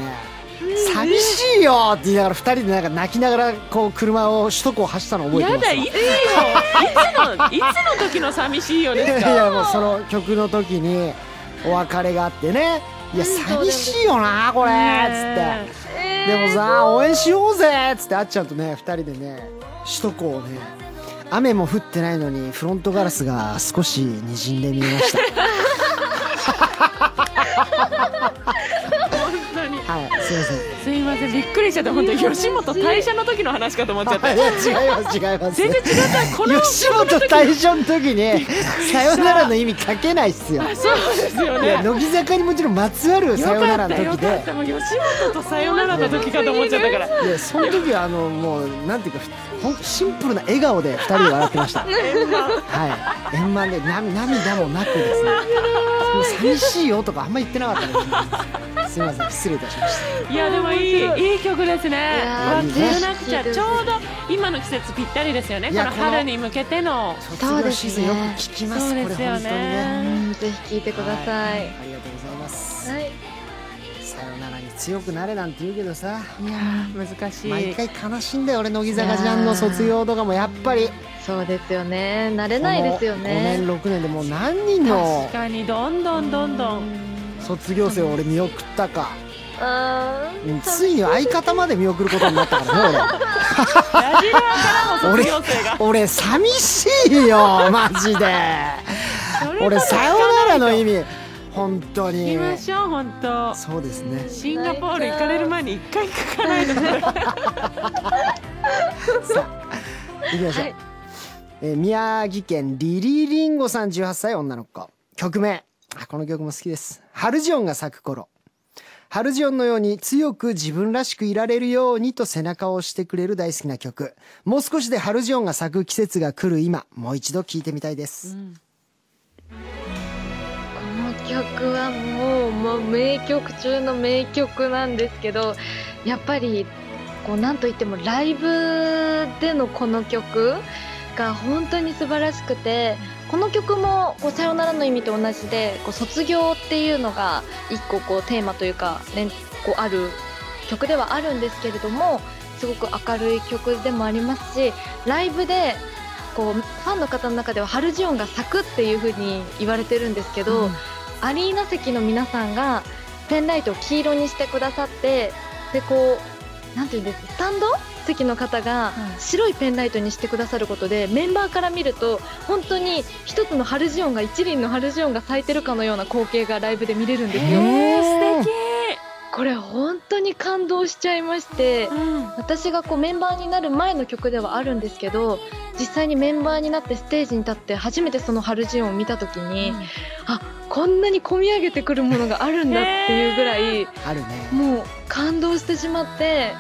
Speaker 1: 「寂しいよ!」って言いながら二人でなんか泣きながらこう車を首都高を走ったの覚えて
Speaker 3: や
Speaker 1: ます
Speaker 3: だいつよいつのいつの時の寂しいよです
Speaker 1: い
Speaker 3: か
Speaker 1: やいやもうその曲の時にお別れがあってね「いや寂しいよなこれ」っつって。でもさ応援しようぜっつってあっちゃんとね2人でね首都高をね雨も降ってないのにフロントガラスが少しにじんで見えま
Speaker 3: [laughs]
Speaker 1: した
Speaker 3: 本当に
Speaker 1: はいすいません
Speaker 3: すいませんびっくりしちゃって本当に吉本退社の時の話かと思っちゃっ
Speaker 1: あい
Speaker 3: た
Speaker 1: や [laughs] 違います違います
Speaker 3: 全然違ったこの
Speaker 1: 吉本退社の時に「さよなら」の意味書けないっすよ
Speaker 3: あそうですよ
Speaker 1: いや
Speaker 3: ね
Speaker 1: 乃木坂にもちろんまつわる「
Speaker 3: よ
Speaker 1: さよな
Speaker 3: からっ」た
Speaker 1: の
Speaker 3: よ
Speaker 1: 時
Speaker 3: かっ
Speaker 1: で
Speaker 3: たもう吉本とさよならの時かと思っちゃったから
Speaker 1: いやその時はあのもうなんていうかほんとシンプルな笑顔で2人で笑ってましたはい円満でな涙もなくですねもう寂しいよとかあんま言ってなかったですすいません失礼いたしまし
Speaker 3: いやでもいいいい曲ですね
Speaker 6: や
Speaker 1: ー
Speaker 3: 忘れなくちゃ
Speaker 6: ぜひ
Speaker 3: ちょうど今の季節ぴったりですよね
Speaker 1: い
Speaker 3: こ
Speaker 1: や
Speaker 3: の春に向けての
Speaker 1: た卒業シーズンよく聞きます
Speaker 3: そう
Speaker 1: こ
Speaker 3: で
Speaker 1: れ
Speaker 3: すよ
Speaker 1: 本当にね
Speaker 3: ね
Speaker 6: うんぜひ聴いてください、
Speaker 1: ありがとうございます
Speaker 6: はい
Speaker 1: さよならに強くなれなんて言うけどさ
Speaker 3: いやー難し
Speaker 1: 毎
Speaker 3: い
Speaker 1: 回悲しいんだよ俺乃木坂ちゃんの卒業とかもやっぱり
Speaker 6: そうですよね慣れないですよね
Speaker 1: この5年6年でもう何人の
Speaker 3: 確かにどんどんどんどん
Speaker 1: 卒業生を俺見送ったか
Speaker 6: あー
Speaker 1: ついに相方まで見送ることになったからね
Speaker 3: ラジルアからの卒業生が
Speaker 1: 俺俺寂しいよマジで
Speaker 3: それこ
Speaker 1: 俺
Speaker 3: そ
Speaker 1: さよならの意味本当
Speaker 3: 行
Speaker 1: に
Speaker 3: きましょう本当
Speaker 1: そうですね
Speaker 3: シンガポール行かれる前に一回行かないと
Speaker 1: 行きましょう、えー宮城県リリーリンゴさん18歳女の子曲名あこの曲も好きです「ハルジオンが咲く頃」ハルジオンのように強く自分らしくいられるようにと背中を押してくれる大好きな曲もう少しでハルジオンが咲く季節が来る今もう一度聴いてみたいです、
Speaker 6: この曲はもうもう名曲中の名曲なんですけどやっぱりこうなんといってもライブでのこの曲が本当に素晴らしくてこの曲もこう「さよなら」の意味と同じでこう卒業っていうのが一個こうテーマというか、ね、こうある曲ではあるんですけれどもすごく明るい曲でもありますしライブでこうファンの方の中ではハルジオンが咲くっていう風に言われてるんですけど、アリーナ席の皆さんがペンライトを黄色にしてくださってでこうなんていうんですスタンド席の方が白いペンライトにしてくださることで、メンバーから見ると本当に一つのハルジオンが一輪のハルジオンが咲いてるかのような光景がライブで見れるんですよ。
Speaker 3: 素敵、
Speaker 6: これ本当に感動しちゃいまして
Speaker 3: うん
Speaker 6: 私がこうメンバーになる前の曲ではあるんですけど実際にメンバーになってステージに立って初めてそのハルジオンを見た時に、あこんなに込み上げてくるものがあるんだっていうぐらい
Speaker 1: あるね
Speaker 6: もう感動してしまって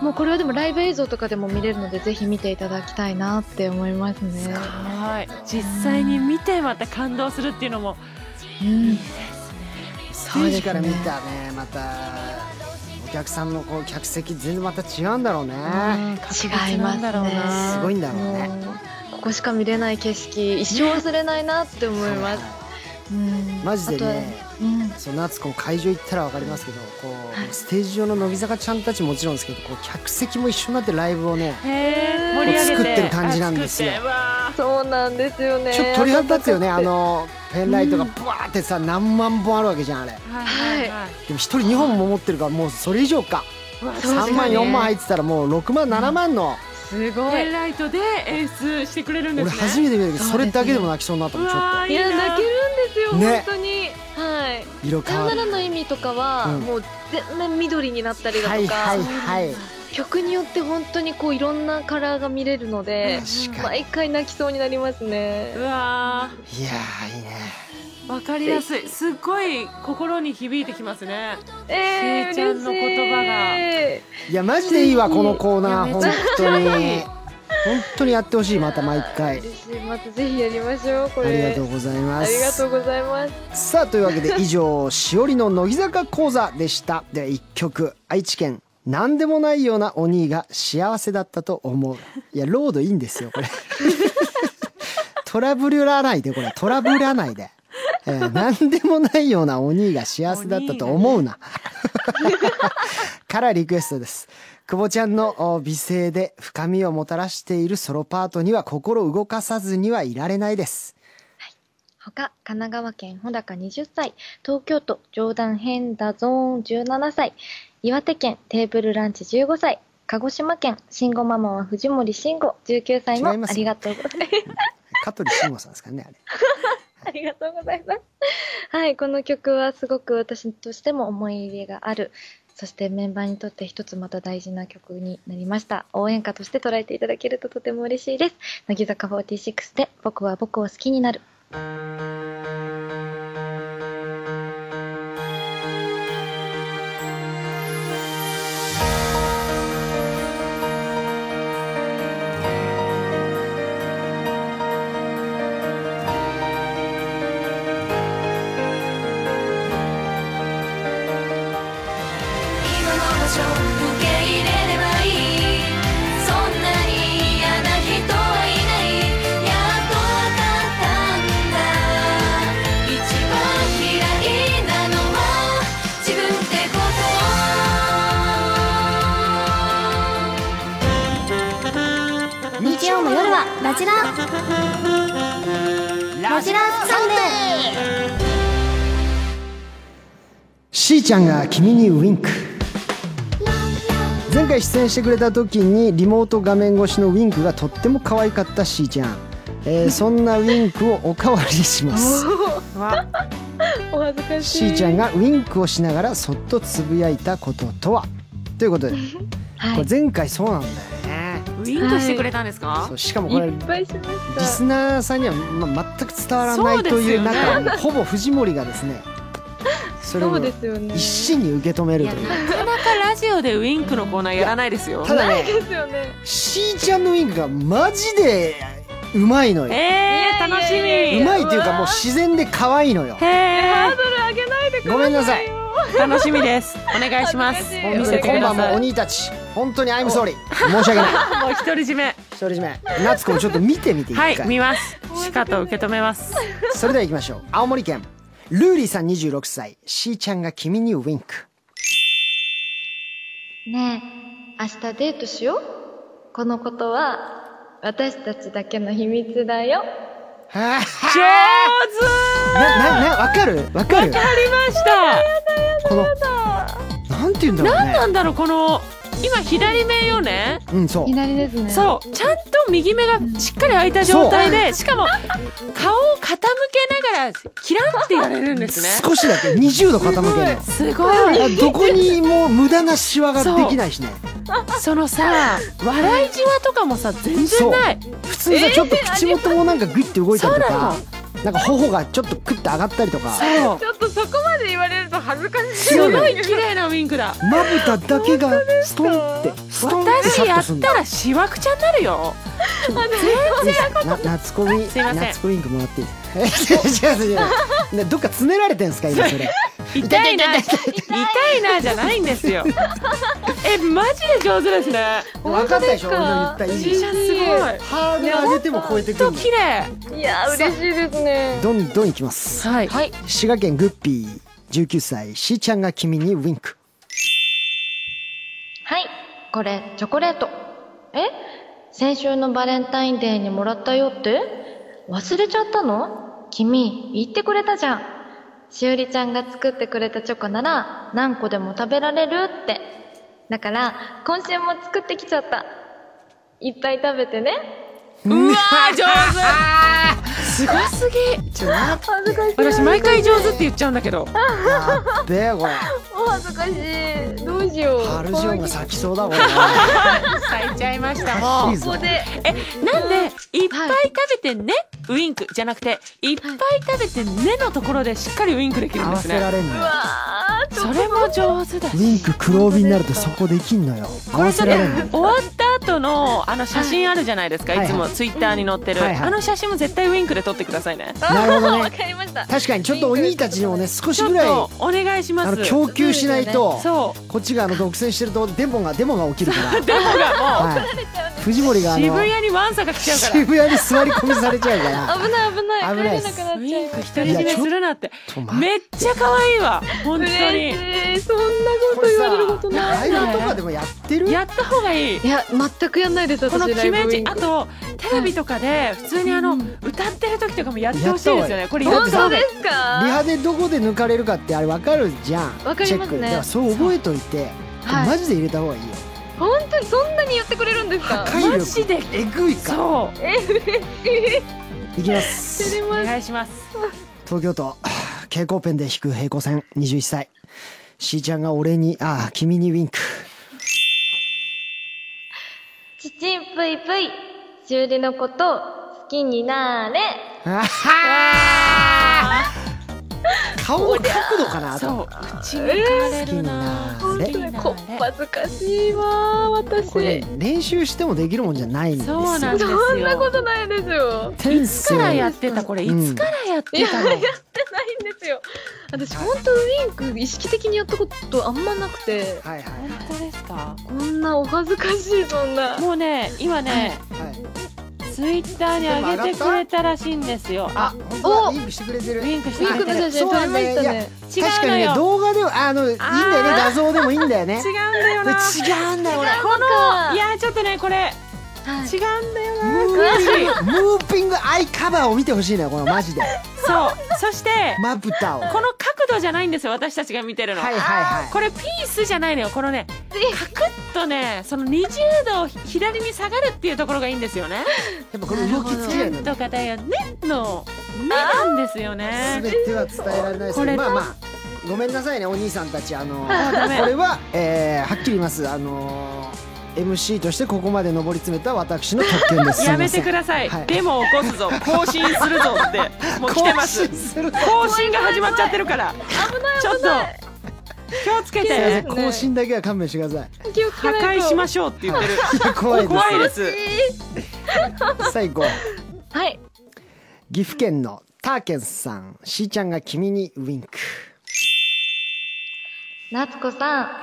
Speaker 6: もうこれはでもライブ映像とかでも見れるのでぜひ見ていただきたいなって思いますね。
Speaker 3: はい実際に見てまた感動するっていうのも
Speaker 6: うん
Speaker 1: ステ
Speaker 6: そう
Speaker 1: ー
Speaker 6: ですね
Speaker 1: ジから見たねまたお客さんのこう客席全然また違うんだろうね、
Speaker 6: 違いますね
Speaker 1: すごいんだろうね
Speaker 6: もうここしか見れない景色一生忘れないなって思います。うん
Speaker 1: マジでね
Speaker 6: あとはうん
Speaker 1: そう夏子会場行ったら分かりますけどこうステージ上の乃木坂ちゃんたちもちろんですけどこう客席も一緒になってライブをね
Speaker 3: へえ盛り上げて
Speaker 1: 作ってる感じなんですよ
Speaker 3: あ作ってわ
Speaker 6: そうなんですよね。
Speaker 1: ちょっと鳥肌立つよねあ
Speaker 6: 暖か
Speaker 1: のペンライトがブワーってさ何万本あるわけじゃんあれで
Speaker 3: ーはいはい
Speaker 1: も1人2本も持ってるからもうそれ以上か
Speaker 6: くて
Speaker 1: 3万4万入ってたらもう6万7万の
Speaker 6: すご
Speaker 3: はいペ
Speaker 6: い
Speaker 3: ン。ライトで演出してくれるんで
Speaker 1: 俺
Speaker 3: すね
Speaker 1: 初めて見たけどそれだけでも泣きそうになったもんちょっ
Speaker 3: わー
Speaker 6: いや
Speaker 3: な
Speaker 6: 泣けるんですよ、
Speaker 1: ね
Speaker 6: 本当に。はい。
Speaker 1: と色
Speaker 6: さ
Speaker 1: 変
Speaker 6: よ
Speaker 1: わ
Speaker 6: な
Speaker 1: る
Speaker 6: らの意味とかは、
Speaker 1: うん
Speaker 6: もう全面緑になったりだとか、
Speaker 1: はいはいはい
Speaker 6: 曲によって本当にこういろんなカラーが見れるので、
Speaker 1: 確かに
Speaker 6: 毎回泣きそうになりますね
Speaker 3: う。わ
Speaker 1: いやーいいね
Speaker 3: ーわかりやすいすっごい心に響いてきますねし
Speaker 6: え
Speaker 3: ーちゃんの言葉が
Speaker 6: 嬉しい
Speaker 1: いやマジでいいわこのコーナー
Speaker 3: いや
Speaker 1: 本
Speaker 3: めちゃ
Speaker 1: 当に本当にやってほしいまた毎回
Speaker 6: 嬉しい。またぜひやりましょう、こ
Speaker 1: あ
Speaker 6: れ。
Speaker 1: りがとうございま
Speaker 6: ありが
Speaker 1: す
Speaker 6: とうございます。
Speaker 1: さあというわけで以上しおりの乃木坂講座でしたでは一曲愛知県何でもないようなお兄が幸せだったと思ういやロードいいんですよこれ [laughs] トラブらないでこれトラブらないで、えー何でもないようなお兄が幸せだったと思うな、からリクエストです久保ちゃんのお美声で深みをもたらしているソロパートには心動かさずにはいられないです
Speaker 5: 他、神奈川県穂高20歳、東京都冗談変だゾーン17歳、岩手県テーブルランチ15歳、鹿児島県慎吾ママは藤森慎吾19歳も
Speaker 1: 違います
Speaker 5: ありがとうございます。
Speaker 1: 香取慎吾さんですかねあれ
Speaker 5: ありがとうございます。はい、この曲はすごく私としても思い入れがある。そしてメンバーにとって一つまた大事な曲になりました。応援歌として捉えていただけるととても嬉しいです。乃木坂46で僕は僕を好きになる。
Speaker 4: 今の場所受け入れればいいそんなに嫌な人はいないやっとわかったんだ一番嫌いなのは自分ってこと
Speaker 8: 日曜の夜はラジララジラサンデー
Speaker 1: しーちゃんが君にウインク前回出演してくれた時にリモート画面越しのウインクがとっても可愛かったしーちゃん、えーそんなウインクをおかわりします
Speaker 8: [laughs]
Speaker 3: わ
Speaker 6: お恥ずかしい。
Speaker 1: しーちゃんがウインクをしながらそっとつぶやいたこととはとい
Speaker 8: [laughs]
Speaker 1: うことで、
Speaker 6: はい
Speaker 1: これ前回そうなんだよね
Speaker 3: ウィンクしてくれたんですか
Speaker 1: そうしかもこれ
Speaker 6: い
Speaker 1: リ
Speaker 6: っぱいしまし
Speaker 1: スナーさんには、まあ、全く伝わらないと
Speaker 3: そうです
Speaker 1: いう
Speaker 3: よね
Speaker 1: 中ほぼ藤森がです
Speaker 3: [laughs]
Speaker 1: ねそれ
Speaker 6: た。
Speaker 1: を
Speaker 6: そうですよね。
Speaker 1: 一身に受け止めるという
Speaker 3: なかなかラジオでウィンクのコーナーやらないですよ
Speaker 1: ただね
Speaker 6: ですよね。
Speaker 1: しーちゃんのウインクがマジでうまいのよ
Speaker 3: えー、
Speaker 6: いや
Speaker 3: 楽
Speaker 6: い
Speaker 3: しみ
Speaker 6: や
Speaker 1: うまいっていうかもう自然で可愛いのよ
Speaker 3: へ
Speaker 1: ごめんなさい
Speaker 3: ー楽しみですお願いします
Speaker 6: 恥ずかし
Speaker 1: 本
Speaker 6: い
Speaker 1: 当に今晩もお兄たち本当にアイムソーリー申し訳ない
Speaker 3: もう独り占め
Speaker 1: それじめ夏子もちょっと見てみて一
Speaker 3: は
Speaker 1: 回、
Speaker 3: い見ますしかと受け止めます
Speaker 1: それでは行きましょう青森県ルーリーさん26歳しーちゃんが君にウィンク
Speaker 6: ねえ明日デートしようこのことは私たちだけの秘密だよ
Speaker 1: は
Speaker 3: 上
Speaker 1: あ
Speaker 3: 手
Speaker 1: [laughs] なななわかるわかる
Speaker 3: ありました
Speaker 1: このなんて言うんだろうね
Speaker 3: 何なんだろうこの今左目よね
Speaker 1: うんそう
Speaker 6: 左ですね
Speaker 3: そうちゃんと右目がしっかり開いた状態でしかも顔を傾けながらキランってやれるんですね
Speaker 1: 少しだけ20度傾ける
Speaker 3: すごい
Speaker 1: あどこにも無駄なシワができないしね
Speaker 3: そのさ笑いじわとかもさ全然ない
Speaker 1: 普通さちょっと口元もなんかグイッて動いたりとか、なんか頬がちょっとクッて上がったりとか
Speaker 3: そう
Speaker 6: ちょっとそこまで言われると恥ずかしい
Speaker 1: す
Speaker 3: す
Speaker 1: ごい
Speaker 3: ごい綺麗なウィンクだ
Speaker 1: まぶただけがストンってストンって
Speaker 3: 私
Speaker 1: シャッ
Speaker 3: や
Speaker 1: とすん
Speaker 3: っ
Speaker 1: だ
Speaker 3: たらしわくちゃになるよ
Speaker 1: な夏コミ
Speaker 3: すいません
Speaker 1: 夏コミンクもらっていいですか違う違う違うねどっかつねられてんすか今そ
Speaker 3: [laughs]
Speaker 1: れ
Speaker 3: 痛いな痛いなじゃないんですよえマジで上手ですね
Speaker 1: 分かったでしょ俺の言った意
Speaker 3: 自
Speaker 1: 味
Speaker 3: 社すごいほん
Speaker 1: ハードル上げても超えてくる
Speaker 3: と
Speaker 1: んだ
Speaker 3: 綺麗
Speaker 6: いや嬉しいですね
Speaker 1: どんどんいきます
Speaker 3: はい
Speaker 6: はい
Speaker 1: 滋賀県グッピー19歳しーちゃんが君にウィンク
Speaker 6: はいこれチョコレートえ先週のバレンタインデーにもらったよって忘れちゃったの君言ってくれたじゃんしおりちゃんが作ってくれたチョコなら何個でも食べられるってだから今週も作ってきちゃったいっぱい食べてね
Speaker 3: うわー上手 [laughs] すごすぎ
Speaker 1: ちょっと待って
Speaker 3: 私毎回上手って言っちゃうんだけど
Speaker 1: やっべえこれ
Speaker 6: お恥ずかしいどうしよ
Speaker 1: パルジョンが咲きそう
Speaker 3: [laughs]
Speaker 1: だこれ
Speaker 3: 咲いちゃいました
Speaker 1: い
Speaker 3: も
Speaker 1: いうぞ
Speaker 6: で
Speaker 3: えなんでいっぱい食べてねウィンクじゃなくていっぱい食べてねのところでしっかりウィンクできる
Speaker 1: 合
Speaker 3: んで
Speaker 1: わ
Speaker 3: す
Speaker 1: せら
Speaker 3: ね
Speaker 1: れんのよ
Speaker 3: それも上手だ
Speaker 1: ウ
Speaker 3: し
Speaker 1: ィンク黒帯になるとそこできんのよ合
Speaker 3: こ
Speaker 1: わ
Speaker 3: れち
Speaker 1: せ
Speaker 3: ょっと
Speaker 1: られんのよ
Speaker 3: 終わった後のあの写真あるじゃないですか、
Speaker 1: はいは
Speaker 3: い、
Speaker 1: い
Speaker 3: つもツイッターに載ってる、
Speaker 1: はいはい
Speaker 3: あの写真も絶対ウィンクで撮ってくださいね
Speaker 1: なるほどね
Speaker 6: かりました
Speaker 1: 確かにちょっとお兄たちにもね少し
Speaker 3: ちょ
Speaker 1: ぐ
Speaker 3: っ
Speaker 1: らい
Speaker 3: と
Speaker 1: あ
Speaker 3: お願いします
Speaker 1: の供給しないと
Speaker 3: そう
Speaker 1: こっちがあの独占してるとデモがデモが起きる
Speaker 3: [laughs]
Speaker 1: から
Speaker 3: デモがも
Speaker 1: はい藤森が
Speaker 3: う
Speaker 1: あの
Speaker 3: 渋谷にワンサが来ちゃうから
Speaker 1: 渋谷に座り込みされちゃう
Speaker 3: [laughs]
Speaker 1: から
Speaker 6: 危ない危ない
Speaker 1: 危ないです
Speaker 6: 帰れなく
Speaker 3: ウ
Speaker 6: なっちゃう
Speaker 3: ィンク独り占めするなって
Speaker 1: ちょっと待って
Speaker 3: めっちゃ可愛いわ本当に
Speaker 6: 嬉しいそんなこと言われることない
Speaker 1: ライブとかでもやってる
Speaker 3: やった方がいい
Speaker 6: いや全くやんないです
Speaker 3: この
Speaker 6: 私ラ
Speaker 3: 決
Speaker 6: イブ
Speaker 3: め
Speaker 6: ウ
Speaker 3: 打ち
Speaker 6: ィン
Speaker 3: あ
Speaker 6: ク
Speaker 3: とテレビとかで普通にあの、歌ってる時とかもやってほしいですよねこれやった
Speaker 6: 本当
Speaker 3: 方が
Speaker 6: で
Speaker 3: いい
Speaker 6: す
Speaker 1: リ
Speaker 6: か
Speaker 1: ハでどこで抜かれるかってあれ分かるじゃん
Speaker 6: わかりますね
Speaker 1: チェックだからそう覚えといて
Speaker 6: はい
Speaker 1: マジで入れた方がいいよ
Speaker 6: 本当にそんなに言ってくれるんですか
Speaker 1: 破壊
Speaker 3: マジ
Speaker 1: 力
Speaker 3: で
Speaker 1: えぐいから
Speaker 3: そう
Speaker 1: いきます
Speaker 3: お願いします
Speaker 1: 東京都蛍光ペンで引く平行線21歳しーちゃんが俺にああ君にウィンク
Speaker 6: ちちんぷいぷいしおりのこと好きになれ
Speaker 1: あはー顔の角度かな
Speaker 3: そ
Speaker 1: と
Speaker 3: う口に行かれ
Speaker 1: 好きに
Speaker 3: るな
Speaker 1: な
Speaker 6: 本
Speaker 1: れ
Speaker 6: 当にこっ恥ずかしいわ私
Speaker 1: これ練習してもできるもんじゃないんですよ
Speaker 3: そうなんですよ
Speaker 6: そんなことないですよ
Speaker 1: 天
Speaker 3: いつから
Speaker 1: 性
Speaker 3: やってたこれい
Speaker 1: うん
Speaker 3: つからやってたの、
Speaker 6: ないんですよ私本当ウィンク意識的にやったことあんまなくて
Speaker 1: はいはい
Speaker 3: 本当ですか
Speaker 6: こんなお恥ずかしいそんな
Speaker 3: もうね今ね
Speaker 1: はい
Speaker 3: ツイッターに上げてくれたらしいんですよあ
Speaker 1: あ本当だリンクしてくれてる
Speaker 3: ウィンクし
Speaker 6: ウ
Speaker 3: て
Speaker 6: ィン
Speaker 3: く
Speaker 6: ク
Speaker 3: れ
Speaker 6: の
Speaker 3: てる
Speaker 6: 写真撮りましたね
Speaker 3: 違
Speaker 1: 確か
Speaker 3: う
Speaker 1: に
Speaker 3: の
Speaker 1: ね
Speaker 3: よ
Speaker 1: 動画でもあのいいんだよね画像でもいいんだ
Speaker 3: [laughs]
Speaker 1: よね
Speaker 3: 違うんだよ
Speaker 1: で
Speaker 3: な
Speaker 1: 違うんだよ俺
Speaker 3: こ
Speaker 6: か
Speaker 3: のいやちょっとねこれ違うんだよな
Speaker 1: ム
Speaker 3: 詳しい
Speaker 1: ービングムービングアイカバーを見てほしいのよこのマジで
Speaker 3: そうそして
Speaker 1: まぶたをはい
Speaker 3: この角度じゃないんですよ私たちが見てるの、
Speaker 1: はいは
Speaker 3: これピースじゃないのよこのねカクッとねその20度を左に下がるっていうところがいいんですよね
Speaker 1: いやっぱこの動きつき合いな
Speaker 3: なん
Speaker 1: んだ
Speaker 3: とかだよねのねなんですよね
Speaker 1: 全ては伝えられないですけ
Speaker 3: こ
Speaker 1: ど
Speaker 3: れ
Speaker 1: まあまあごめんなさいねお兄さんたちあの
Speaker 3: あダメ
Speaker 1: これは、えーはっきり言いますあのー MC としてここまで上り詰めた私の特権です
Speaker 3: やめてく
Speaker 1: い
Speaker 3: ださい、
Speaker 1: はい
Speaker 3: デモを起こすぞ更新するぞってもう来てま
Speaker 1: 更
Speaker 3: す
Speaker 1: 新する
Speaker 3: 更新が始まっちゃってるからちょっと気をつけ
Speaker 1: すいませ
Speaker 3: て
Speaker 1: ん更新だけは勘弁してください
Speaker 6: 気をつ
Speaker 3: 破
Speaker 6: けない
Speaker 3: 壊
Speaker 6: と
Speaker 3: しましょうって言ってる
Speaker 1: いや怖いです
Speaker 3: 怖いです
Speaker 1: [laughs] 最後
Speaker 6: はい
Speaker 1: 岐阜県のターケンさんしーちゃんが君にウィンク [laughs]
Speaker 6: 夏子さん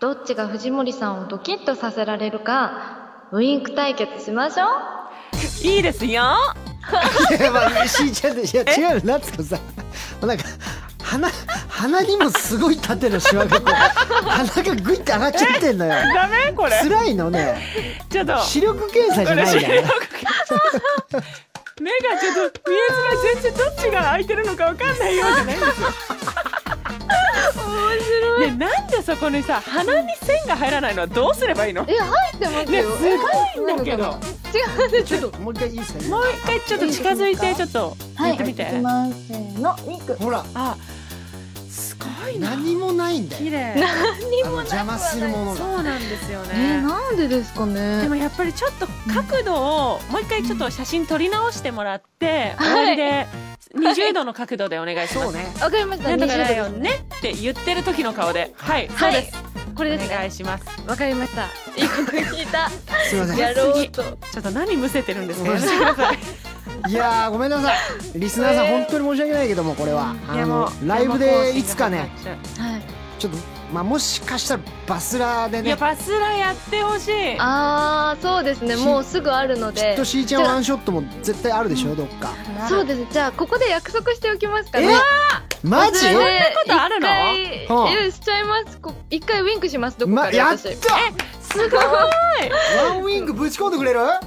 Speaker 6: どっちが藤森さんをドキッとさせられるかウインク対決しましょう
Speaker 3: いいですよ
Speaker 1: いやまあしーちゃんでいや違う夏子さんなんか鼻鼻にもすごい縦のシワがこう [laughs] 鼻がグイって上がっちゃってんのよ
Speaker 3: ダメこれ
Speaker 1: 辛いのね
Speaker 3: ちょっと
Speaker 1: 視力検査じゃないんだよね
Speaker 3: 目がちょっと見えづらい全然どっちが開いてるのかわかんないようじゃないんですよ面白い、ね、なんでそこにさ鼻に線が入らないのはどうすればいいのね
Speaker 6: え入ってますよ、
Speaker 3: すごいんだけどもう
Speaker 6: 違うんですよ
Speaker 1: もう一回いいですかね
Speaker 3: 一回ちょっと近づいてちょっと言ってみて、
Speaker 6: ますせーのリンク
Speaker 1: ほら
Speaker 3: あすごいな
Speaker 1: 何もないんだ
Speaker 3: 綺
Speaker 1: よ
Speaker 3: 麗
Speaker 1: あの邪魔するものが
Speaker 3: そうなんですよ
Speaker 6: えー
Speaker 3: ね
Speaker 6: なんでですか
Speaker 3: で
Speaker 6: ね
Speaker 3: もやっぱりちょっと角度をもう一回ちょっと写真撮り直してもらって、終わりで20度の角度でお願いします、ね
Speaker 6: わかりました
Speaker 3: なんとかだ
Speaker 6: 20
Speaker 3: よ
Speaker 6: 度です
Speaker 3: ねって言ってる時の顔ではい、
Speaker 6: はい
Speaker 3: そうです
Speaker 6: これです
Speaker 3: お願
Speaker 6: ね
Speaker 3: いします
Speaker 6: わかりましたいいこと聞いた
Speaker 1: すいません
Speaker 6: やろうと
Speaker 3: ちょっと何むせてるんですか [laughs]
Speaker 1: ごめんなさい
Speaker 3: やめてください
Speaker 1: いやーごめんなさいリスナーさん、
Speaker 6: えー
Speaker 1: 本当に申し訳ないけどもこれはあ
Speaker 3: いやも
Speaker 1: の
Speaker 3: う
Speaker 1: ライブでいつかね
Speaker 6: はい
Speaker 1: ちょっとまあもしかしたらバスラーで
Speaker 3: い
Speaker 1: ね
Speaker 3: やバスラやってほしい
Speaker 6: ああそうですね
Speaker 1: し
Speaker 6: もうすぐあるの
Speaker 1: きっ
Speaker 6: で
Speaker 1: としーちゃんワンショットも絶対あるでしょどっか
Speaker 6: そうですねじゃあここで約束しておきますか
Speaker 1: え
Speaker 6: ら
Speaker 1: マジ
Speaker 6: それで
Speaker 3: そんなことあるの
Speaker 6: 一
Speaker 1: はあ
Speaker 6: 回えしちゃいますこ一回ウインクしますどこか
Speaker 1: ま、
Speaker 6: で
Speaker 1: やっ
Speaker 6: 私
Speaker 1: た
Speaker 3: すごい
Speaker 1: ワンウィングぶち込んでくれる
Speaker 6: は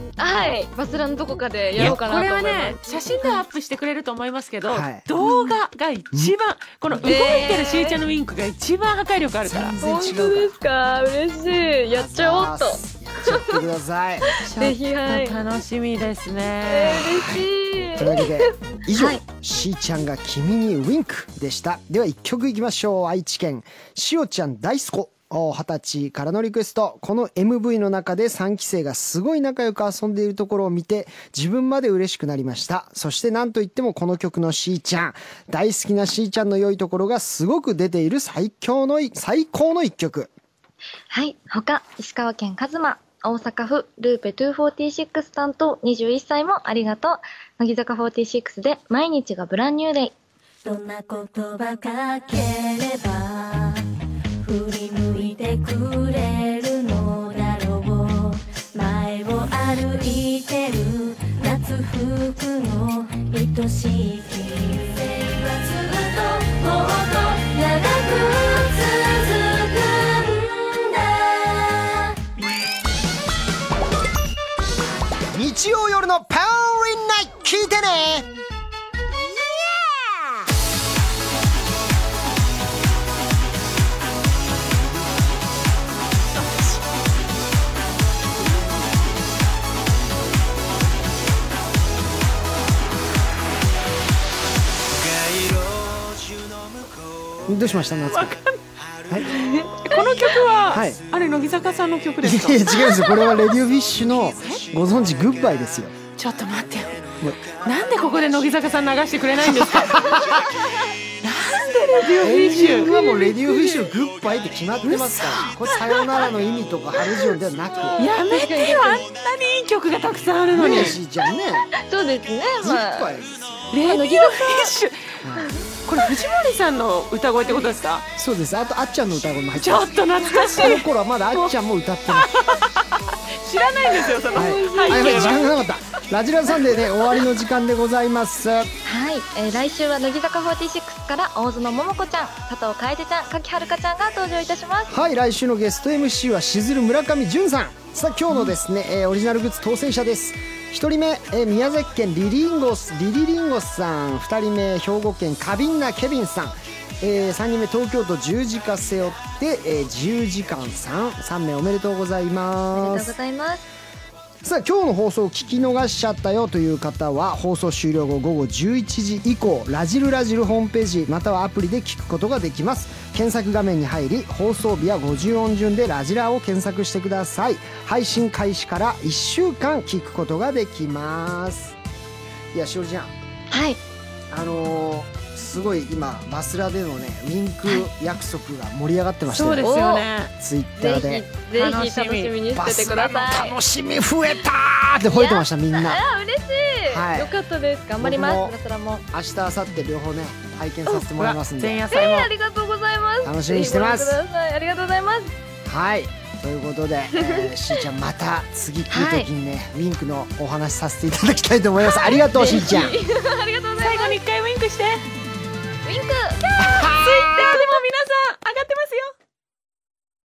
Speaker 6: いバスラのどこかでやろうか
Speaker 3: こ
Speaker 6: な
Speaker 3: れ
Speaker 6: と
Speaker 3: は
Speaker 6: 思いま
Speaker 3: ね写真ではアップしてくれると思いますけど、
Speaker 1: はい
Speaker 3: 動画が一番、この動いてるしーちゃんのウィンクが一番破壊力あるから
Speaker 1: 全
Speaker 6: す
Speaker 1: 然
Speaker 6: 本
Speaker 1: 違
Speaker 6: 当で
Speaker 1: う
Speaker 6: すか嬉しいやっち
Speaker 1: から
Speaker 6: ゃおうと
Speaker 1: やっちゃってください
Speaker 6: ぜひはい
Speaker 3: ちょっと楽しみです
Speaker 6: え
Speaker 3: ね、
Speaker 6: ー嬉
Speaker 1: と
Speaker 6: し
Speaker 1: い
Speaker 6: いう
Speaker 1: わけで以上、
Speaker 6: はい
Speaker 1: しーちゃんが君にウィンクでしたでは一曲いきましょう愛知県しおちゃん大すこお二十歳からのリクエストこの MV の中で3期生がすごい仲良く遊んでいるところを見て自分まで嬉しくなりましたそして何といってもこの曲のしーちゃん大好きなしーちゃんの良いところがすごく出ている最強のい最高の一曲
Speaker 6: はい。他、石川県カズマ、大阪府、ルーペ246担当、21歳もありがとう。乃木坂46で、毎日がブランニューデイ。
Speaker 4: どんな言葉かければ振り向いてくれるのだろう前を歩いてる夏服の愛しい季節はずっともっと長く続くんだ
Speaker 1: 日曜夜のパウリンナイト聞いてねどうしました夏子 [laughs]
Speaker 3: この曲は、
Speaker 1: はい
Speaker 3: あれ乃木坂さんの曲ですか
Speaker 1: いや違うんですよこれはレディオフィッシュのご存知グッバイですよ
Speaker 3: ちょっと待ってよ
Speaker 1: もう
Speaker 3: なんでここで乃木坂さん流してくれないんですかなんでレディオフィ
Speaker 1: エ
Speaker 3: ッ
Speaker 1: ン
Speaker 3: シ
Speaker 1: ディング
Speaker 3: ュ
Speaker 1: はもうレディオフィッシュのグッバイって決まってますからこれさよならの意味とかハルジオンではなく
Speaker 3: やめてよあんなにいい曲がたくさんあるのに
Speaker 1: ね
Speaker 3: レ
Speaker 1: えしーちゃんね
Speaker 6: そうですね、
Speaker 1: グッバイです
Speaker 3: ディオフィッシュこれ藤森さんの歌声ってことですか
Speaker 1: そうですあとあっちゃんの歌声も入って
Speaker 3: ちょ
Speaker 1: ま
Speaker 3: っ
Speaker 1: す
Speaker 3: と懐かしい
Speaker 1: この頃はまだあっちゃんも歌ってます
Speaker 3: 知らないんですよその
Speaker 1: はい、
Speaker 3: 背
Speaker 1: あやばい
Speaker 3: 景
Speaker 1: 時
Speaker 3: は
Speaker 1: 間がなかったラジラサンデーで終わりの時間でございます
Speaker 6: はい。えー来週は乃木坂46から、大園桃子ちゃん、佐藤楓ちゃん、柿遥香ちゃんが登場いたします。
Speaker 1: はい来週のゲスト MC はしずる村上淳さんさあ今日のですね、えーオリジナルグッズ当選者です1人目、えー宮崎県リリンゴスリリリンゴスさん2人目兵庫県カビンナケビンさん、え3人目東京都十字架背負って、えー、十字館さん3名おめでとうござい
Speaker 6: ありが
Speaker 1: ま
Speaker 6: とう
Speaker 1: す
Speaker 6: ございます。
Speaker 1: さあ今日の放送を聞き逃しちゃったよという方は放送終了後午後11時以降「ラジルラジル」ホームページまたはアプリで聞くことができます検索画面に入り放送日や50音順で「ラジラ」を検索してください配信開始から1週間聞くことができますいやしおりちゃん
Speaker 6: はい。
Speaker 1: あのーすごい今バスラでのねウィンク約束が盛り上がってました
Speaker 3: そうですよね
Speaker 1: ツイッター
Speaker 6: ぜ
Speaker 1: で
Speaker 6: ひ、ぜひ
Speaker 3: 楽
Speaker 6: 楽
Speaker 3: しみ
Speaker 6: しみに
Speaker 1: バ
Speaker 6: してて
Speaker 1: ス
Speaker 6: く
Speaker 1: ラ
Speaker 6: だ
Speaker 1: の
Speaker 6: さい。
Speaker 1: 楽しみ増えたーって吠えてましたみんな
Speaker 6: あ、嬉しい、
Speaker 1: はい
Speaker 6: よかったです。頑張り
Speaker 1: 僕
Speaker 6: ま
Speaker 1: も
Speaker 6: す。バスラも。
Speaker 1: 明日明後日両方ね拝見させてもらいますん
Speaker 3: 前
Speaker 1: で
Speaker 3: 夜祭も
Speaker 6: ありがとうございます。
Speaker 1: 楽しみにしてます
Speaker 6: ぜひご覧くださいありがとうございます。
Speaker 1: はいということで、えー、しーちゃんまた次来る時にね、ウィンクのお話しさせていただきたいと思います。ありがとうし
Speaker 6: [laughs]
Speaker 1: ーちゃん。
Speaker 3: 最後に一回ウィンクしてウィンクついてくれ